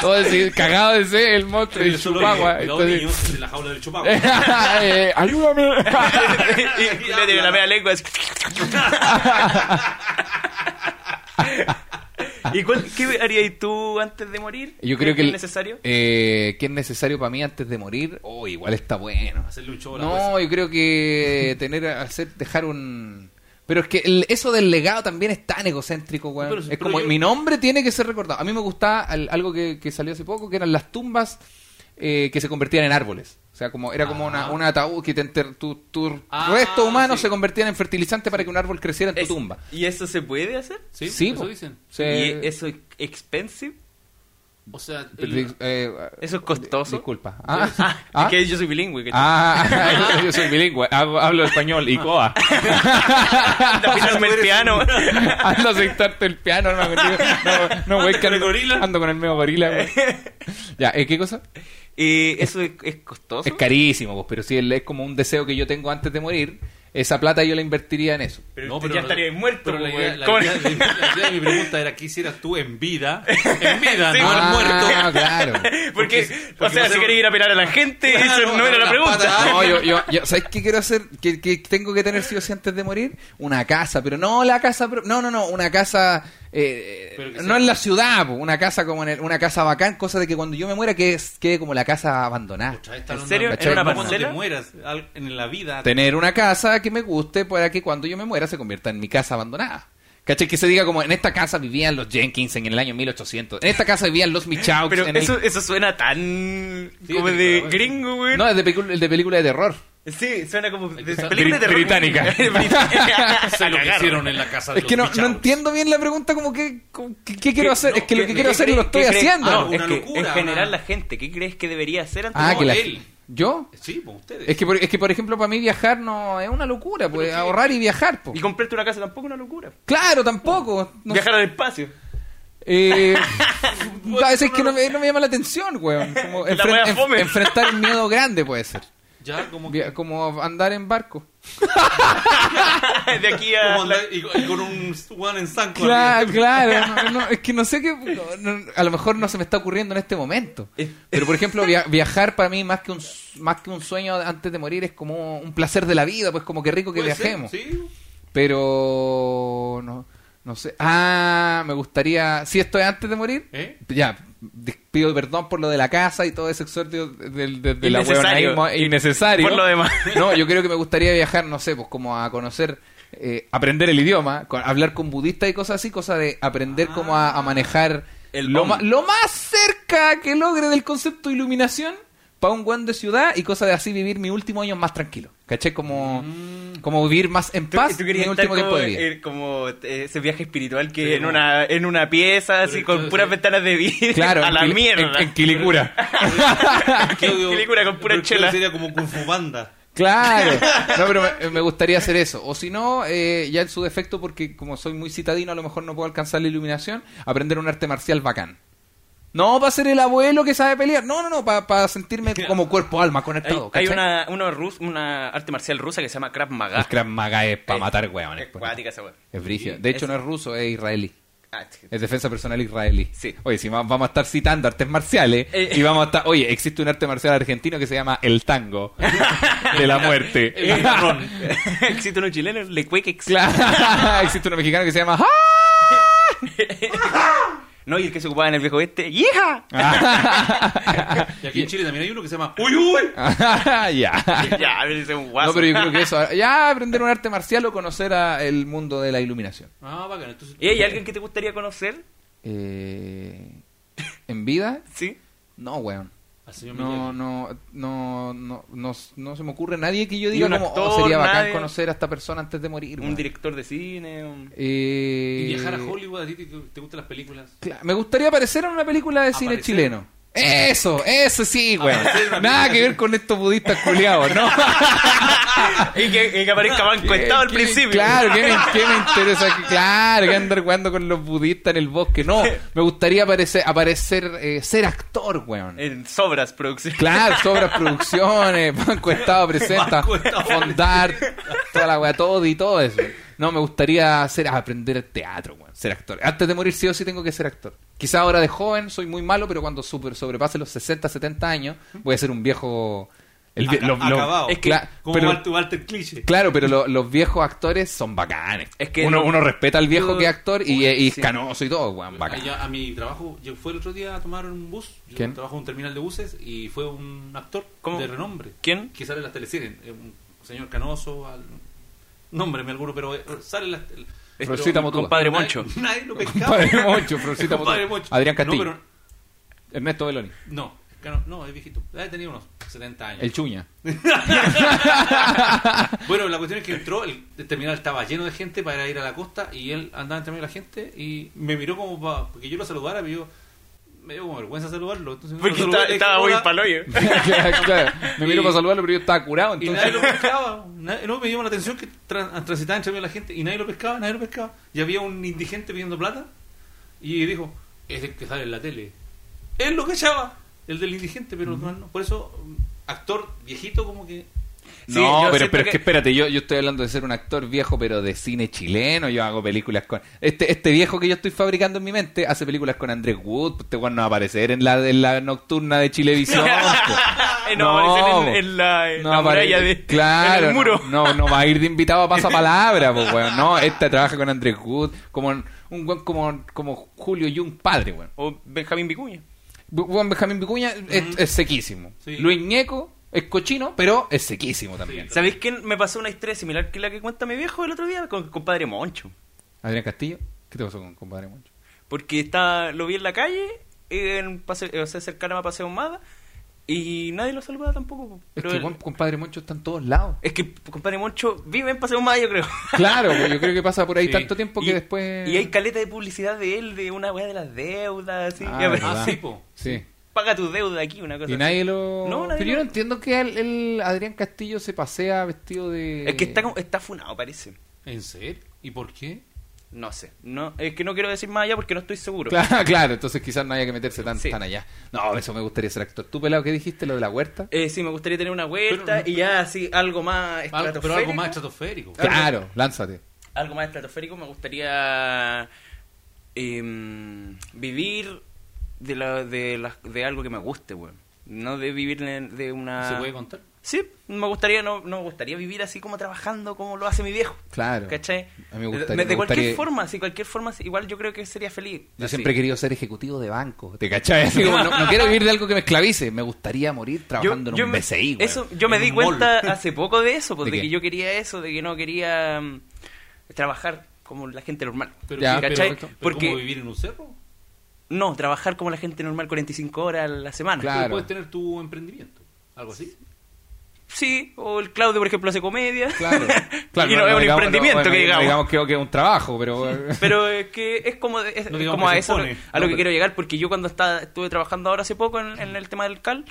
todo así, cagado de ser el monstruo del
Solo
chupagua.
que los
Entonces-
niños de la jaula del Chupagua.
Eh, ayúdame.
y le tiene la media lengua. así. ¿Y cuál, qué harías tú antes de morir?
Yo creo que...
es
el-
necesario.
Eh, ¿Qué es necesario para mí antes de morir? Oh, igual está bueno.
Hacerle un show a la jueza.
No, yo creo que tener, hacer, dejar un... Pero es que el- eso del legado también es tan egocéntrico, weón.
Pero-
es
pero
como,
yo-
mi nombre tiene que ser recordado. A mí me gustaba al- algo que, que salió hace poco, que eran las tumbas eh, que se convertían en árboles. O sea, como era como una, un ataúd que te enter- tu, tu
Ah,
resto humano
sí.
se convertían en fertilizante para que un árbol creciera en tu
Es-
tumba.
¿Y eso se puede hacer?
Sí,
Sí,
eso
po.
dicen.
Se-
¿Y eso es expensive?
O sea,
Perdi-
el-
eh,
¿Eso es costoso?
Disculpa. Ah,
Ah,
ah.
es que yo soy bilingüe. ¿cachai?
Ah, yo soy bilingüe, hab- hablo español y coa.
También soy melpiano.
Ando a sectarte el piano, hermano. contigo. No, no, güey,
Ando
que
con el
ando,
gorila.
ando con el medio gorila, güey. Ya, ¿eh, ¿qué cosa?
¿Y eso es, es costoso?
Es carísimo, pues, pero si el- es como un deseo que yo tengo antes de morir, esa plata yo la invertiría en eso.
pero,
no,
usted
pero
ya
la-
estaría muerto.
pero la
po,
idea,
weón.
la
¿Cómo-
idea de, la idea de mi pregunta era: ¿qué hicieras tú en vida? En vida, no al
Ah,
muerto.
claro.
Porque, o
porque
sea,
no
si
sé-
queréis ir a pelar a la gente,
Claro,
eso no era la
las
pregunta.
patas.
No, yo, yo, yo- ¿sabes qué quiero hacer? ¿Qué, qué tengo que tener sí o sí antes de morir? Una casa, pero no la casa, pro- no, no, no, una casa, eh,
Pero que
no
sea-
en la ciudad, po, una casa como en el- una casa bacán, cosa de que cuando yo me muera que es- quede como la casa abandonada.
Pucha, esta
¿En
onda-
serio?
¿En
¿Era una
cuando te
parcela?
mueras al- en la vida.
Tener una casa que me guste para que cuando yo me muera se convierta en mi casa abandonada. ¿Cachai? Que se diga como en esta casa vivían los Jenkins en el año 1800, en esta casa vivían los Michaux.
Pero
en el-
eso, eso suena tan
Sí,
como
te-
de
claro.
gringo, güey.
No, es de, pelicu- de película de terror.
Sí, suena como de
Bri-
película de terror.
británica.
Británica.
Sé lo
A
que
cagar.
hicieron en la casa de
Es que
los
no, no
Pichaus.
entiendo bien la pregunta, como que, como que- ¿qué quiero hacer?
no,
es que lo
¿qué-
que quiero
qué
hacer lo
crees-
estoy
qué crees-
haciendo.
Ah,
no,
es
una
que,
locura,
en
una-
general la gente, ¿qué crees que debería hacer antes
Ah,
de
que la...
él.
¿Yo?
Sí, pues ustedes.
Es que, por, es que, por ejemplo, para mí viajar no es una locura, pues ahorrar y viajar, pues.
Y comprarte una casa tampoco es una locura.
Claro, tampoco. no-
Viajar al espacio.
eh, a veces que no me, no me llama la atención, weón. Como
La
enfren-
wea
enf-
fome.
enfrentar un miedo grande puede ser.
Ya, como que.
Via- Como andar en barco.
de aquí a...
como
la-
andar- y, y con un one en San
Claro, claro. no, no, es que no sé qué. no, a lo mejor no se me está ocurriendo en este momento. Pero, por ejemplo, via- viajar para mí, más que, un, s- más que un sueño antes de morir, es como un placer de la vida. Pues, como que rico que
Puede ser,
viajemos.
Sí.
Pero. No, no sé. Ah, me gustaría. Si esto es antes de morir.
¿Eh?
Ya, dis- pido perdón por lo de la casa y todo ese exordio del de, de la
Innecesario.
huevonaísmo innecesario.
Por lo demás.
No, yo creo que me gustaría viajar, no sé, pues como a conocer, eh, aprender el idioma, co- hablar con budistas y cosas así, cosa de aprender como a, a manejar
Ah, El
lo,
om.
ma- lo más cerca que logre del concepto de iluminación para un guan de ciudad y cosa de así vivir mi último año más tranquilo. ¿Caché? Como, como vivir más en
Mm. ¿Tú,
paz
tú
mi
querías estar
último tiempo
como,
de vida.
eh, como, eh, ese viaje espiritual que
Sí,
en,
como-
una, en una pieza, así, con
entonces-
puras ventanas de vidrio,
Claro,
a
en
la
Quili-
mierda.
en- en Quilicura.
Yo digo,
Película con pura
pero
chela.
creo que Sería como Kung Fu Banda.
Claro, no, pero me, me gustaría hacer eso. O si no, eh, ya en su defecto, porque como soy muy citadino, a lo mejor no puedo alcanzar la iluminación, aprender un arte marcial bacán. No para ser el abuelo que sabe pelear, no, no, no, para sentirme como cuerpo-alma
hay
conectado.
hay
¿cachai?
una, una, rus- una arte marcial rusa que se llama Krav Maga.
El Krav Maga es para
Eh,
matar hueones.
Es
pues.
cuática esa wea.
Es brigio. De hecho,
Ese-
no es ruso, es israelí.
Ah, sí.
Es defensa personal israelí.
Sí.
Oye, si va- vamos a estar citando artes marciales
Eh.
y vamos a estar. Oye, existe un arte marcial argentino que se llama el tango de la muerte.
Existe uno chileno, Lecuequex.
Claro, existe una mexicana que se llama
No, y el que se ocupaba en el viejo este, ¡hija!
Y aquí en Chile también hay uno que se llama Uy Uy.
¡Ah! ya.
ya, a ver, ese es un guaso.
No, pero yo creo que eso. Ya aprender un arte marcial o conocer a el mundo de la iluminación.
Ah, bacán. Entonces,
¿Y hay alguien que te gustaría conocer?
Eh, ¿En vida?
Sí.
No, weón.
Al señor
No,
Miguel.
no, no, no, no, no se me ocurre nadie que yo diga
Ni un
como
actor,
"Oh, sería bacán
nadie.
conocer a esta persona antes de morir.
Un
weón".
director de cine, un...
Eh,
Y viajar a Hollywood, a ti te, te gustan las películas.
Cla- Me gustaría aparecer en una película de cine
Aparecer.
chileno. Eso, eso sí, weón.
Aparecer en una
Nada que ver con estos budistas culiados, ¿no?
y, que, y que aparezca Banco
¿Qué-
Estado al
qué-
principio.
Claro, ¿qué me, qué me interesa? Que- Claro, que andar jugando con los budistas en el bosque. No, me gustaría aparecer, aparecer eh, ser actor, weón.
En Sobras Producción.
Claro, sobras producciones, Banco Estado presenta,
Banco Estado
fondar, toda la weá, todo y todo eso. No, me gustaría hacer, aprender teatro, weón, ser actor. Antes de morir sí o sí tengo que ser actor. Quizá ahora de joven soy muy malo, pero cuando super, sobrepase los 60, 70 años, voy a ser un viejo El vie-
Aca-
los- los-
acabado.
es que-
Cla-
Como
pero-
Walter, Walter Cliche.
Claro, pero lo- los viejos actores son bacanes.
Es que
uno,
no-
uno respeta al viejo
yo-
que es actor y, y es
sí.
canoso y todo, weón,
Ah,
bacán.
ya, a mi trabajo, yo fui el otro día a tomar un bus. Yo
¿Quién?
trabajo en un terminal de buses y fue un actor
¿Cómo?
de renombre.
¿Quién?
Que sale en las teleseries. eh, Un señor canoso, al... nómbreme alguno, pero eh, sale en las. tel- pero-
Rosita Motúa.
Compadre
nadie-
Moncho.
Nadie lo pescaba.
Compadre Moncho, Florcita
Compadre
Motuda.
Moncho.
Adrián Castillo.
No, pero-
Ernesto Beloni.
no, cano- no, es viejito. Debe tener unos 70 años.
El Chuña.
Bueno, la cuestión es que entró, el el terminal estaba lleno de gente para ir a la costa y él andaba entre medio de la gente y me miró como para. Porque yo lo saludara, pero yo. Me dio como vergüenza saludarlo. Entonces
Porque
lo saludé,
está-
le dije,
estaba muy
"Hola",
paloyo.
Claro, claro. Me miro
Y-
para saludarlo, pero yo estaba curado,
Y
entonces.
nadie lo pescaba. Nadie- no me llamó la atención que tran- transitaba entre medio de la gente y nadie lo pescaba, nadie lo pescaba. Y había un indigente pidiendo plata y dijo: Es el que sale en la tele. Es lo que echaba, el del indigente, pero los demás no. Por eso, mm, actor viejito, como que.
Sí,
no,
yo
pero,
siento
pero es que
que-
espérate, yo, yo estoy hablando de ser un actor viejo, pero de cine chileno. Yo hago películas con. Este, este viejo que yo estoy fabricando en mi mente hace películas con Andrés Wood. pues, Este weón no va a aparecer en la, en la nocturna de Chilevisión. pues.
Eh, no, aparecen en, en la, en
no
la
apare-
muralla de,
claro,
en el muro.
No, no, no va a ir de invitado a pasapalabra, pues, weón. No, esta trabaja con Andrés Wood, como un weón como, como Julio Jung padre, weón.
O Benjamín Vicuña.
Bu- Juan Benjamín Vicuña es, es sequísimo.
Sí.
Luis Ñeco es cochino, pero es sequísimo también.
¿Sabéis quién me pasó una historia similar que la que cuenta mi viejo el otro día con compadre Moncho?
Adrián Castillo, ¿qué te pasó con compadre Moncho?
Porque está, lo vi en la calle, en pase, o sea, cercana a Paseo Humada, y nadie lo saludaba tampoco. po.
Es
Pero
que
el-
Juan- compadre Moncho está en todos lados.
es que compadre Moncho vive en Paseo Humada, yo creo.
Claro, pues, yo creo que pasa por ahí
Sí.
tanto tiempo que
Y-
después.
Y hay caleta de publicidad de él, de una weá de las deudas, así.
Ah,
Ya, pero-
verdad.
Ah, sí, po.
Sí.
Paga tu deuda aquí, una cosa
Y
así.
nadie lo.
No, nadie
pero yo
lo-
no entiendo que el, el Adrián Castillo se pasea vestido de.
Es que está, como- está funado, parece.
¿En serio? ¿Y por qué?
No sé. No, es que no quiero decir más allá porque no estoy seguro.
Claro, claro, entonces quizás no haya que meterse tan,
Sí.
tan allá. No, eso me gustaría ser actor. ¿Tú, pelado, qué dijiste? ¿Lo de la huerta?
Eh, sí, me gustaría tener una vuelta
Pero-
y ya así algo más
Algo-
estratosférico.
Ah, pero algo más estratosférico.
Claro, lánzate.
Algo más estratosférico. Me gustaría em, vivir de, la, de, las- de algo que me guste, weón. No de vivir en- de una...
¿Se puede contar?
Sí, me gustaría, no, no me gustaría vivir así como trabajando como lo hace mi viejo.
Claro.
¿Cachai?
A mí me gustaría-
de,
me
de cualquier
gustaría-
forma, sí, cualquier forma, sí, igual yo creo que sería feliz.
Yo
Así.
siempre he querido ser ejecutivo de banco. ¿Te cachai? Así como, no, no quiero vivir de algo que me esclavice. Me gustaría morir trabajando en un
me-
BCI, güey.
Eso, yo me
En
di
un mall.
cuenta hace poco de eso, pues,
¿De
de,
qué?
que yo quería eso, de que no quería mm, trabajar como la gente normal.
Pero,
Ya,
¿qué-
¿Cachai?
perfecto.
pero
Porque-
¿cómo vivir en un cerro?
No, trabajar como la gente normal 45 horas a la semana.
Claro.
Pero puedes tener tu emprendimiento, algo así.
Sí, o el Claudio, por ejemplo, hace comedia.
Claro. claro
y no, es un
digamos-
emprendimiento
no,
que
no
digamos.
que, que es un trabajo, pero...
Pero es que es como, de- es-
No
es
digamos
como
que
a
se
eso, a lo-
impone.
a lo
No,
que
pero-
quiero llegar, porque yo cuando estaba, estuve trabajando ahora hace poco en, en el tema del CAL,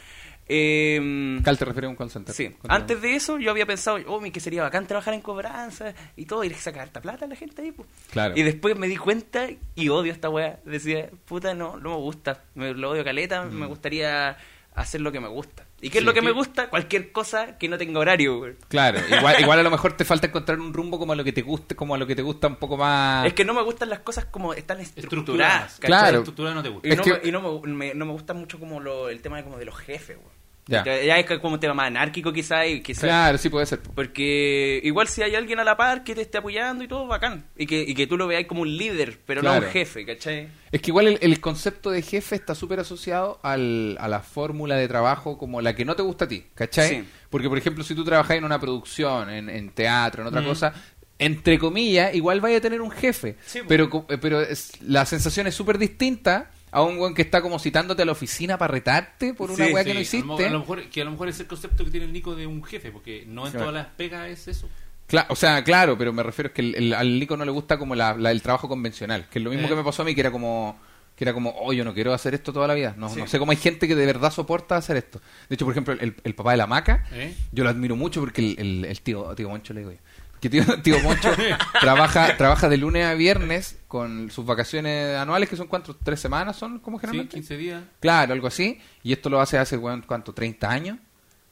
eh,
Cal te refiere a un concentrado.
Sí, antes de eso yo había pensado, oh, mi, que sería bacán trabajar en cobranza y todo, ir a sacar harta plata a la gente ahí, pues.
Claro.
Y después me di cuenta y odio esta weá. Decía, puta, no, no me gusta, me, lo odio caleta, me gustaría hacer lo que me gusta. ¿Y qué es lo que me gusta? Cualquier cosa que no tenga horario, weón.
Claro, igual, igual a lo mejor te falta encontrar un rumbo como a lo que te guste, como a lo que te gusta un poco más...
Es que no me gustan las cosas como están estructuradas.
Estructuradas.
¿cachai?
Ah. Claro.
La estructura no te gusta.
Y,
Es
no,
que-
me, y no me- me- no me gusta mucho como lo- el tema como de los jefes, weón.
Ya.
es como un tema más anárquico quizás y quizás...
Claro, sí puede ser.
Porque igual si hay alguien a la par que te esté apoyando y todo, bacán. Y que, y que tú lo veas como un líder, pero no
Claro.
un jefe, ¿cachai?
Es que igual el, el concepto de jefe está súper asociado al, a la fórmula de trabajo como la que no te gusta a ti, ¿cachai?
Sí.
Porque, por ejemplo, si tú trabajas en una producción, en, en teatro, en otra
Mm.
cosa, entre comillas, igual vaya a tener un jefe.
Sí, pues.
pero co- eh, pero es- la sensación es súper distinta a un weón que está como citándote a la oficina para retarte por una
Sí,
weá
Sí,
que no
a lo mo-
hiciste.
A lo mejor, que a lo mejor es el concepto que tiene el Nico de un jefe, porque no en
Claro.
todas las pegas es eso.
Cla- o sea, claro, pero me refiero es que el- el- al Nico no le gusta como la, la- el trabajo convencional, que es lo mismo
Eh.
que me pasó a mí, que era como que era como, oh, yo no quiero hacer esto toda la vida. No, no sé cómo hay gente que de verdad soporta hacer esto. De hecho, por ejemplo, el, el papá de la maca,
Eh.
yo lo admiro mucho porque el, el- el tío, tío Moncho le digo yo. Que tío, tío Moncho trabaja, trabaja de lunes a viernes con sus vacaciones anuales, que son cuántos, tres semanas son como
Sí,
generalmente.
15 días.
Claro, algo así. Y esto lo hace hace, weón, ¿cuánto? ¿30 años?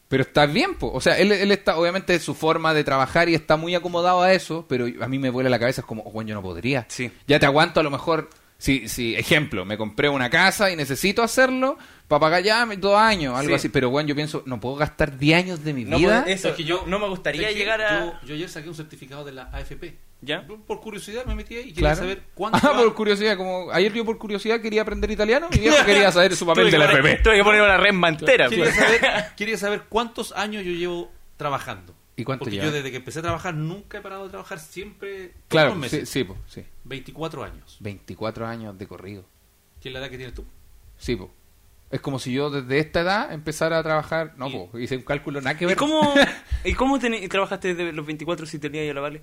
Pero está bien, po. O sea, él, él está, obviamente, es su forma de trabajar y está muy acomodado a eso, pero a mí me vuela la cabeza, es como, oh, weón, yo no podría.
Sí.
Ya te aguanto a lo mejor Si, si, ejemplo, me compré una casa y necesito hacerlo para pagar ya mis dos años, algo
Sí.
así. Pero bueno, yo pienso, no puedo gastar 10 años de mi
No
vida.
puedo- eso,
pues, Es que yo-
no me gustaría
es que
llegar a.
Yo, yo ayer saqué un certificado de la AFP.
¿Ya?
Yo Por curiosidad me metí ahí y quería
Claro.
saber cuánto.
Ah,
va-
por curiosidad, como ayer yo por curiosidad quería aprender italiano, mi viejo quería saber su papel de la
poner,
FP.
tuve que poner una resma entera.
quería,
pues.
saber, quería saber cuántos años yo llevo trabajando.
¿Y cuánto
Porque
lleva?
yo desde que empecé a trabajar nunca he parado de trabajar, siempre. todos los
Claro, sí,
meses.
sí, po, sí.
24 años.
24 años de corrido.
¿Qué es la edad que tienes tú?
Sí, po. Es como si yo desde esta edad empezara a trabajar. No,
Y-
po, hice un cálculo nada que
¿Y
ver.
cómo, ¿y cómo teni- trabajaste desde los 24 si tenías ya la vale?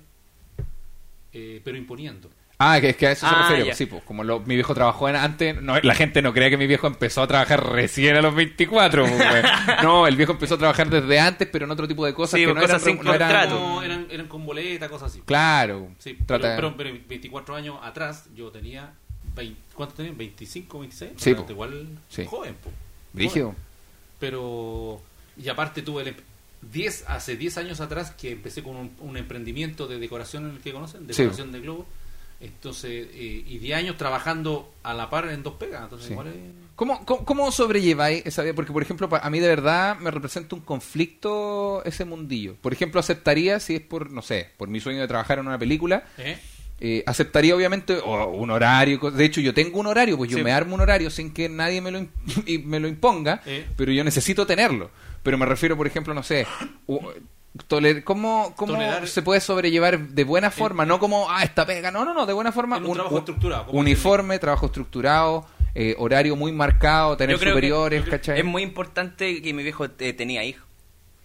Eh, pero imponiendo.
Ah, que es que a eso se
Ah,
refiere.
ya.
po, Sí, pues como lo- mi viejo trabajó en- antes, no, la gente no cree que mi viejo empezó a trabajar recién a los 24. po, weón. no, el viejo empezó a trabajar desde antes, pero en otro tipo de cosas
Sí,
que
po,
no
cosas
eran,
sin
re- no eran-
contrato.
No, eran, eran con boleta, cosas así.
Claro.
Sí,
trata de-
pero, pero, pero 24 años atrás yo tenía. 20 ¿Cuánto tenía? ¿25, 26?
Sí,
Era
po.
Igual
Sí.
joven, po.
Brígido.
pero y aparte tuve el emp- 10 hace 10 años atrás que empecé con un, un emprendimiento de decoración en el que conocen,
Sí.
decoración de globo. Entonces, eh, y 10 años trabajando a la par en dos pegas, entonces
Sí.
igual es-
¿Cómo, cómo, cómo sobrelleváis esa vida? Porque, por ejemplo, pa- a mí de verdad me representa un conflicto ese mundillo. Por ejemplo, aceptaría, si es por, no sé, por mi sueño de trabajar en una película,
¿eh?
eh, aceptaría obviamente o- un horario. co- De hecho, yo tengo un horario, pues yo
Sí.
me armo un horario sin que nadie me lo, im- y me lo imponga,
Eh.
pero yo necesito tenerlo. Pero me refiero, por ejemplo, no sé... o- toler- ¿Cómo, cómo
Tolerar-
se puede sobrellevar de buena forma? no como, ah, esta pega. No, no, no, de buena forma.
En un trabajo estructurado, como
Uniforme, trabajo estructurado, eh, horario muy marcado, tener
Yo creo que-
superiores,
yo creo-
¿cachai?
Es muy importante que mi viejo eh, tenía hijos.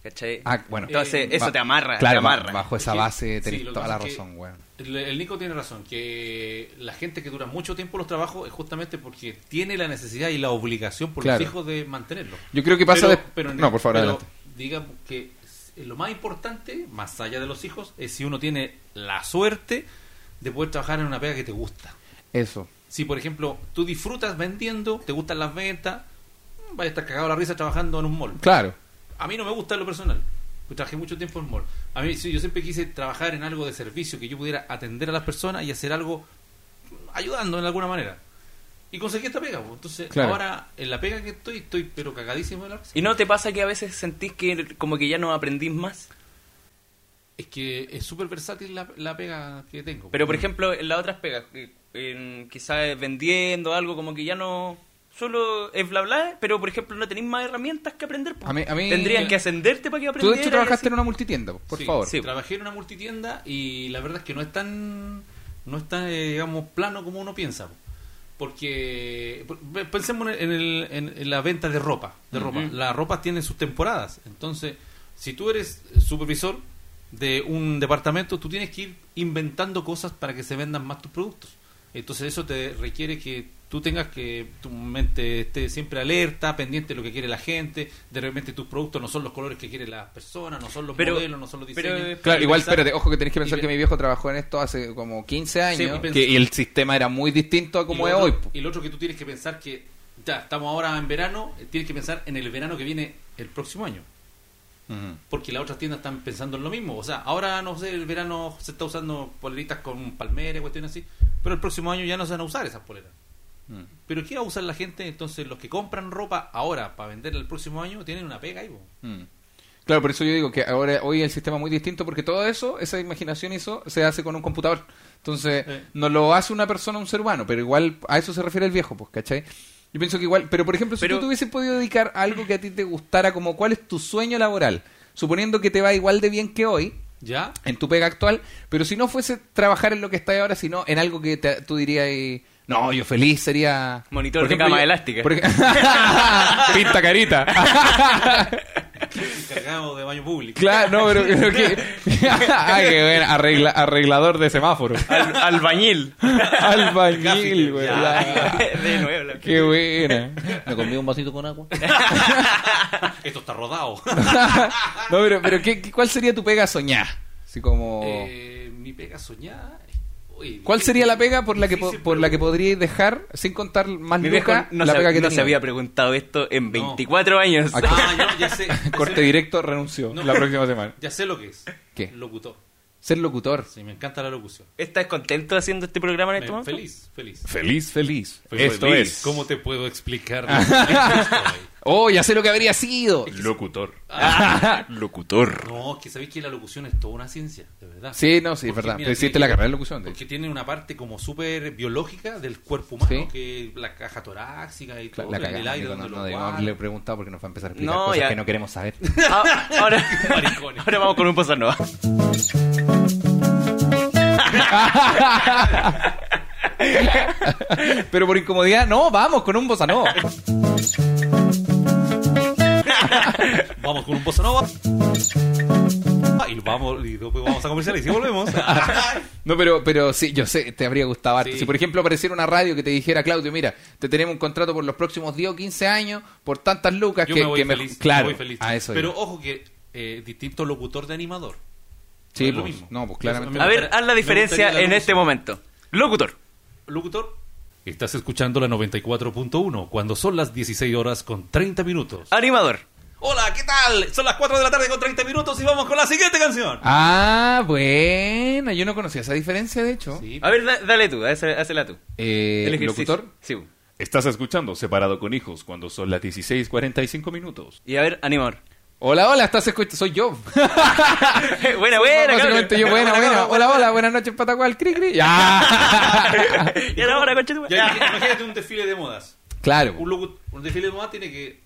¿Cachai?
Ah, bueno.
Entonces,
Eh,
eso
ba-
te amarra.
Claro,
te
ba-
amarra.
bajo esa
Sí,
Pues base
sí,
tenés
lo que
toda la
pasa es que
razón, weón.
El, el Nico tiene razón, que la gente que dura mucho tiempo en los trabajos es justamente porque tiene la necesidad y la obligación por
Claro.
los hijos de mantenerlo.
Yo creo que pasa
Pero-
des-
pero-
no, por favor,
pero
adelante.
Digamos que lo más importante, más allá de los hijos, es si uno tiene la suerte de poder trabajar en una pega que te gusta.
Eso.
Si, por ejemplo, tú disfrutas vendiendo, te gustan las ventas, vas a estar cagado la risa trabajando en un mall.
Claro.
A mí no me gusta en lo personal. Pues trabajé mucho tiempo en mall. A mí sí, yo siempre quise trabajar en algo de servicio, que yo pudiera atender a las personas y hacer algo mm, ayudando en alguna manera. Y conseguí esta pega. pues. Entonces,
Claro.
ahora en la pega que estoy, estoy pero cagadísimo de la risa.
¿Y no te pasa que a veces sentís que como que ya no aprendís más?
Es que es súper versátil la, la pega que tengo.
Pero, por
Mm.
ejemplo, en las otras pegas, eh, en- quizás vendiendo algo, como que ya no... Solo es bla bla, pero por ejemplo no tenéis más herramientas que aprender. po.
A mí- a mí-
Tendrían que ascenderte para que
Tú
aprendieras.
de hecho trabajaste en una multitienda, po, por
Sí,
favor.
sí.
Trabajé en una multitienda y la verdad es que no es tan, no es tan eh, digamos, plano como uno piensa. pues. po. Porque p- pensemos en, el- en- en la venta de ropa. De ropa. Las ropas tienen sus temporadas. Entonces, si tú eres eh, supervisor de un departamento, tú tienes que ir inventando cosas para que se vendan más tus productos. Entonces eso te requiere que tú tengas que tu mente esté siempre alerta, pendiente de lo que quiere la gente. De repente tus productos no son los colores que quiere la persona, no son los
Pero-
modelos, no son los
pero-
diseños.
eh, Claro,
Y
igual,
pensar-
espérate, ojo que tenés que pensar
y
que
pe-
mi viejo trabajó en esto hace como 15
Sí,
años
y pens-
que- y el sistema era muy distinto a como
y
es
lo
hoy.
otro-
po.
Y lo otro que tú tienes que pensar que, ya, estamos ahora en verano, eh, tienes que pensar en el verano que viene el próximo año. Porque las otras tiendas están pensando en lo mismo. O sea, ahora, no sé, el verano se está usando poleritas con palmeras, cuestiones así. Pero el próximo año ya no se van a usar esas poleras.
Mm.
Pero ¿qué va a usar la gente? Entonces, los que compran ropa ahora para venderla el próximo año tienen una pega ahí. po.
Mm. Claro, por eso yo digo que ahora hoy el sistema es muy distinto porque todo eso, esa imaginación eso se hace con un computador. Entonces,
Eh.
no lo hace una persona, un ser humano, pero igual a eso se refiere el viejo, pues, ¿cachai? Yo pienso que igual, pero por ejemplo, si
Pero-
tú te hubieses podido dedicar a algo que a ti te gustara, como cuál es tu sueño laboral, suponiendo que te va igual de bien que hoy
¿Ya?
en tu pega actual, pero si no fuese trabajar en lo que estás ahora, sino en algo que te- tú dirías, eh, no, yo feliz sería...
Monitor
Por
de cama elástica.
por ej- Pinta carita.
Encargado de baño público.
Claro, no, pero pero que- ah, qué bueno, arregla- arreglador de semáforo.
Al- albañil.
Albañil, güey. la-
de nuevo. la-
Qué buena. Me comí un vasito con agua.
Esto está rodado.
no, pero, pero ¿qué, qué- ¿cuál sería tu pega soñar? Así como...
Eh, mi pega soñada. Uy,
Oh. ¿Cuál sería la pega por la que po-
difícil,
por la que
pero-
podríais dejar sin contar más
Mi viejo
lucas
no,
la
se,
pega que
no se
tenía?
había preguntado esto en
No.
24 años.
Aquí-
Ah, yo ya sé. ya
Corte
sé-
directo renunció
No.
la próxima semana.
Ya sé lo que es.
¿Qué?
Locutor.
Ser locutor.
Sí, me encanta la locución.
¿Estás contento haciendo este programa en este
Me-
momento?
Feliz, feliz.
Feliz, feliz. Ah.
Fue
Esto
feliz.
es-
¿Cómo te puedo explicar? eh. lo feliz que
Oh, ya sé lo que habría sido.
Locutor.
Ah. estoy?
Locutor.
no, es que sabéis que la locución es toda una ciencia, de verdad.
Sí, no, sí, es
Porque,
verdad.
mira,
Pero hiciste
tiene-
la carrera de locución. de hecho.
Porque tiene una parte como súper biológica del cuerpo humano,
Sí.
que la caja torácica y
La,
todo,
la
en
cagamos,
el aire
amigo,
donde
no,
lo
no debemos
guardan.
haberle preguntado porque nos va a empezar a explicar
No,
cosas
ya.
que no queremos saber.
Ah, ahora,
Maricones.
ahora vamos con un bossa nova.
Pero por incomodidad, no, vamos con un bossa nova.
Vamos con un bossa nova. Y vamos, y después vamos a comerciales y volvemos.
No, pero, pero sí, yo sé, te habría gustado harto.
Sí.
Si, por ejemplo, apareciera una radio que te dijera, Claudio, mira, te tenemos un contrato por los próximos 10 o 15 años por tantas lucas
Yo
que
me voy
que
feliz. yo
Claro,
me voy feliz.
a eso
Pero
iba.
ojo que eh, distinto locutor de animador.
Sí,
es lo
pues,
mismo.
no, pues claramente.
Me
A ver,
gustaría-
haz la
me
diferencia
gustaría la
en este
locución.
momento. Locutor.
Locutor. Estás escuchando la 94.1 cuando son las 16 horas con 30 minutos.
Animador.
Ah, Hola, ¿qué tal? Son las 4 de la tarde con 30 minutos y vamos con la siguiente canción.
Ah, bueno, yo no conocía esa diferencia, de hecho.
Sí.
A ver, da- dale tú, hace- hazla tú.
Eh,
El ejercicio.
locutor.
Sí. bu.
Estás escuchando Separado con Hijos cuando son las 16.45 minutos.
Y a ver, animador.
Hola, hola, estás escuchando, soy yo.
buena, buena,
Básicamente
cabrón.
yo, buena, buena. Hola, hola, buenas noches, Patagual, cri, cri. Ya.
Y ahora, concha tu madre.
Ya, imagínate- imagínate un desfile de modas.
Claro.
Un, locu- un desfile de modas tiene que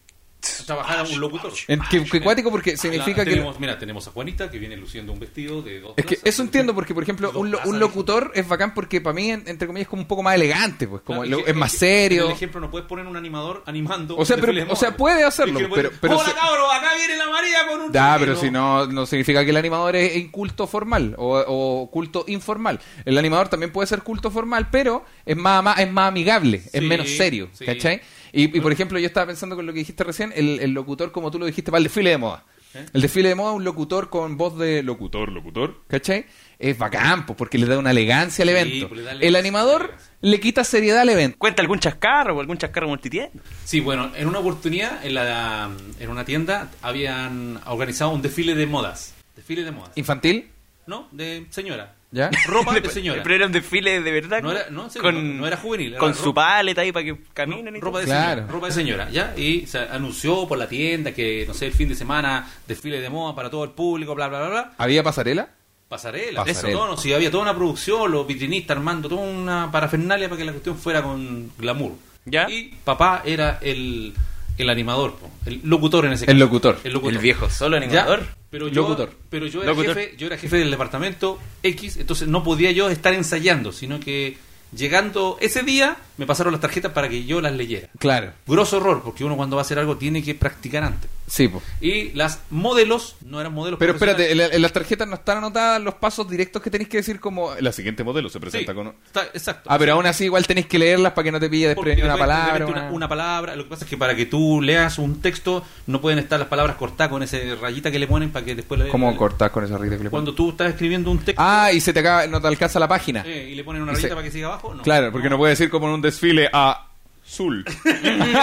trabajar a un locutor.
En- que, que cuático porque
Eh,
significa
Ah, La-
que...
tenemos- Mira, tenemos a Juanita que viene luciendo un vestido de dos
Es que
plazas.
eso entiendo porque, por ejemplo,
Dos
un, lo-
plazas,
un
dijo.
locutor es bacán porque para mí, en- entre comillas, es como un poco más elegante, pues como
Claro,
lo-
y que-
es más
que-
serio.
En el ejemplo, no puedes poner un animador animando.
O sea,
un
pero-
desfile de
o sea,
moda.
puede hacerlo,
Es que le puedes-
pero- pero
¡Hola,
si-
cabros! Acá viene la María con un.
Ya,
chiquillo".
pero si no, no significa que el animador es inculto formal o, o culto informal. El animador también puede ser culto formal, pero es más, más- es más amigable, es
Sí,
menos serio,
sí.
¿cachai? Y, y, por ejemplo, yo estaba pensando con lo que dijiste recién, el, el locutor, como tú lo dijiste, para el desfile de moda.
¿Eh?
El desfile de moda, un locutor con voz de locutor,
Locutor, locutor.
¿cachai? Es bacán, pues, porque le da una elegancia al
Sí,
evento.
pues, le da
el
elegancia,
animador
elegancia.
le quita seriedad al evento.
Cuenta algún chascarro o algún chascarro multitienda.
Sí, bueno, en una oportunidad, en, la, en una tienda, habían organizado un desfile de modas. Desfile de modas.
¿Infantil?
¿No? De señora.
¿ya
Ropa de señora.
Pero era un desfile de verdad.
No era- no, en serio, no- no era juvenil, era
con
ropa-
su paleta ahí para que caminen. y
ropa de
todo.
Claro.
señora, ropa de señora, ¿ya? Y se anunció por la tienda que, no sé, el fin de semana, desfile de moda para todo el público, bla, bla, bla, bla.
¿Había pasarela?
Pasarela,
Pasarela.
eso, no, no, sí, había toda una producción, los vitrinistas armando toda una parafernalia para que la cuestión fuera con glamour.
¿Ya?
Y papá era el, el animador, po, el locutor en ese
El locutor.
El locutor.
El viejo solo
Ya,
animador.
Pero yo,
Locutor.
Pero yo era,
Locutor.
Jefe, yo era jefe del departamento X, entonces no podía yo estar ensayando, sino que llegando ese día me pasaron las tarjetas para que yo las leyera.
Claro.
Grosso error, porque uno cuando va a hacer algo tiene que practicar antes.
Sí, pues.
Y las modelos no eran modelos
Pero
profesionales.
espérate, en, la- en las tarjetas no están anotadas los pasos directos que tenéis que decir como...
La siguiente modelo se presenta
Sí,
con...
está- exacto.
Ah, pero aún así igual tenéis que leerlas para que no te pille
Porque
desprevenido una
de repente,
palabra.
de repente
una-
una, una palabra. Lo que pasa es que para que tú leas un texto no pueden estar las palabras cortadas con ese rayita que le ponen para que después la
¿Cómo
la-
cortás con esa rita que le pones?
Cuando tú estás escribiendo un texto
Ah, y se te acaba, no te alcanza la página.
eh, y le ponen una
y se-
rayita para que siga abajo, no.
Ah. claro, porque no. puede decir como en un desfile a...
Azul.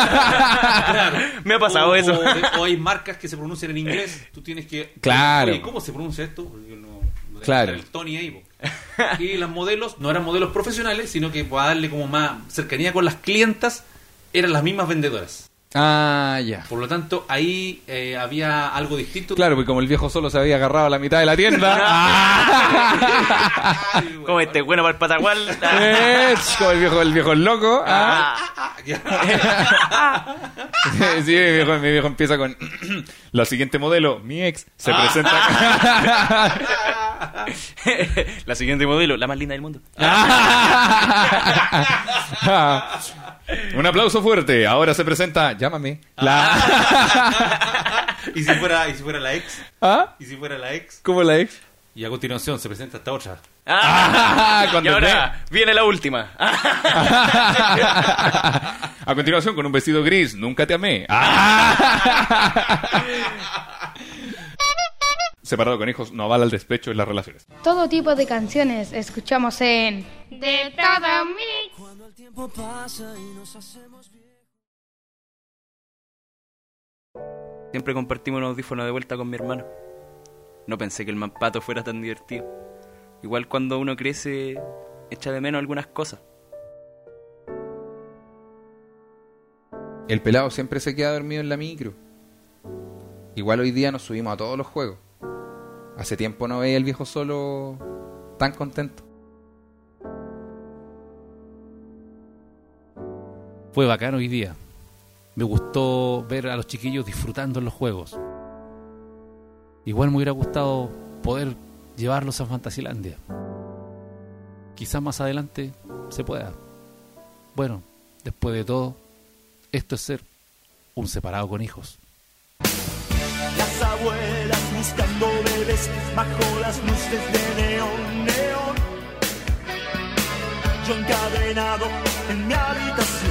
Claro.
Me ha pasado
O-
eso.
O, o hay marcas que se pronuncian en inglés. Tú tienes que.
Claro.
Oye, ¿Cómo se pronuncia esto? Porque no- no-
Claro.
El Tony Evo. Y las modelos no eran modelos profesionales, sino que para darle como más cercanía con las clientas, eran las mismas vendedoras.
Ah, ya.
Por lo tanto, ahí eh, había algo distinto.
Claro, porque como el viejo solo se había agarrado a la mitad de la tienda. ¡Ah!
Ay, güey.
Como este bueno para el patagual. Ah.
Eh, como el viejo, el viejo es loco. ah.
Ah, ya.
sí, mi viejo, mi viejo empieza con.
La siguiente modelo, mi ex, se presenta...
Ah,
la siguiente modelo, la más linda del mundo.
Ah,
Un aplauso fuerte. Ahora se presenta...
Llámame. La...
y si fuera, y si fuera la ex,
¿Ah?
y si fuera la ex.
¿Cómo la ex?
Y a continuación se presenta esta otra.
Ah,
con
y ahora viene la última.
A continuación, con un vestido gris, nunca te amé. Ah. Separado con hijos, no avala el despecho en las relaciones.
Todo tipo de canciones escuchamos en
De todo mix.
Siempre compartimos un audífono de vuelta con mi hermano. No pensé que el mampato fuera tan divertido. Igual cuando uno crece, echa de menos algunas cosas.
El pelado siempre se queda dormido en la micro. Igual hoy día nos subimos a todos los juegos. Hace tiempo no veía el viejo solo tan contento.
Fue bacano hoy día. Me gustó ver a los chiquillos disfrutando en los juegos. Igual me hubiera gustado poder llevarlos a Fantasilandia. Quizás más adelante se pueda. Bueno, después de todo, esto es ser un separado con hijos.
Las abuelas buscando bebés bajo las luces de neón, neón. Yo encadenado en mi habitación.